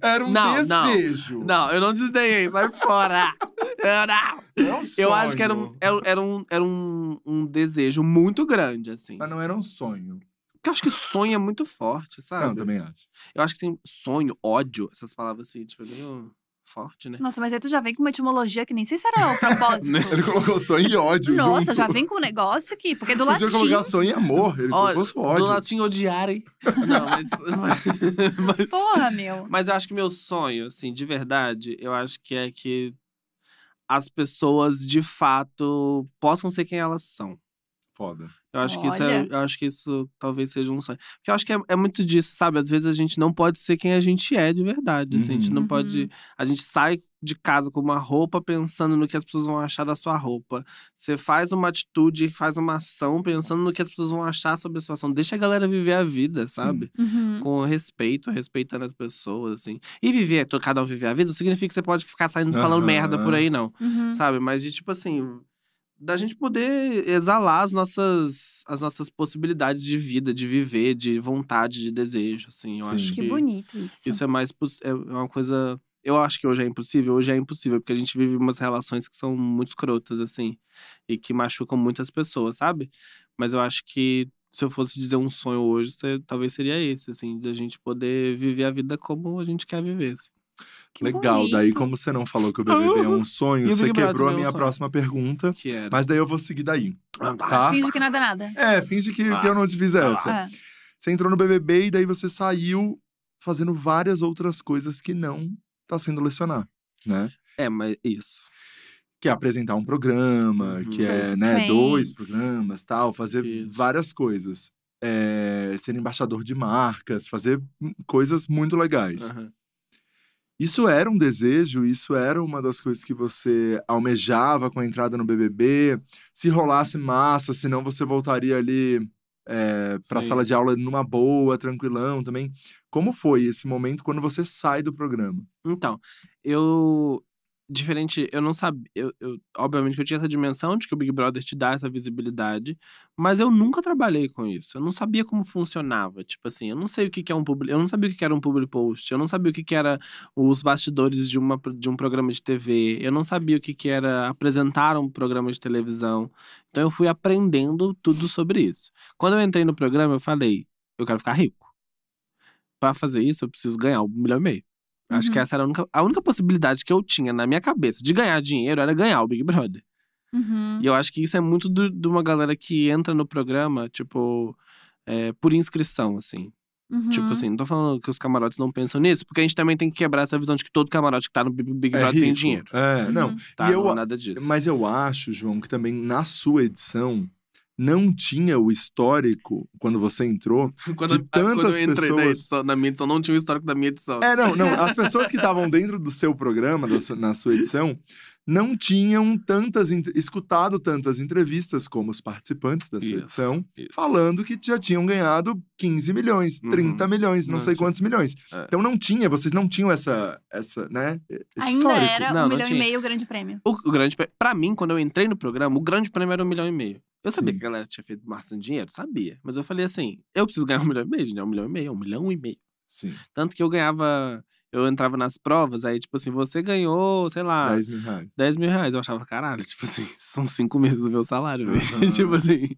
S2: era um
S3: Não, não.
S2: desejo.
S3: Não, eu não desdenhei, sai fora! Eu não!
S2: Não é um
S3: Eu acho que era um,
S2: sonho.
S3: era, era um, era um, um desejo muito grande, assim.
S2: Mas não era um sonho.
S3: Porque eu acho que sonho é muito forte, sabe?
S2: Não, também acho.
S3: Eu acho que tem sonho, ódio, essas palavras assim, tipo, é meio forte, né?
S1: Nossa, mas aí tu já vem com uma etimologia que nem sei se era o propósito.
S2: Ele colocou sonho e ódio
S1: Nossa,
S2: junto.
S1: já vem com um negócio aqui, porque do
S2: Podia
S1: latim.
S2: colocar sonho e amor. Ele
S3: Ó,
S2: colocou só
S3: Do
S2: ódio.
S3: latim odiarem. Não, mas. mas- mas-
S1: Porra, meu.
S3: Mas eu acho que meu sonho, assim, de verdade, eu acho que é que as pessoas de fato possam ser quem elas são.
S2: Foda.
S3: Eu acho que isso é-
S1: Olha.
S3: eu acho que isso talvez seja um sonho. Porque eu acho que é, é muito disso, sabe? Às vezes a gente não pode ser quem a gente é de verdade. assim, a gente
S2: Uhum.
S3: não
S1: Uhum.
S3: pode. A gente sai de casa com uma roupa pensando no que as pessoas vão achar da sua roupa. Você faz uma atitude, faz uma ação pensando no que as pessoas vão achar sobre a sua ação. Deixa a galera viver a vida, sabe?
S1: Uhum.
S3: com respeito, respeitando as pessoas, assim. E viver, to- cada um viver a vida, não significa que você pode ficar saindo falando
S2: Aham.
S3: merda por aí, não.
S1: Uhum.
S3: Sabe? Mas de tipo assim, da gente poder exalar as nossas, as nossas possibilidades de vida, de viver, de vontade, de desejo, assim. Eu
S2: Sim.
S3: acho que,
S1: Que bonito isso.
S3: isso é mais poss- é uma coisa. Eu acho que hoje é impossível, hoje é impossível, porque a gente vive umas relações que são muito escrotas, assim, e que machucam muitas pessoas, sabe? Mas eu acho que se eu fosse dizer um sonho hoje, se- talvez seria esse, assim, da gente poder viver a vida como a gente quer viver. assim.
S1: Que
S2: Legal. Daí,
S1: bonito.
S2: como você não falou que o BBB é um sonho,
S3: E o
S2: você
S3: Big Brother
S2: quebrou a
S3: é um
S2: minha
S3: sonho.
S2: próxima pergunta.
S3: Que era.
S2: Mas daí eu vou seguir daí,
S3: Ah,
S2: tá?
S1: Finge que nada é nada.
S2: É, finge que, que eu não te fiz essa.
S3: é
S1: Ah,
S2: Você entrou no BBB e daí você saiu fazendo várias outras coisas que não tá sendo lecionar, né?
S3: É, mas isso.
S2: Que é apresentar um programa,
S3: Uhum.
S2: que é,
S1: Fazer
S2: né,
S1: trends.
S2: dois programas, tal, fazer
S3: Isso.
S2: várias coisas. É, ser embaixador de marcas, fazer hum, coisas muito legais.
S3: Aham.
S2: Isso era um desejo, isso era uma das coisas que você almejava com a entrada no BBB. Se rolasse massa, senão você voltaria ali é, para a
S3: Sim.
S2: sala de aula numa boa, tranquilão também. Como foi esse momento quando você sai do programa?
S3: Então, eu. Diferente, eu não sabia. Eu, eu- obviamente que eu tinha essa dimensão de que o Big Brother te dá essa visibilidade, mas eu nunca trabalhei com isso. Eu não sabia como funcionava. Tipo assim, eu não sei o que, que é um public. Eu não sabia o que, que era um public post. Eu não sabia o que, que era os bastidores de, uma, de um programa de TV. Eu não sabia o que, que era apresentar um programa de televisão. Então eu fui aprendendo tudo sobre isso. Quando eu entrei no programa, eu falei: eu quero ficar rico. Pra fazer isso, eu preciso ganhar um milhão e meio. Acho que
S1: Uhum.
S3: essa era a única, a única possibilidade que eu tinha na minha cabeça de ganhar dinheiro era ganhar o Big Brother.
S1: uhum.
S3: E eu acho que isso é muito do- de uma galera que entra no programa, tipo, é, por inscrição, assim.
S1: Uhum.
S3: Tipo assim, não tô falando que os camarotes não pensam nisso, porque a gente também tem que quebrar essa visão de que todo camarote que tá no Big Big
S2: É
S3: Brother tem
S2: rico?
S3: dinheiro.
S2: É, não.
S1: Uhum.
S3: Tá?
S2: E eu
S3: não é
S2: a-
S3: nada disso.
S2: Mas eu acho, João, que também na sua edição não tinha o histórico quando você entrou.
S3: quando,
S2: de tantas
S3: quando eu entrei na,
S2: pessoas-
S3: edição, na minha edição, não tinha o histórico da minha edição.
S2: É, não, não. As pessoas que estavam dentro do seu programa, da sua- na sua edição, não tinham tantas ent- escutado tantas entrevistas como os participantes da sua
S3: Isso,
S2: edição,
S3: isso.
S2: falando que já tinham ganhado 15 milhões,
S3: Uhum.
S2: 30 milhões, não,
S3: Não
S2: sei
S3: tinha.
S2: quantos milhões.
S3: É.
S2: Então não tinha, vocês não tinham essa, essa, né? Esse
S1: Ainda
S2: histórico.
S1: era
S3: Não,
S1: um
S3: não
S1: milhão
S3: tinha.
S1: e meio o grande prêmio.
S3: O, o grande prêmio. Pra mim, quando eu entrei no programa, o grande prêmio era um milhão e meio. Eu sabia
S2: Sim.
S3: que a galera tinha feito massa de dinheiro, sabia. Mas eu falei assim: eu preciso ganhar um milhão e meio, gente. É um milhão e meio, é um milhão e meio.
S2: Sim,
S3: Tanto que eu ganhava. Eu entrava nas provas, aí, tipo assim, você ganhou, sei lá, 10,
S2: 10 mil reais.
S3: mil reais. Eu achava, caralho, tipo assim, são cinco meses do meu salário, velho.
S2: Aham.
S3: tipo assim.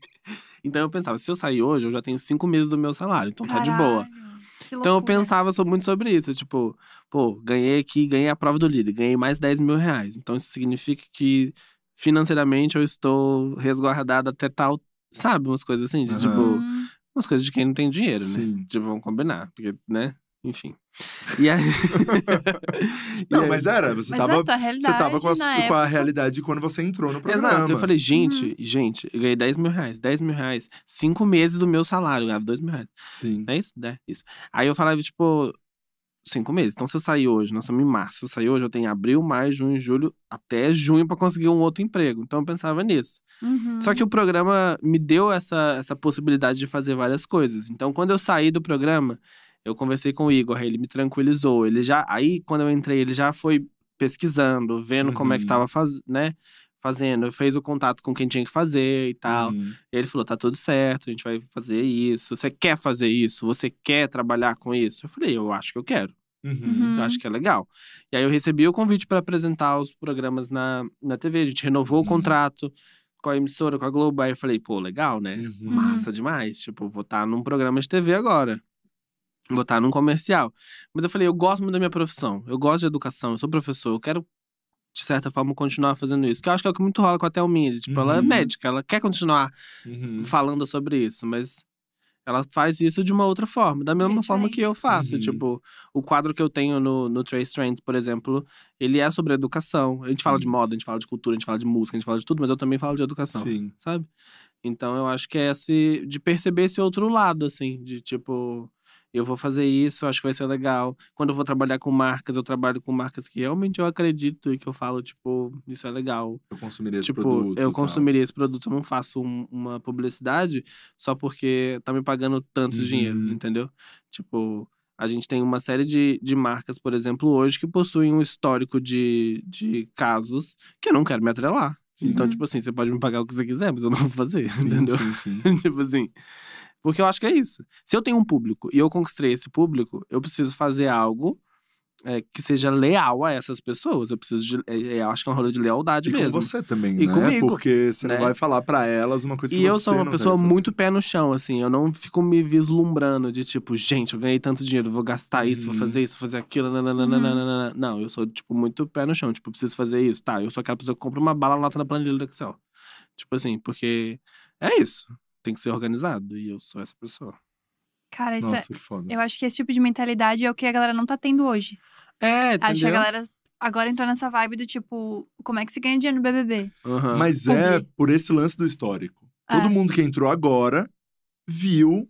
S3: Então eu pensava, se eu sair hoje, eu já tenho cinco meses do meu salário, então tá de boa.
S1: Caralho, que
S3: Então eu
S1: loucura.
S3: pensava so- muito sobre isso, tipo, pô, ganhei aqui, ganhei a prova do líder, ganhei mais 10 mil reais. Então isso significa que financeiramente eu estou resguardado até tal, sabe? Umas coisas assim, de
S2: Aham.
S3: tipo,
S1: Uhum.
S3: umas coisas de quem não tem dinheiro, né?
S2: Sim.
S3: Tipo, vamos combinar, porque, né? Enfim. E aí. E
S2: Não,
S3: aí-
S2: mas era, você
S1: Mas
S2: tava,
S1: é a tua
S2: você
S1: realidade.
S2: tava com a, su-
S1: na
S2: com a
S1: época.
S2: realidade de quando você entrou no programa.
S3: Exato, eu falei, gente, gente, eu ganhei 10 mil reais, 10 mil reais, 5 meses do meu salário, eu ganhava 2 mil reais.
S2: Sim.
S3: É isso? É isso. Aí eu falava, tipo, cinco meses. Então, se eu sair hoje, nós estamos em março. Se eu sair hoje, eu tenho abril, maio, junho, julho, até junho pra conseguir um outro emprego. Então, eu pensava nisso. Só
S1: Uhum.
S3: que o programa me deu essa, essa possibilidade de fazer várias coisas. Então, quando eu saí do programa, eu conversei com o Igor, aí ele me tranquilizou. Ele já, aí, quando eu entrei, ele já foi pesquisando, vendo como é que
S2: Uhum.
S3: tava faz, né, fazendo. Fez o contato com quem tinha que fazer e tal.
S2: Hum.
S3: Ele falou: tá tudo certo, a gente vai fazer isso. Você quer fazer isso? Você quer trabalhar com isso? Eu falei: eu acho que eu quero.
S2: Uhum.
S3: Eu
S1: Uhum.
S3: acho que é legal. E aí eu recebi o convite para apresentar os programas na, na TV. A gente renovou
S2: Uhum.
S3: o contrato com a emissora, com a Globo. Aí eu falei: pô, legal, né?
S2: Uhum.
S1: Uhum.
S3: Massa demais. Tipo, vou estar num programa de TV agora. Vou estar num comercial. Mas eu falei: eu gosto muito da minha profissão. Eu gosto de educação. Eu sou professor. Eu quero. De certa forma, continuar fazendo isso. Que eu acho que é o que muito rola com a Thelminha. Tipo, ela é
S2: Uhum.
S3: médica, ela quer continuar
S2: Uhum.
S3: falando sobre isso, mas ela faz isso de uma outra forma, da mesma
S1: Bem
S3: forma que eu faço.
S2: Uhum.
S3: Tipo, o quadro que eu tenho no, no Trace Trends, por exemplo, ele é sobre educação. A gente fala de
S2: Sim.
S3: moda, a gente fala de cultura, a gente fala de música, a gente fala de tudo, mas eu também falo de educação,
S2: Sim.
S3: sabe? Então eu acho que é esse, de perceber esse outro lado, assim, de tipo. Eu vou fazer isso, acho que vai ser legal. Quando eu vou trabalhar com marcas, eu trabalho com marcas que realmente eu acredito e que eu falo, tipo, isso é legal
S2: Eu consumiria esse
S3: tipo,
S2: produto. e tal.
S3: eu consumiria esse produto, eu não faço um- uma publicidade só porque tá me pagando tantos
S2: Uhum.
S3: dinheiros, entendeu? Tipo, a gente tem uma série de, de marcas, por exemplo, hoje, que possuem um histórico de, de casos que eu não quero me atrelar.
S2: Sim.
S3: Então,
S1: Uhum.
S3: tipo assim, você pode me pagar o que você quiser, mas eu não vou fazer,
S2: Sim,
S3: entendeu?
S2: sim, sim.
S3: tipo assim. Porque eu acho que é isso. Se eu tenho um público e eu conquistei esse público, eu preciso fazer algo é, que seja leal a essas pessoas. Eu preciso de. é, é, eu acho que é um rolê de lealdade
S2: E com
S3: mesmo.
S2: você também,
S3: E
S2: né?
S3: comigo,
S2: Porque você
S3: né?
S2: não vai falar pra elas uma coisa que
S3: E eu
S2: você
S3: sou uma
S2: não né? quer
S3: pessoa
S2: fazer.
S3: muito pé no chão, assim. Eu não fico me vislumbrando de tipo, gente, eu ganhei tanto dinheiro, vou gastar isso, vou
S2: Uhum.
S3: fazer isso, vou fazer aquilo.
S1: Uhum.
S3: nananana. Não, eu sou, tipo, muito pé no chão. Tipo, preciso fazer isso. Tá, eu sou aquela pessoa que compra uma bala nota na planilha do Excel. Tipo assim, porque é isso. Tem que ser organizado. E eu sou essa pessoa.
S1: Cara, isso é.
S2: Nossa, que foda.
S1: Eu acho que esse tipo de mentalidade é o que a galera não tá tendo hoje.
S3: É,
S1: Acho que a
S3: entendeu?
S1: galera agora entrou nessa vibe do tipo, como é que se ganha dinheiro no BBB?
S3: Aham.
S2: Mas é
S1: Publi.
S2: por esse lance do histórico.
S1: É.
S2: Todo mundo que entrou agora viu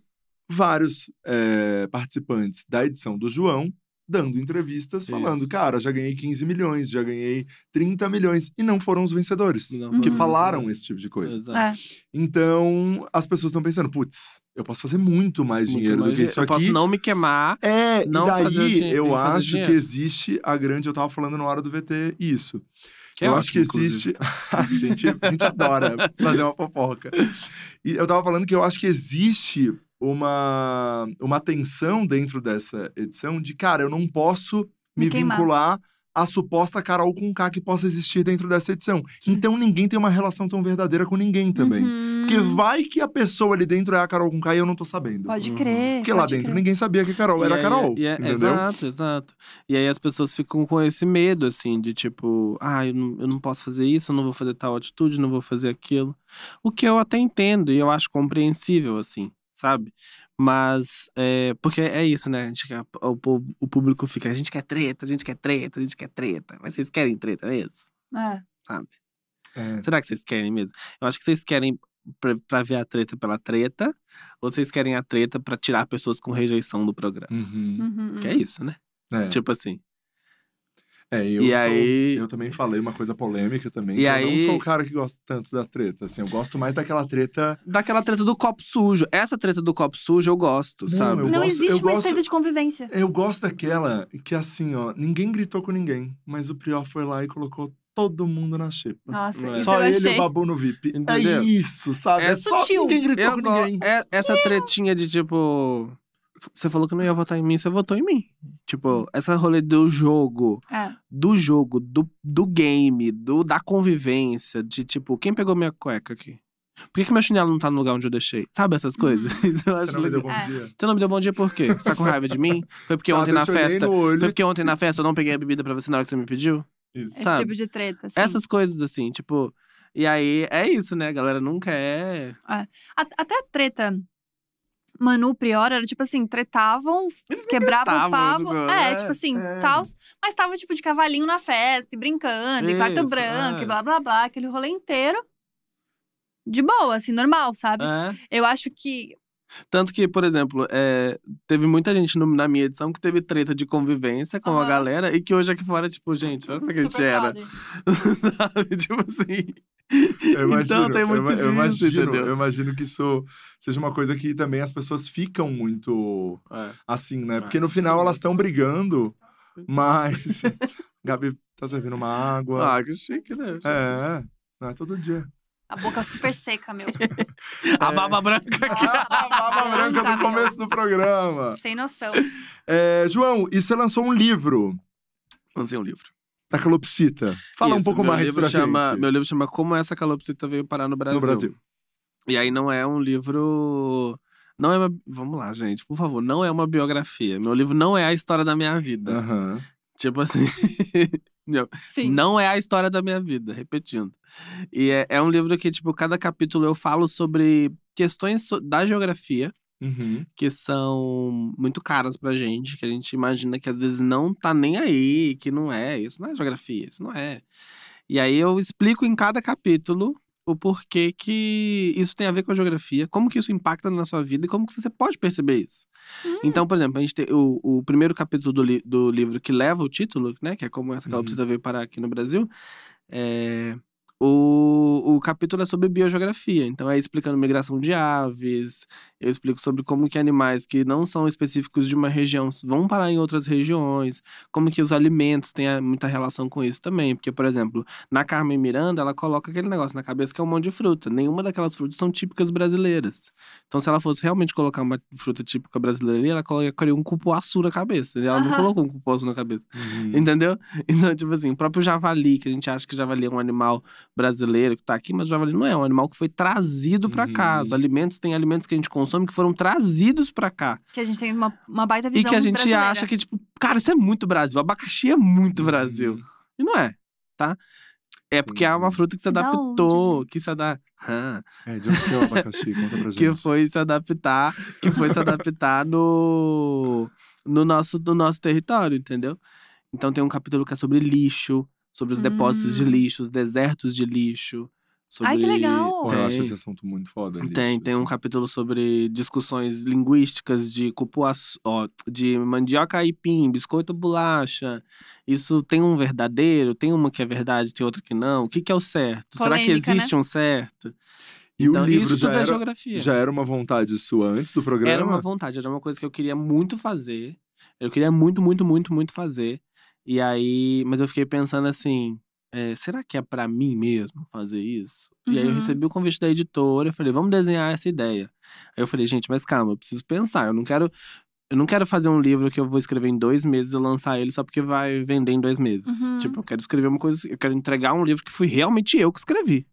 S2: vários é, participantes da edição do João dando entrevistas
S3: Isso.
S2: falando, cara, já ganhei 15 milhões, já ganhei 30 milhões. E não foram os vencedores.
S3: Não,
S1: Uhum.
S2: Que
S3: não,
S2: falaram
S3: não.
S2: esse tipo de coisa.
S3: Exato.
S1: É.
S2: Então, as pessoas estão pensando, putz, eu posso fazer muito mais
S3: Muito
S2: dinheiro
S3: mais
S2: do que isso
S3: Eu
S2: aqui.
S3: posso não me queimar.
S2: É,
S3: não
S2: e
S3: fazer o
S2: daí
S3: dinhe- e
S2: eu
S3: fazer
S2: acho
S3: dinheiro.
S2: que existe a grande. Eu tava falando na hora do VT isso.
S3: Que é
S2: eu acho que
S3: ótimo, inclusive.
S2: existe. a, gente, a gente adora fazer uma fofoca. E eu tava falando que eu acho que existe uma, uma tensão dentro dessa edição de, cara, eu não posso
S1: Me
S2: me,
S1: queimar.
S2: vincular à suposta Carol com K que possa existir dentro dessa edição. Então ninguém tem uma relação tão verdadeira com ninguém também.
S1: Uhum.
S2: Porque vai que a pessoa ali dentro é a Carol com K e eu não tô sabendo.
S1: Pode
S3: Uhum.
S1: crer.
S2: Porque lá
S1: pode
S2: dentro
S1: crer.
S2: ninguém sabia que a Carol
S3: E
S2: era a
S3: aí-
S2: Carol.
S3: e é-
S2: entendeu?
S3: exato, exato. E aí as pessoas ficam com esse medo, assim, de tipo, ah, eu não, eu não posso fazer isso, eu não vou fazer tal atitude, não vou fazer aquilo. O que eu até entendo e eu acho compreensível, assim, sabe? Mas, é, porque é isso, né? A gente quer- o, po- o público fica, a gente quer treta, a gente quer treta, a gente quer treta. Mas vocês querem treta mesmo,
S1: É.
S3: sabe?
S2: É.
S3: Será que vocês querem mesmo? Eu acho que vocês querem pra, pra ver a treta pela treta, ou vocês querem a treta pra tirar pessoas com rejeição do programa?
S2: Uhum.
S1: Uhum,
S3: Que é
S1: uhum.
S3: isso, né?
S2: É.
S3: Tipo assim.
S2: É, eu
S3: E
S2: sou-
S3: aí-
S2: Eu também falei uma coisa polêmica também.
S3: E
S2: que Eu
S3: aí-
S2: não sou o cara que gosta tanto da treta, assim. Eu gosto mais daquela treta...
S3: daquela treta do copo sujo. Essa treta do copo sujo eu gosto,
S2: Não,
S3: sabe?
S2: eu
S1: Não
S2: gosto-
S1: existe
S2: eu
S1: mais
S2: gosto-
S1: treta de convivência.
S2: Eu gosto daquela que, assim, ó... Ninguém gritou com ninguém, mas o Prior foi lá e colocou todo mundo na xepa.
S1: Nossa,
S3: Não é.
S1: isso
S2: Só
S1: eu
S2: ele
S1: achei.
S2: e o Babu no VIP.
S3: Entendeu?
S2: É isso, sabe?
S3: É
S2: É, só
S1: sutil.
S2: ninguém gritou
S3: Eu
S2: com
S3: go-
S2: ninguém.
S3: é- essa tretinha de tipo. f- Você falou que não ia votar em mim, você votou em mim. Tipo, essa rolê do jogo,
S1: É.
S3: do jogo, do, do game, do, da convivência, de tipo, quem pegou minha cueca aqui? Por que, que meu chinelo não tá no lugar onde eu deixei? Sabe essas coisas? Isso eu
S2: Você
S3: acho
S2: não me
S3: legal.
S2: deu bom
S1: É.
S2: dia.
S3: Você não me deu bom dia por quê? Você tá com raiva de mim? Foi porque
S2: Sabe,
S3: ontem
S2: eu
S3: na
S2: te olhei
S3: festa.
S2: no
S3: Foi
S2: olho.
S3: porque ontem na festa eu não peguei a bebida pra você na hora que você me pediu?
S2: Isso.
S1: Esse
S3: Sabe?
S1: tipo de treta, assim.
S3: Essas coisas assim, tipo. E aí é isso, né? A galera nunca é.
S1: A- até a treta Manu Prior era tipo assim, tretavam, quebravam o
S3: tretavam,
S1: pavo.
S3: Dudu,
S1: É,
S3: é,
S1: tipo assim,
S2: é.
S1: tal. Mas tava tipo de cavalinho na festa, e brincando, e quarto
S3: Isso,
S1: branco,
S3: é.
S1: e blá blá blá, aquele rolê inteiro. De boa, assim, normal, sabe?
S3: é.
S1: Eu acho que
S3: Tanto que, por exemplo, é, teve muita gente no- na minha edição que teve treta de convivência com a
S1: Aham.
S3: galera e que hoje aqui fora, tipo, gente, olha como é que a gente
S1: Super
S3: era.
S1: brother.
S3: Sabe? Tipo assim.
S2: Eu imagino,
S3: então tem muito
S2: eu, ima-
S3: disso,
S2: eu imagino,
S3: entendeu?
S2: eu imagino que isso seja uma coisa que também as pessoas ficam muito
S3: É.
S2: assim, né?
S3: Ah,
S2: Porque no final elas estão brigando, mas. Gabi, tá servindo uma água.
S3: Ah, que chique, né?
S2: é, não é todo dia.
S1: A boca super seca, meu.
S3: A baba branca aqui.
S2: Ah, a baba branca do começo do programa.
S1: Sem noção.
S2: É, João, e você lançou um livro
S3: Lancei um livro.
S2: da calopsita. Fala um
S3: Isso,
S2: pouco
S3: meu
S2: mais
S3: livro
S2: pra
S3: chama,
S2: gente.
S3: Meu livro chama Como Essa Calopsita Veio Parar no Brasil.
S2: No Brasil.
S3: E aí não é um livro... Não é uma... Vamos lá, gente. Por favor, não é uma biografia. Meu livro não é a história da minha vida.
S2: Aham.
S3: Tipo assim...
S1: Sim.
S3: Não é a história da minha vida, repetindo. E é, é um livro que, tipo, cada capítulo eu falo sobre questões so- da geografia
S2: Uhum.
S3: que são muito caras pra gente, que a gente imagina que às vezes não tá nem aí, que não é, isso não é geografia, isso não é. E aí eu explico em cada capítulo o porquê que isso tem a ver com a geografia, como que isso impacta na sua vida e como que você pode perceber isso. Então, por exemplo, a gente tem o, o primeiro capítulo do, li- do livro que leva o título, né, que é como essa
S2: Uhum.
S3: calopsita veio parar aqui no Brasil, é, o, o capítulo é sobre biogeografia, então é explicando migração de aves, eu explico sobre como que animais que não são específicos de uma região vão parar em outras regiões, como que os alimentos têm ah, muita relação com isso também, porque, por exemplo, na Carmen Miranda, ela coloca aquele negócio na cabeça que é um monte de fruta, nenhuma daquelas frutas são típicas brasileiras. Então, se ela fosse realmente colocar uma fruta típica brasileira ali, ela colocaria um cupuaçu na cabeça, e ela não
S1: Aham.
S3: colocou um cupuaçu na cabeça.
S2: Uhum.
S3: Entendeu? Então, tipo assim, o próprio javali, que a gente acha que o javali é um animal brasileiro que tá aqui, mas o javali não é, é um animal que foi trazido pra cá.
S2: Uhum.
S3: Os alimentos, tem alimentos que a gente consome que foram trazidos pra cá.
S1: Que a gente tem uma, uma baita visão
S3: e que a gente
S1: brasileira.
S3: acha que, tipo, cara, isso é muito Brasil. Abacaxi é
S2: Uhum.
S3: muito Brasil. E não é, tá? É porque é uma
S2: Entendi.
S3: fruta que se
S1: Da
S3: adaptou,
S1: onde,
S3: que se adaptou.
S2: É, de onde que é o abacaxi? Conta pra gente.
S3: que foi se adaptar, que foi se adaptar no, no, nosso, no nosso território, entendeu? Então tem um capítulo que é sobre lixo, sobre os depósitos de
S1: Hum.
S3: lixo, os desertos de lixo. Sobre...
S1: Ai, que legal!
S2: Pô,
S3: Tem,
S2: eu acho esse assunto muito foda. lixo,
S3: tem, tem um
S2: assim.
S3: capítulo sobre discussões linguísticas de cupuaçu, ó, de mandioca aipim, biscoito bolacha. Isso tem um verdadeiro, tem uma que é verdade, tem outra que não. O que, que é o certo? Será que
S1: Polêmica, né?
S3: existe um certo?
S2: E o livro
S3: isso
S2: já
S3: tudo é
S2: era,
S3: geografia.
S2: já era uma vontade sua antes do programa?
S3: Era uma vontade, era uma coisa que eu queria muito fazer. Eu queria muito, muito, muito, muito fazer. E aí, mas eu fiquei pensando assim, é, será que é pra mim mesmo fazer isso? E aí eu
S1: Uhum.
S3: recebi o convite da editora, eu falei, vamos desenhar essa ideia. Aí eu falei, gente, mas calma, eu preciso pensar, eu não quero eu não quero fazer um livro que eu vou escrever em dois meses e lançar ele só porque vai vender em dois meses.
S1: Uhum.
S3: Tipo, eu quero escrever uma coisa, eu quero entregar um livro que fui realmente eu que escrevi.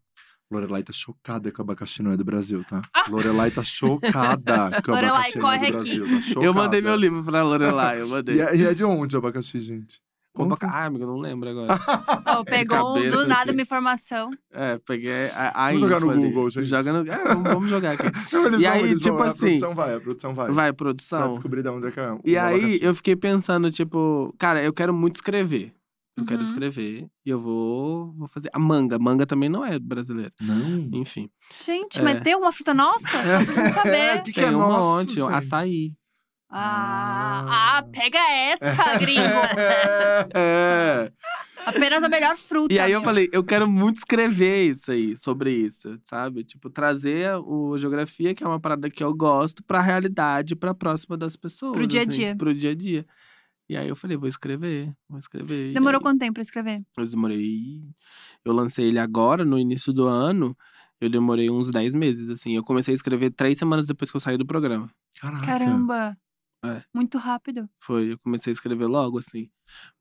S2: Lorelai tá chocada que o abacaxi não é do Brasil, tá? Lorelai tá chocada que o
S1: Ah! Lorelai,
S2: abacaxi não é do
S1: corre
S2: Brasil.
S1: aqui.
S2: Tá chocada.
S3: Eu mandei meu livro pra Lorelai, eu mandei.
S2: E é, e é de onde o abacaxi, gente?
S3: Pô,
S2: Conta.
S3: Ah, amigo, eu não lembro agora.
S1: Ó, pegou um
S3: cabeça,
S1: do nada
S3: assim.
S1: uma informação.
S3: É, peguei a, a
S2: Vamos jogar no
S3: info ali.
S2: Google, gente.
S3: Joga no... É, vamos- vamos jogar aqui.
S2: Não, eles
S3: E
S2: vão,
S3: aí,
S2: eles vão. é
S3: tipo
S2: A
S3: assim,
S2: produção vai, a produção vai.
S3: Vai,
S2: Pra
S3: produção.
S2: descobrir de onde é que é o
S3: E aí,
S2: abacaxi.
S3: eu fiquei pensando, tipo... Cara, eu quero muito escrever. Eu quero
S1: Uhum.
S3: escrever e eu vou, vou fazer... A manga. Manga também não é brasileira.
S2: Não.
S3: Enfim.
S1: Gente,
S3: É.
S1: mas tem uma fruta nossa? Só pra gente
S2: É, o
S1: saber.
S2: que, que
S3: Tem
S2: é
S3: um
S2: nosso,
S3: monte.
S2: gente?
S3: Açaí.
S1: Ah, ah, pega essa, gringo.
S2: É, é.
S1: Apenas a melhor fruta.
S3: E aí, eu
S1: meu.
S3: falei, eu quero muito escrever isso aí, sobre isso, sabe? Tipo, trazer o geografia, que é uma parada que eu gosto, pra realidade, pra próxima das pessoas.
S1: Pro dia a
S3: assim,
S1: dia.
S3: pro dia a dia. E aí, eu falei, vou escrever, vou escrever. E
S1: Demorou
S3: aí-
S1: quanto tempo pra escrever?
S3: Eu demorei. Eu lancei ele agora, no início do ano. Eu demorei uns 10 meses, assim. Eu comecei a escrever três semanas depois que eu saí do programa.
S2: Caraca.
S1: Caramba.
S3: É.
S1: Muito rápido.
S3: Foi, eu comecei a escrever logo, assim.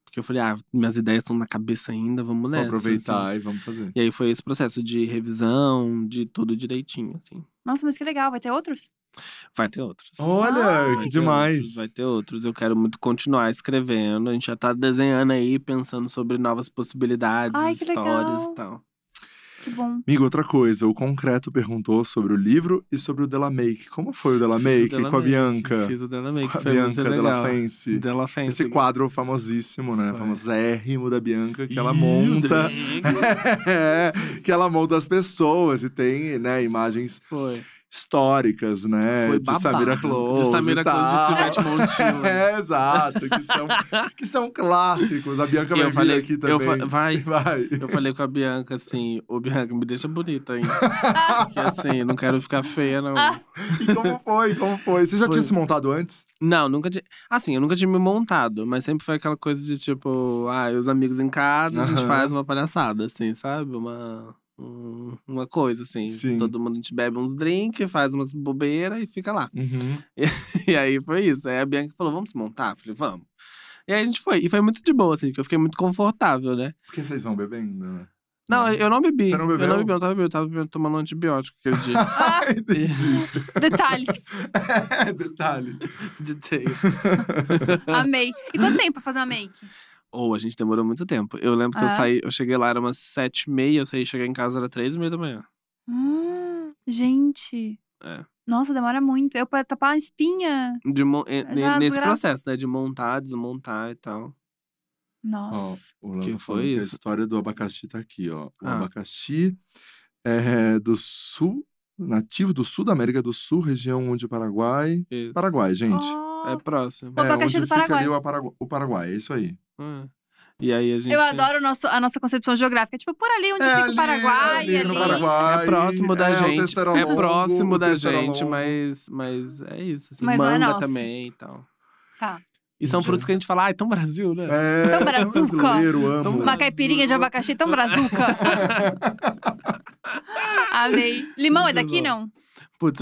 S3: Porque eu falei, ah, minhas ideias estão na cabeça ainda, vamos
S2: Vou
S3: nessa. assim.
S2: aproveitar e vamos fazer.
S3: E aí foi esse processo de revisão, de tudo direitinho, assim.
S1: Nossa, mas que legal. Vai ter outros?
S3: Vai ter outros.
S2: Olha,
S3: Vai
S2: que
S3: ter
S2: demais.
S3: outros, vai ter outros. Eu quero muito continuar escrevendo. A gente já tá desenhando aí, pensando sobre novas possibilidades,
S1: Ai, que
S3: histórias
S1: legal.
S3: e tal.
S1: Que bom.
S2: Amigo, outra coisa, o Concreto perguntou sobre o livro e sobre o Della Make. Como foi o Della
S3: Fiz o
S2: Make
S3: Della
S2: com a
S3: Make,
S2: Bianca?
S3: Fiz o Della Make,
S2: Com a
S3: foi muito
S2: Bianca Della
S3: legal.
S2: Fence.
S3: Della Fence.
S2: Esse quadro famosíssimo, né?
S3: Foi.
S2: Famosérrimo da Bianca, que ela
S3: Ih, o
S2: monta.
S3: drag.
S2: que ela monta as pessoas e tem, né, imagens
S3: Foi.
S2: históricas, né?
S3: Foi
S2: de
S3: babado.
S2: Samira Close.
S3: De Samira
S2: e
S3: Close, de
S2: tal.
S3: Silvete Montilo.
S2: É, exato, que são, que são clássicos. A Bianca vai
S3: eu
S2: vir
S3: falei,
S2: aqui
S3: eu
S2: também.
S3: fa- vai.
S2: Vai.
S3: Eu falei com a Bianca assim, ô Bianca, me deixa bonita, hein? Porque assim, não quero ficar feia, não.
S1: Ah.
S2: E como foi? Como foi? Você já
S3: Foi.
S2: tinha se montado antes?
S3: Não, nunca tinha. Assim, eu nunca tinha me montado, mas sempre foi aquela coisa de tipo, ah, os amigos em casa, a gente
S2: Aham.
S3: faz uma palhaçada, assim, sabe? Uma. um- Uma coisa, assim.
S2: Sim.
S3: Todo mundo a gente bebe uns drinks, faz umas bobeiras e fica lá.
S2: Uhum.
S3: E aí foi isso. Aí a Bianca falou: vamos se montar? Eu falei, vamos. E aí a gente foi. E foi muito de boa, assim, porque eu fiquei muito confortável, né?
S2: Porque vocês vão bebendo, né?
S3: Não, eu não bebi.
S2: Você não
S3: Eu
S2: bebeu?
S3: não bebi, eu tava bebendo, eu tava bebendo, tomando um antibiótico aquele dia.
S1: Ah,
S3: E-
S1: detalhes.
S2: É, detalhe.
S3: de ter.
S1: Amei. E quanto tempo pra fazer uma make?
S3: Ou a gente demorou muito tempo. Eu lembro que eu
S1: Ah.
S3: saí, eu cheguei lá, era umas sete e meia, eu saí, cheguei em casa, era três e meia da manhã.
S1: Hum, gente.
S3: É.
S1: Nossa, demora muito. Eu pra tapar a espinha.
S3: De mon- e-
S1: Já
S3: ne-
S1: as
S3: nesse
S1: graças.
S3: processo, né? De montar, desmontar e tal.
S2: Ó,
S1: Nossa.
S2: o Lando
S3: Que
S2: tá
S3: foi
S2: falando que a
S3: isso?
S2: história do abacaxi tá aqui, ó. O
S3: Ah.
S2: abacaxi é do sul, nativo do sul da América do Sul, região onde o Paraguai.
S3: E
S2: Paraguai, gente.
S1: Ó,
S3: É próximo.
S1: O abacaxi é do
S2: onde fica ali
S1: Paraguai.
S2: o Aparagu- o Paraguai, é isso aí.
S3: Ah. E aí a gente.
S1: Eu adoro o nosso, a nossa concepção geográfica. Tipo, por ali onde
S2: É
S1: fica
S2: ali,
S1: o Paraguai,
S2: é
S1: ali.
S2: no Paraguai,
S3: É próximo da
S2: é o
S3: gente.
S2: Testeira
S3: É
S2: Longo,
S3: próximo
S2: o
S3: da
S2: Testeira
S3: gente,
S2: Longo.
S3: mas, mas é isso. Assim,
S1: Mas não
S3: manga
S1: é nosso.
S3: também e tal.
S1: Tá.
S3: E são
S2: Entendi.
S3: frutos que a gente fala, ah, é tão Brasil,
S1: Então,
S3: né?
S2: É,
S1: Tão brazuca.
S2: brasileiro, amo.
S1: Uma caipirinha de abacaxi tão brazuca. Amei. Limão é
S3: Muito
S1: daqui,
S3: bom.
S1: não?
S3: Putz,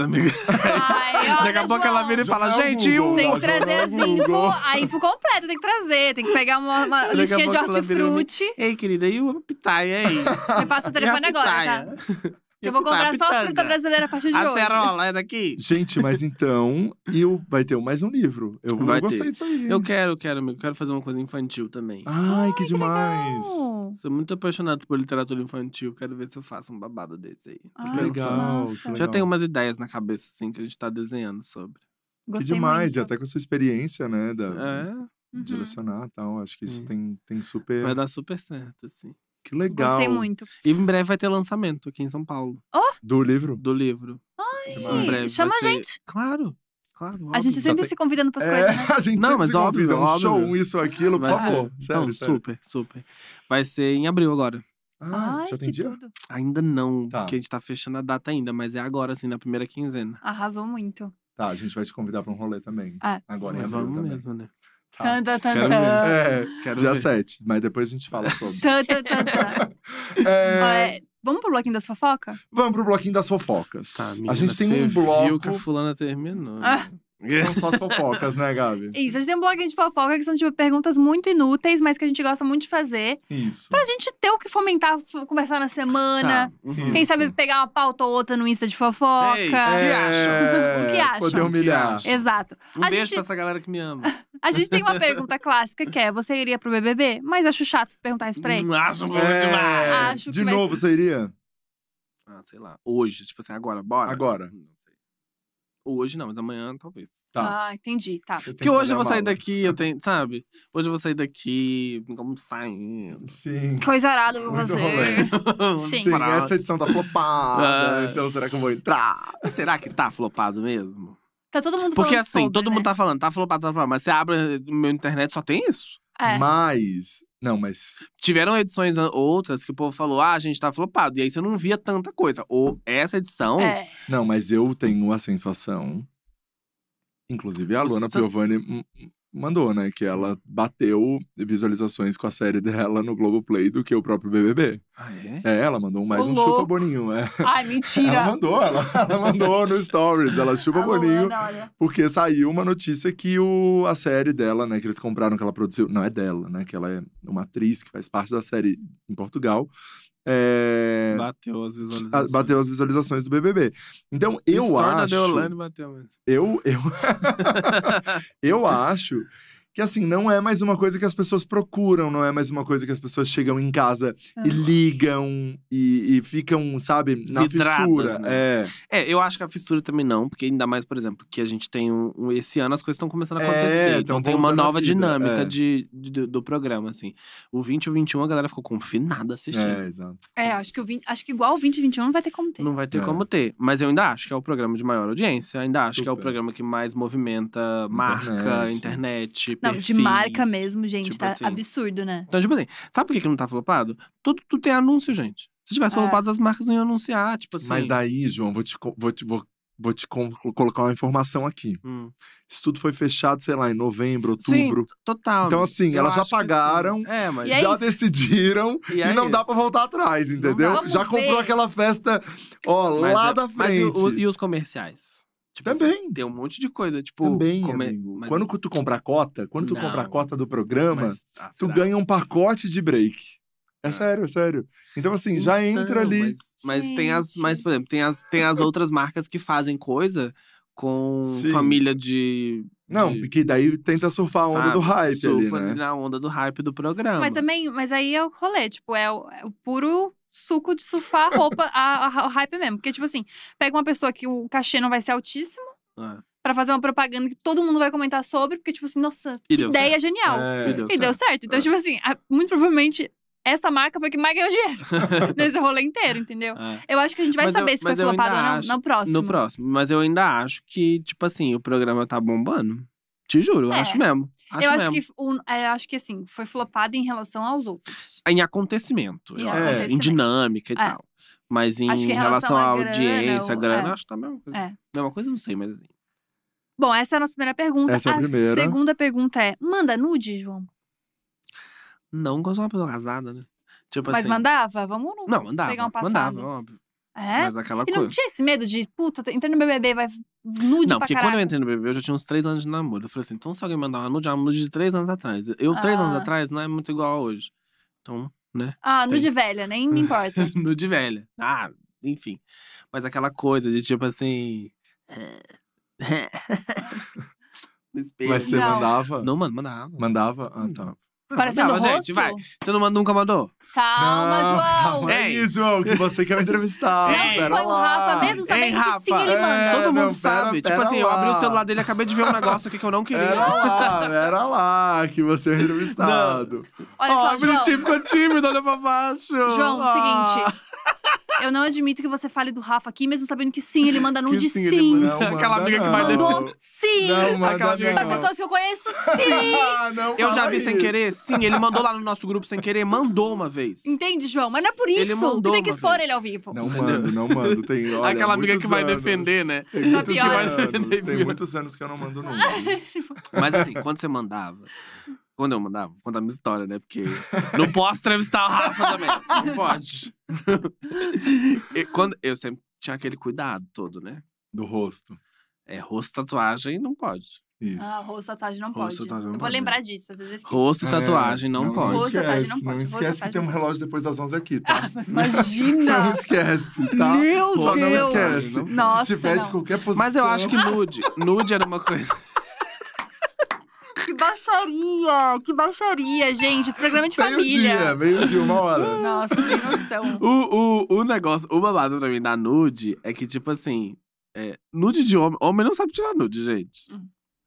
S3: amiga.
S1: Ai, olha,
S3: Daqui a pouco ela
S1: João.
S3: vira e fala,
S2: Joga o
S3: gente, e
S2: Google.
S3: o né?
S1: Tem que
S2: Nossa,
S1: trazer as
S2: joga no
S1: info,
S2: Google.
S1: a info completa, tem que trazer. Tem que pegar uma, uma
S3: Daqui a
S1: listinha de
S3: pouco ela vira um-
S1: hortifruti.
S3: Ei, querida, e o pitaia aí?
S1: Me passa o telefone agora, tá? Eu
S3: Ah,
S1: vou comprar só a fruta brasileira a partir de
S3: A
S1: hoje.
S3: cerola é daqui?
S2: Gente, mas então, eu, vai ter mais um livro. Eu, eu
S3: Vai
S2: gostei
S3: ter.
S2: disso
S1: Hum.
S2: aí.
S3: Eu quero, eu quero, amigo. Quero fazer uma coisa infantil também.
S1: Ah.
S2: Ai, que demais.
S1: Não.
S3: Sou muito apaixonado por literatura infantil. Quero ver se eu faço um babado desse aí. Tô
S1: Ah,
S3: pensando.
S2: legal,
S1: nossa.
S2: que legal.
S3: Já tenho umas ideias na cabeça, assim, que a gente tá desenhando sobre.
S2: Que
S1: Gostei
S2: demais, e
S1: muito.
S2: até com a sua experiência, né, da,
S3: É,
S1: Uhum.
S2: de lecionar e tal, acho que isso
S3: Sim.
S2: tem, tem super...
S3: vai dar super certo, assim.
S2: Que legal.
S1: Gostei muito.
S3: E em breve vai ter lançamento aqui em São Paulo,
S2: Do livro.
S3: do livro.
S2: Demais.
S3: Em breve
S1: chama
S3: vai
S1: a
S3: ser-
S1: gente.
S3: Claro, claro.
S1: A gente
S3: óbvio.
S1: sempre
S2: tem-
S1: se convidando pras
S2: É,
S1: coisas, né?
S2: a gente
S3: Não,
S2: sempre
S3: mas
S2: se
S3: óbvio,
S2: convida, um
S3: óbvio.
S2: show, um isso, aquilo, por
S3: Vai ser.
S1: Ah.
S2: favor. Sério,
S3: Não,
S2: sério.
S3: super, super. Vai ser em abril agora.
S2: Ah,
S1: Ai,
S2: já tem
S1: que
S2: dia?
S1: tudo.
S3: Ainda não,
S2: Tá.
S3: porque a gente tá fechando a data ainda, mas é agora, assim, na primeira quinzena.
S1: Arrasou muito.
S2: Tá, a gente vai te convidar pra um rolê também.
S1: Ah.
S2: Agora em
S3: Mas
S2: abril
S3: vamos
S2: também.
S3: mesmo, né?
S2: Tá.
S1: Tan, tan, tan,
S3: Quero
S1: tan.
S2: É,
S3: Quero
S2: dia
S3: ver.
S2: 7, mas depois a gente fala sobre.
S1: Tan, tan, tan, tan. Ó,
S2: É,
S1: é, Vamos pro bloquinho das fofoca?
S2: Vamos pro bloquinho das fofocas.
S3: Tá,
S2: a
S3: menina,
S2: gente tem
S3: cê
S2: um
S3: Viu
S2: bloco.
S3: que a fulana terminou.
S1: Ah.
S3: né?
S2: São só as fofocas, né, Gabi?
S1: Isso, a gente tem um bloquinho de fofoca que são tipo perguntas muito inúteis, mas que a gente gosta muito de fazer.
S2: Isso.
S1: Pra gente ter o que fomentar, f- conversar na semana.
S3: Tá, uhum.
S1: Quem
S2: isso.
S1: sabe pegar uma pauta ou outra no Insta de fofoca.
S3: Ei,
S2: É,
S3: que acham?
S1: O que acham?
S2: Poder humilhar.
S3: acham?
S1: Exato.
S3: Um
S1: A
S3: beijo
S1: gente-
S3: pra essa galera que me ama.
S1: A gente tem uma pergunta clássica que é: você iria pro BBB? Mas acho chato perguntar isso pra ele.
S3: Não acho Hum, bom
S2: É,
S3: demais.
S1: Acho
S2: de
S1: que vai
S2: novo,
S1: ser-
S2: você iria?
S3: Ah, sei lá. Hoje, tipo assim, agora, bora.
S2: Agora.
S3: Não sei. Hoje não, mas amanhã talvez.
S2: Tá.
S1: Ah, entendi. Tá.
S2: tenho
S3: Porque hoje
S2: fazer
S3: eu vou
S2: a
S3: sair
S2: mala.
S3: daqui, eu tenho, sabe? Hoje eu vou sair daqui, como saindo.
S2: Sim.
S1: Coisa arada pra
S2: Muito
S1: você.
S2: rolê.
S1: Sim.
S2: Sim,
S3: Pra-
S2: essa edição tá flopada.
S3: Ah.
S2: Então será que eu vou entrar?
S3: Será que tá flopado mesmo?
S1: Tá todo mundo
S3: Porque
S1: falando
S3: assim,
S1: sobre,
S3: todo
S1: né?
S3: mundo tá falando, tá flopado, tá flopado. Mas você abre o meu internet, só tem isso.
S2: tá
S1: É.
S2: Mas. Não, mas.
S3: Tiveram edições an- outras que o povo falou, ah, a gente tá flopado. E aí você não via tanta coisa. Ou essa edição.
S1: É.
S2: Não, mas eu tenho a sensação. Inclusive a Luana
S3: Você-
S2: Piovani hum, hum, mandou, né? Que ela bateu visualizações com a série dela no Globoplay do que o próprio BBB.
S3: Ah, é?
S2: É, ela mandou mais
S1: Ô,
S2: um chupa
S1: louco.
S2: boninho. É.
S1: Ai,
S2: Ela
S1: mentira.
S2: mandou, ela, ela mandou no Stories, ela chupa
S1: A
S2: boninho.
S1: Luana, olha.
S2: Porque saiu uma notícia que o, a série dela, né, que eles compraram, que ela produziu. Não é dela, né? Que ela é uma atriz que faz parte da série em Portugal. É,
S3: Bateu as
S2: a-
S3: visualizações.
S2: Ah, bateu as visualizações do BBB. Então, eu
S3: Story da
S2: acho.
S3: Deolane bateu mesmo.
S2: Eu, eu, eu acho que assim, não é mais uma coisa que as pessoas procuram, não é mais uma coisa que as pessoas chegam em casa
S1: É.
S2: e ligam e, e ficam, sabe, na
S3: Vidradas,
S2: fissura.
S3: né?
S2: É.
S3: É, eu acho que a fissura também não, porque ainda mais, por exemplo, que a gente tem um. um- esse ano as coisas estão começando a
S2: É,
S3: acontecer.
S2: tão
S3: então tem uma
S2: voltando à
S3: nova
S2: vida,
S3: dinâmica
S2: é.
S3: de, de- do- do programa, assim. O 20 e o 21, a galera ficou confinada assistindo.
S2: É, exato.
S1: É, acho que, o 20, acho que igual o 2021 não vai ter como ter.
S3: Não vai ter
S2: É.
S3: como ter. Mas eu ainda acho que é o programa de maior audiência. Ainda acho que é o
S2: Super.
S3: programa que mais movimenta marca, internet,
S1: Não, de
S3: perfis.
S1: marca mesmo, gente.
S3: tipo
S1: tá
S3: assim.
S1: absurdo, né?
S3: Então, tipo assim, sabe por que, que não tá flopado? Tudo, tudo tem anúncio, gente. Se tivesse
S1: É.
S3: flopado, as marcas não iam anunciar, tipo assim.
S2: Mas daí, João, vou te, co- vou te, vou, vou te con- colocar uma informação aqui.
S3: Hum.
S2: Isso tudo foi fechado, sei lá, em novembro,
S3: Sim,
S2: outubro.
S3: Total.
S2: Então, assim,
S3: Eu
S2: elas já
S3: acho que sim.
S2: pagaram,
S3: É, mas.
S1: E é
S2: já
S1: isso.
S2: decidiram
S3: e
S2: e,
S3: é
S2: não dá
S3: isso.
S2: pra voltar atrás,
S3: dá.
S2: entendeu?
S1: Vamos
S2: já comprou
S1: ver.
S2: aquela festa, ó,
S3: Mas
S2: lá
S3: é-
S2: da
S3: mas e
S2: frente.
S3: o- e os comerciais? Tipo,
S2: Também.
S3: assim, tem um monte de coisa, tipo.
S2: Também,
S3: come-
S2: amigo.
S3: mas-
S2: Quando tu compra a cota, quando tu compra a
S3: Não.
S2: cota do programa,
S3: mas- ah,
S2: tu
S3: será?
S2: ganha um pacote de break. É,
S3: É.
S2: sério, é sério. Então, assim, já entra
S3: Então,
S2: ali.
S3: Mas, mas tem as.
S1: Gente.
S3: Mas, por exemplo, tem as, tem as outras marcas que fazem coisa com
S2: Sim.
S3: família de.
S2: Não,
S3: de,
S2: que daí tenta surfar a onda
S3: sabe,
S2: do hype ali,
S3: surfa
S2: né?
S3: na onda do hype do programa.
S1: Mas também, mas aí é o rolê, tipo, é o, é o puro suco de surfar a roupa, a, a- o hype mesmo. Porque, tipo assim, pega uma pessoa que o cachê não vai ser altíssimo
S3: Ah,
S1: pra fazer uma propaganda que todo mundo vai comentar sobre, porque, tipo assim, nossa, que
S3: E deu
S1: ideia genial.
S2: É.
S3: E deu
S1: E deu certo. Então,
S3: É.
S1: tipo assim, a- muito provavelmente essa marca foi a que mais ganhou dinheiro nesse rolê inteiro, entendeu?
S3: É.
S1: Eu acho que a gente vai
S3: Mas eu-
S1: saber se foi
S3: mas eu ainda
S1: flopado ou não
S3: acho-
S1: no próximo.
S3: No próximo. Mas eu ainda acho que, tipo assim, o programa tá bombando. Te juro, eu
S1: É.
S3: acho mesmo. Acho
S1: eu
S3: mesmo.
S1: acho que, o- é, eu acho que assim, foi flopado em relação aos outros.
S3: Em acontecimento, eu
S1: Em
S3: acho. É, Em
S1: acontecimentos.
S3: dinâmica e
S1: É.
S3: tal. Mas em,
S1: Acho que em
S3: relação,
S1: relação
S3: à
S1: à
S3: audiência,
S1: grana,
S3: grana,
S1: é.
S3: eu acho que tá a mesma coisa.
S1: É.
S3: Mesma coisa, eu não sei, mas assim.
S1: Bom, essa é a nossa primeira pergunta.
S2: Essa é a primeira. Tipo
S1: segunda pergunta é: manda nude, João?
S3: Não gosto de uma pessoa casada, né? Tipo
S1: Mas
S3: assim.
S1: mandava? Vamos no.
S3: Não, mandava.
S1: pegar um passado.
S3: mandava, óbvio.
S1: É?
S3: Mas aquela
S1: E não
S3: coisa.
S1: tinha esse medo de, puta, entrei no BBB, vai nude pra
S3: Não, porque
S1: caraca.
S3: quando eu entrei no BBB, eu já tinha uns três anos de namoro. Eu falei assim, então se alguém mandar uma nude, é uma nude de três anos atrás. Eu, três anos
S1: Ah.
S3: atrás, não é muito igual a hoje. Então,
S1: Ah, nude velha, nem me importa.
S3: nude velha. Ah, enfim. Mas aquela coisa de tipo assim. no espelho.
S2: Mas você
S1: Não.
S2: mandava?
S3: Não, mano, mandava.
S2: Mandava? Ah, tá.
S3: Mandava.
S1: Parecendo
S3: mandava,
S1: rosto.
S3: gente, vai. É, Você não manda, nunca mandou?
S1: Calma,
S2: Não,
S1: João.
S2: calma aí,
S3: Ei.
S2: João, que você quer me entrevistar.
S1: Não
S2: pera
S1: expõe o
S2: lá.
S1: Rafa, mesmo
S3: Ei,
S1: sabendo que
S3: Rafa,
S1: sim, ele
S2: é.
S1: manda.
S3: Todo mundo
S2: não, pera-
S3: sabe.
S2: pera
S3: tipo assim, eu abri
S2: lá.
S3: o celular dele e acabei de ver um negócio aqui que eu não queria.
S2: Era
S1: é.
S2: lá, era lá que você é entrevistado.
S1: Olha
S3: Ó,
S2: um
S1: só,
S3: o Bonitinho
S1: João.
S3: ficou tímido, olha pra baixo.
S1: João,
S3: Ah,
S1: seguinte. Eu não admito que você fale do Rafa aqui, mesmo sabendo que sim, ele manda
S3: que
S1: nude
S3: sim,
S1: sim.
S3: ele manda-
S2: Não manda
S3: Aquela amiga que
S2: não.
S3: vai
S1: Mandou
S2: Não.
S1: sim.
S2: Não, manda
S3: Aquela amiga que
S1: Para
S2: não.
S1: pessoas que eu conheço, sim.
S2: Ah, não
S3: Eu já
S2: fala
S3: vi sem
S2: isso. Então,
S3: querer, sim. Ele mandou lá no nosso grupo sem querer, mandou uma vez.
S1: Entende, João? Mas não é por
S3: Ele
S1: isso que
S3: mandou
S1: tem que
S3: uma
S1: expor
S3: vez.
S1: ele ao vivo.
S2: Não
S3: Entendeu?
S2: mando, não mando. Tem, olha,
S3: Aquela amiga
S2: muitos
S3: que vai
S2: anos.
S3: defender, né?
S2: Tem
S1: Só
S2: muitos,
S1: piora.
S2: anos, tem
S3: Defender.
S2: muitos anos que eu não mando nude.
S3: Mas assim, quando você mandava. Quando eu mandava, vou contar a minha história, né? Porque não posso entrevistar o Rafa também. Não pode. E quando, eu sempre tinha aquele cuidado todo, né?
S2: Do rosto.
S3: É rosto, tatuagem, não pode.
S2: Isso.
S1: Ah, rosto tatuagem não
S3: Rosto,
S1: pode.
S3: tatuagem não
S1: eu vou
S3: pode.
S1: lembrar disso, às vezes eu esqueço.
S3: Rosto, tatuagem, não, pode.
S1: Rosto, tatuagem, não
S2: É, esquece,
S1: pode. Rosto,
S2: esquece que tem um
S1: tatuagem, não
S2: relógio depois das 11 aqui, tá?
S1: Ah, mas
S2: Não
S1: imagina!
S2: esquece, tá?
S3: Meu
S2: Só não
S3: Deus.
S2: esquece.
S1: Nossa,
S2: Se tiver de
S1: não.
S2: qualquer posição.
S3: Mas eu acho que nude. Nude era uma coisa.
S1: que baixaria! Que baixaria, gente! Esse programa é de
S2: Meio-dia,
S1: família.
S2: meio-dia, uma hora.
S1: Nossa, sem noção.
S3: O, o, o negócio, o babado pra mim da nude é que, tipo assim, é, nude de homem. Homem não sabe tirar nude, gente.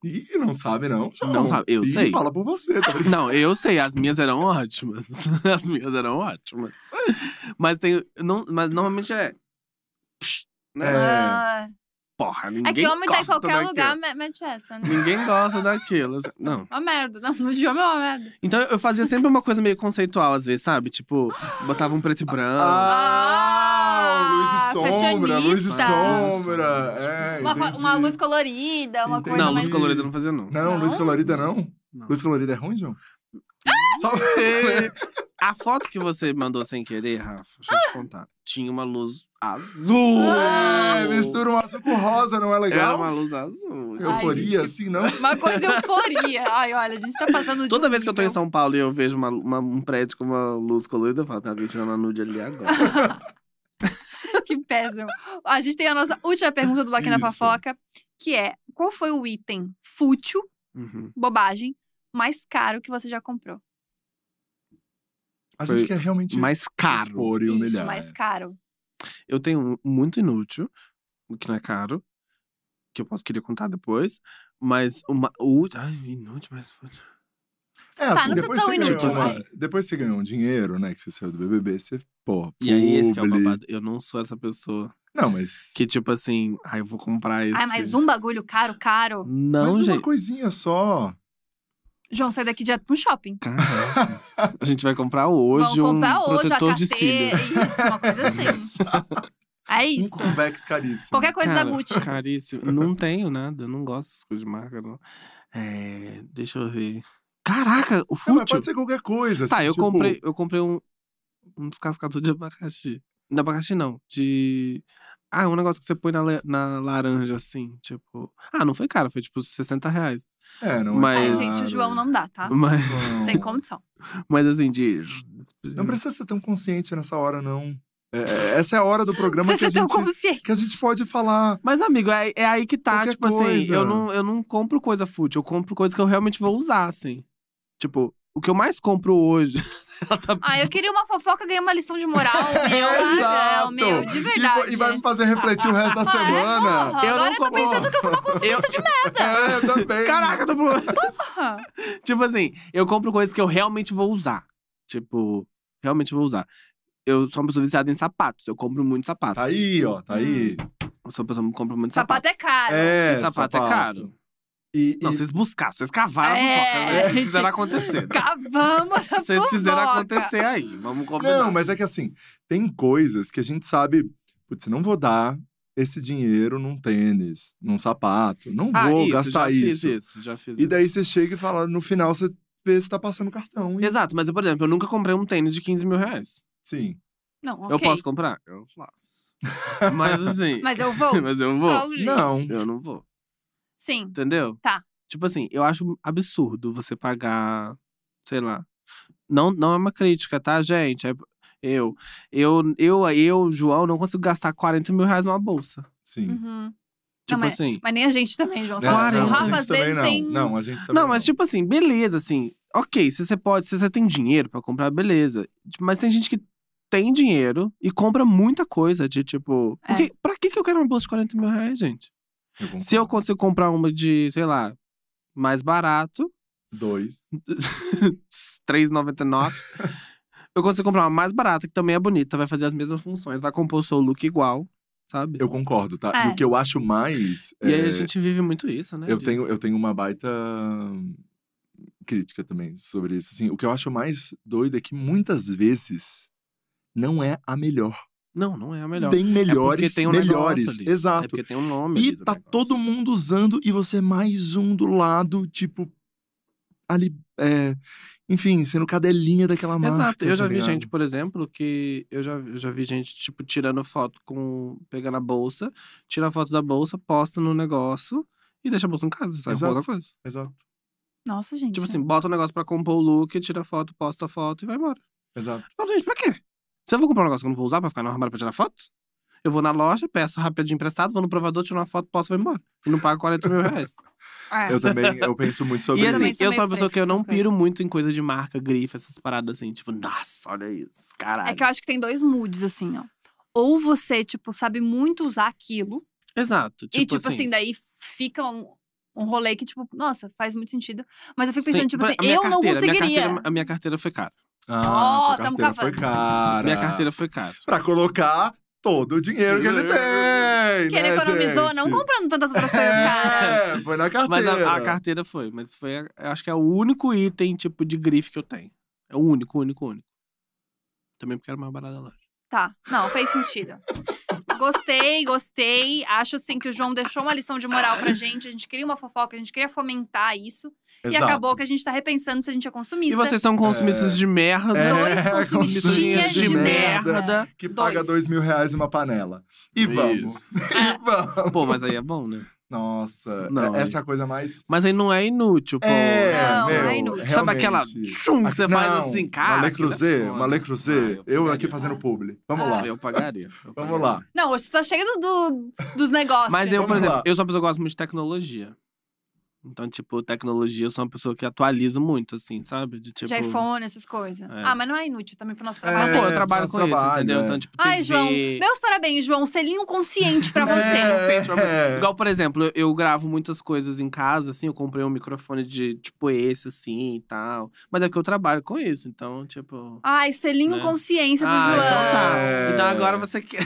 S2: Ih, não sabe, não. João.
S3: Não sabe, eu
S2: Ih,
S3: sei.
S2: fala por você. Tá brincando?
S3: Não, eu sei, as minhas eram ótimas. As minhas eram ótimas. Mas tem. Não, mas normalmente é. Né?
S2: É.
S1: Ah,
S3: Porra,
S1: É,
S3: ninguém
S1: que homem tá em
S3: gosta
S1: qualquer
S3: daquilo.
S1: lugar, me- mete essa, né?
S3: Ninguém gosta daquilo. sabe? Não.
S1: Uma merda. Não, no de homem é uma merda.
S3: Então eu fazia sempre uma coisa meio conceitual, às vezes, sabe? Tipo, botava um preto e branco.
S2: Ah,
S1: Ah,
S2: luz e sombra, luz e
S1: fashionista.
S2: sombra. É,
S1: Uma, fa-
S2: entendi.
S1: uma luz colorida, uma
S2: Entendi.
S1: coisa
S3: não,
S1: mais.
S3: luz colorida eu não fazia, não.
S2: Não, luz
S1: Não?
S2: colorida não.
S3: Não.
S2: Luz colorida é ruim, João? Só
S3: é, A foto que você mandou sem querer, Rafa, deixa eu te contar. Tinha uma luz azul.
S1: Ah!
S2: É, mistura um azul com rosa, não é
S3: Era
S2: legal?
S3: uma luz azul.
S1: Ai,
S2: Euforia,
S1: gente.
S2: assim, não?
S1: Uma coisa de euforia. Ai, olha, a gente tá passando de
S3: Toda vez que eu tô em
S1: nível.
S3: São Paulo e eu vejo uma, uma- um prédio com uma luz colorida, eu falo, tá alguém tirando a nude ali agora.
S1: Que péssimo. A gente tem a nossa última pergunta do Aqui na
S2: Isso.
S1: Fofoca, que é: qual foi o item fútil,
S3: Uhum.
S1: bobagem, mais caro que você já comprou.
S2: A
S3: Foi
S2: gente quer realmente
S3: Mais caro.
S2: expor e humilhar. né? é.
S1: Isso, mais caro.
S3: Eu tenho um muito inútil, o que não é caro, que eu posso querer contar depois. Mas uma. O, ai, inútil, mas.
S2: É,
S1: Tá, não
S2: assim,
S1: tá
S2: depois,
S1: tão
S2: você ganhou,
S1: inútil,
S2: uma-
S1: vai.
S2: depois você ganhou um dinheiro, né? Que você saiu do BBB, você, pô,
S3: E aí, esse que é o
S2: publi.
S3: babado. Eu não sou essa pessoa
S2: Não, mas.
S3: que, tipo assim, ai, eu vou comprar esse.
S1: Ai, mais um bagulho caro, caro.
S3: Não,
S2: mas uma
S3: gente.
S2: coisinha só. um
S1: João, sai daqui direto pro shopping.
S3: Caraca. A gente vai comprar hoje
S1: Vamos comprar
S3: um
S1: hoje a
S3: protetor de
S1: KT.
S3: cílio.
S1: Isso, uma coisa assim. é
S2: Um
S1: isso.
S2: convex caríssimo.
S1: Qualquer coisa
S3: Cara,
S1: da Gucci.
S3: Caríssimo. Não tenho nada, eu não gosto dessas coisas de marca, não. É, deixa eu ver. Caraca, o
S2: Não, mas
S3: fútil.
S2: pode ser qualquer coisa.
S3: Tá,
S2: assim,
S3: eu
S2: tipo,
S3: comprei, eu comprei um, um descascador de abacaxi. De abacaxi não, de... Ah, um negócio que você põe na, la- na laranja, assim, tipo... Ah, não foi caro, foi tipo 60 reais.
S2: É, não
S1: Ai,
S2: é
S3: Mas-
S1: gente, o João não dá, tá?
S3: Mas,
S2: Não.
S1: Sem condição.
S3: mas assim, de...
S2: Não precisa ser tão consciente nessa hora, não. É, é- essa é a hora do programa
S1: Você
S2: que a,
S1: ser tão
S2: gente,
S1: consciente.
S2: que a gente pode falar.
S3: Mas, amigo, é, é aí que tá,
S2: Qualquer
S3: tipo assim,
S2: coisa.
S3: eu não, eu não compro coisa fútil, eu compro coisa que eu realmente vou usar, assim. Tipo, o que eu mais compro hoje... Ela tá
S1: Ah, eu queria uma fofoca, ganhei uma lição de moral. Meu, ah,
S2: Exato.
S1: não, meu, de
S2: E vo-
S1: verdade.
S2: E, vai me fazer refletir o resto da
S1: Ah, é,
S2: semana.
S1: porra,
S3: Eu não
S1: agora eu tô
S3: compro-
S1: pensando que eu sou uma consumista de
S2: É, eu também.
S3: Caraca, eu tô
S1: merda.
S3: Tipo assim, eu compro coisas que eu realmente vou usar. Tipo, realmente vou usar. Eu sou uma pessoa viciada em sapatos. Eu compro muito sapatos.
S2: Tá aí, ó, tá
S1: Hum.
S2: aí.
S3: Eu sou uma pessoa que compra muito
S1: Sapato é caro.
S2: É,
S3: E sapato é caro.
S2: E,
S3: Não,
S2: e-
S3: vocês buscaram, vocês cavaram
S1: É,
S3: a fofoca, né?
S1: a
S3: Vocês
S1: gente-
S3: fizeram acontecer. né?
S1: Cavamos a
S3: Vocês fizeram
S1: fofoca.
S3: acontecer aí. Vamos combinar.
S2: Não, mas é que assim, tem coisas que a gente sabe, putz, não vou dar esse dinheiro num tênis, num sapato, não
S3: Ah,
S2: vou
S3: isso,
S2: gastar
S3: já fiz
S2: isso.
S3: Já fiz
S2: E
S3: isso.
S2: daí você chega e fala, no final você vê se tá passando cartão. e-
S3: Exato, mas eu, por exemplo, eu nunca comprei um tênis de 15 mil reais.
S2: Sim.
S1: Não, ok.
S3: Eu posso comprar? Eu faço. mas assim.
S1: Mas Então, eu vou.
S3: mas eu vou.
S1: Talvez.
S2: Não.
S3: Eu não vou.
S1: Sim.
S3: Entendeu?
S1: Tá.
S3: Tipo assim, eu acho absurdo você pagar, sei lá. Não, não é uma crítica, tá, gente? É- eu, eu, eu, eu, João, não consigo gastar 40 mil reais numa bolsa.
S2: Sim.
S1: Uhum.
S3: Tipo
S1: mas-
S3: assim.
S1: Mas nem a gente também, João.
S2: Né? Não,
S1: sabe?
S3: Claro,
S1: o
S2: não, a
S1: Rafa
S2: gente
S1: às
S2: também
S1: vezes
S2: não.
S1: tem.
S2: Não, a gente também
S3: Não, mas tipo assim, beleza, assim. Ok, se você pode, se você tem dinheiro pra comprar, beleza. Tipo, Mas tem gente que tem dinheiro e compra muita coisa de tipo.
S1: É.
S3: Porque, pra que, que eu quero uma bolsa de 40 mil reais, gente?
S2: tipo, Eu
S3: Se eu consigo comprar uma de, sei lá, mais barato,
S2: Dois.
S3: 3,99. eu consigo comprar uma mais barata, que também é bonita, vai fazer as mesmas funções, vai compor o seu look igual, sabe?
S2: Eu concordo, tá?
S1: É.
S2: E o que eu acho mais.
S3: E aí
S2: é,
S3: a gente vive muito isso, né?
S2: eu,
S3: de-
S2: tenho, eu tenho uma baita crítica também sobre isso. Assim, o que eu acho mais doido é que muitas vezes não é a melhor.
S3: Não, não é a melhor.
S2: Tem melhores,
S3: porque tem um
S2: melhores.
S3: negócio ali. É
S2: Exato.
S3: porque tem um nome. ali
S2: e
S3: do
S2: tá
S3: negócio.
S2: todo mundo usando e você é mais um do lado, tipo. Ali. é, enfim, sendo cadelinha daquela marca.
S3: Exato. Eu já
S2: tá
S3: vi
S2: ligado?
S3: gente, por exemplo, que. Eu já, eu já vi gente, tipo, tirando foto com. pegando a bolsa, tira a foto da bolsa, posta no negócio e deixa a bolsa em casa, sai com
S2: Exato.
S3: outra coisa.
S2: Exato,
S1: Nossa, gente.
S3: Tipo assim, bota o negócio pra compor o look, tira a foto, posta a foto e vai embora.
S2: exato.
S3: Fala, gente, pra quê? Se eu vou comprar um negócio que eu não vou usar pra ficar no armário pra tirar foto, eu vou na loja, peço rapidinho emprestado, vou no provador, tiro uma foto, posso e vou embora. E não pago 40 mil reais.
S1: É.
S2: Eu também eu penso muito sobre
S3: e
S1: também
S3: assim,
S2: isso.
S1: sou
S3: eu
S1: meio
S3: sou uma pessoa
S1: fresca
S3: que eu
S1: com
S3: não
S1: essas
S3: piro muito em coisa de marca, grife, essas paradas assim. Tipo, nossa, olha isso, caralho.
S1: É que eu acho que tem dois moods, assim, ó. Ou você, tipo, sabe muito usar aquilo.
S3: Exato. Tipo
S1: e, tipo assim,
S3: assim,
S1: daí fica um, um rolê que, tipo, nossa, faz muito sentido. Mas eu fico
S3: sim,
S1: pensando, tipo
S3: pra-
S1: assim,
S3: a minha
S1: eu não
S3: carteira- a minha
S1: conseguiria.
S3: carteira- é a minha carteira foi cara.
S2: Ah,
S1: Ó,
S2: sua
S1: tamo
S2: carteira foi
S1: cavando.
S2: cara.
S3: Minha carteira foi cara.
S2: Pra colocar todo o dinheiro que ele tem.
S1: que ele
S2: né,
S1: economizou,
S2: gente?
S1: não comprando tantas outras coisas caras.
S2: É, foi na carteira.
S3: Mas a, a carteira foi. Mas foi, a- eu acho que é o único item, tipo, de grife que eu tenho. É o único, único, único. Também porque era mais barata da loja.
S1: Tá, não, fez sentido. Gostei, gostei. Acho, assim, que o João deixou uma lição de moral pra gente. A gente queria uma fofoca, a gente queria fomentar isso. E
S2: Exato.
S1: acabou que a gente tá repensando se a gente é consumista.
S3: E vocês são consumistas de merda.
S2: É,
S1: Dois consumistas
S2: consumistas
S1: de,
S2: de
S1: merda.
S3: merda.
S2: Que paga
S1: Dois.
S2: dois mil reais uma panela. E
S3: Isso.
S2: vamos. E vamos.
S3: Pô, mas aí é bom, né?
S2: Nossa,
S3: Não,
S2: é- essa é a coisa mais.
S3: Mas aí não é inútil, pô.
S2: É,
S1: Não,
S2: meu,
S1: é inútil.
S3: Sabe aquela
S2: realmente.
S3: chum que você
S2: Não,
S3: faz assim, cara?
S2: Malê
S3: aquilo é
S2: Cruzê,
S3: foda.
S2: Malê
S3: Ah,
S2: Cruzê. Eu aqui fazendo publi. Vamos
S1: Ah.
S2: lá.
S3: Eu pagaria.
S2: Vamos
S3: eu pagaria.
S2: lá.
S1: Não, hoje tu tá cheio do, do- dos negócios.
S3: Mas eu, por
S2: Vamos lá.
S3: exemplo, eu sou uma pessoa que gosto muito de tecnologia. Então, tipo, tecnologia, eu sou uma pessoa que atualiza muito, assim, sabe? De tipo.
S1: De iPhone, essas coisas.
S3: É.
S1: Ah, mas não é inútil também pro nosso
S3: Ah,
S1: trabalho.
S3: pô,
S2: É,
S3: eu trabalho
S2: nosso
S3: com isso,
S2: trabalho,
S3: entendeu?
S2: é.
S3: Então, tipo, TV...
S1: Ai, João, meus parabéns, João. Selinho consciente pra você.
S3: sei, tipo,
S2: É.
S3: Igual, por exemplo, eu, eu gravo muitas coisas em casa, assim, eu comprei um microfone de, tipo, esse, assim, e tal. Mas é porque eu trabalho com isso, então, tipo...
S1: Ai, selinho
S3: Né?
S1: consciência pro
S3: Ah,
S1: João.
S3: então tá.
S2: É.
S3: Então agora você quer...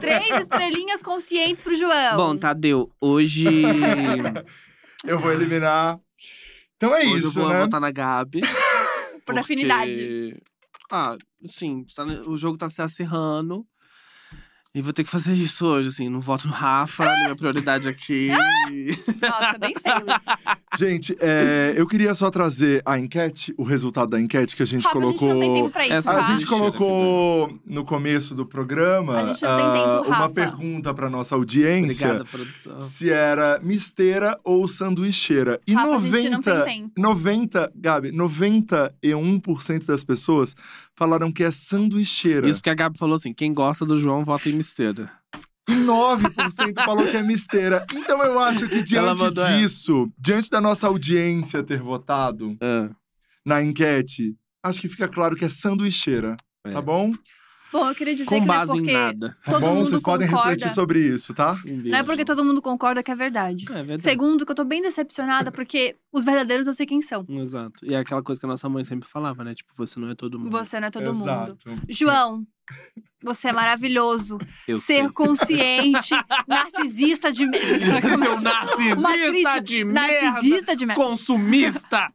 S1: Três estrelinhas conscientes pro João.
S3: Bom, Tadeu, hoje...
S2: É, Eu vou eliminar. Então é
S3: hoje eu
S2: isso,
S3: vou
S2: né?
S3: votar na Gabi.
S1: Por afinidade.
S3: porque- Ah, sim, tá- o jogo tá se acirrando. E vou ter que fazer isso hoje, assim. Não voto no Rafa, minha prioridade aqui.
S1: Ah! Nossa, bem feio isso.
S2: Gente, é, eu queria só trazer a enquete, o resultado da enquete que a gente
S1: Rafa, a gente
S2: colocou.
S1: não tem tempo pra isso,
S3: Essa
S2: A
S1: tá?
S2: gente colocou no começo do programa
S1: A gente não tem tempo,
S2: ah, uma
S1: Rafa.
S2: pergunta para nossa audiência.
S3: Obrigada, produção.
S2: Se era misteira ou sanduicheira. E
S1: Rafa, a gente não tem
S2: 90,
S1: tempo.
S2: 90, Gabi, 91% das pessoas falaram que é sanduicheira.
S3: Isso porque a Gabi falou assim: quem gosta do João vota em misteira.
S2: E 9% falou que é misteira. Então eu acho que diante
S3: mandou essa.
S2: disso, diante da nossa audiência ter votado na enquete, acho que fica claro que é sanduicheira.
S3: É.
S2: Tá bom?
S1: Bom, eu queria dizer
S3: Com
S1: que não é
S3: base
S1: porque
S3: em nada.
S2: Tá
S1: todo
S2: bom?
S1: mundo
S2: Vocês podem
S1: concorda.
S2: refletir sobre isso, tá?
S1: Não é porque todo mundo concorda que é verdade.
S3: É verdade.
S1: Segundo, que eu tô bem decepcionada, porque os verdadeiros eu sei quem são.
S3: Exato. E é aquela coisa que a nossa mãe sempre falava, né? Tipo, você não é todo mundo.
S1: Você não é todo mundo.
S2: Exato.
S1: João, você é maravilhoso.
S3: Eu
S1: Ser
S3: sei.
S1: consciente, narcisista de merda.
S3: Seu
S1: Uma
S3: narcisista
S1: crítica-
S3: de merda!
S1: narcisista de merda.
S3: Consumista!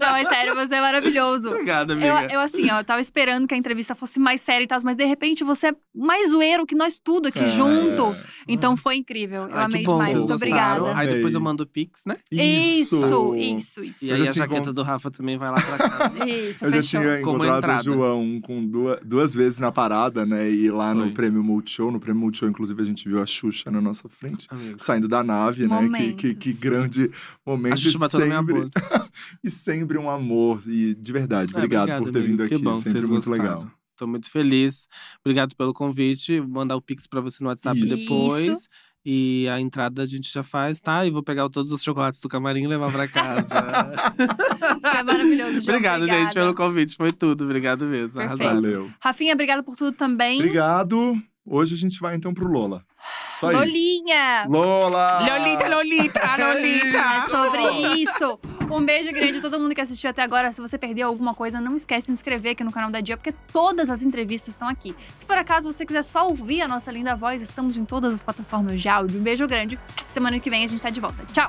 S1: Não, é sério, você é maravilhoso.
S3: Obrigada,
S1: Eu,
S3: amiga.
S1: eu, assim, ó, eu tava esperando que a entrevista fosse mais séria e tal, mas de repente você é mais zoeiro que nós tudo aqui
S2: É.
S1: junto. Então foi incrível. Eu
S3: Ai,
S1: amei
S3: que bom,
S1: demais.
S3: vocês
S1: Muito
S3: gostaram.
S1: obrigada.
S3: Aí depois eu
S2: Amei.
S3: mando o Pix, né?
S1: Isso, isso, isso.
S3: E
S2: Eu
S3: aí
S2: já
S3: a
S2: te
S3: jaqueta
S2: encont-
S3: do Rafa também vai lá pra casa.
S1: Isso,
S2: Eu já
S1: fechou.
S2: tinha
S3: Como
S2: encontrado
S3: entrada.
S2: o João com duas, duas vezes na parada, né? E lá no
S3: Foi.
S2: prêmio Multishow. No prêmio Multishow, inclusive, a gente viu a Xuxa na nossa frente.
S3: Amigo.
S2: Saindo da nave, né? Que, que, que
S1: Momentos.
S2: grande momento.
S3: A Xuxa
S2: e
S3: bateu na minha
S2: sempre-
S3: boca.
S2: E sempre um amor. E de verdade,
S3: Ah,
S2: obrigado por ter
S3: amigo.
S2: vindo aqui. é
S3: Que bom, que
S2: sempre
S3: vocês
S2: muito
S3: gostaram.
S2: legal.
S3: Tô muito feliz. Obrigado pelo convite. Vou mandar o Pix pra você no WhatsApp
S2: Isso.
S3: depois. E a entrada a gente já faz, tá? E vou pegar todos os chocolates do camarim e levar pra casa.
S1: Você é maravilhoso, João.
S3: Obrigado,
S1: Obrigada.
S3: gente, pelo convite. Foi tudo. Obrigado mesmo.
S1: Perfeito.
S3: Arrasaram.
S2: Valeu.
S1: Rafinha, obrigada por tudo também.
S2: Obrigado. Hoje a gente vai então pro Lola. Só isso.
S1: Lolinha!
S2: Lola!
S3: Lolita, Lolita,
S1: É
S3: Lolita!
S1: sobre isso. Um beijo grande a todo mundo que assistiu até agora. Se você perdeu alguma coisa, não esquece de se inscrever aqui no canal da Dia, porque todas as entrevistas estão aqui. Se por acaso você quiser só ouvir a nossa linda voz, estamos em todas as plataformas de áudio. Um beijo grande. Semana que vem a gente tá de volta. Tchau!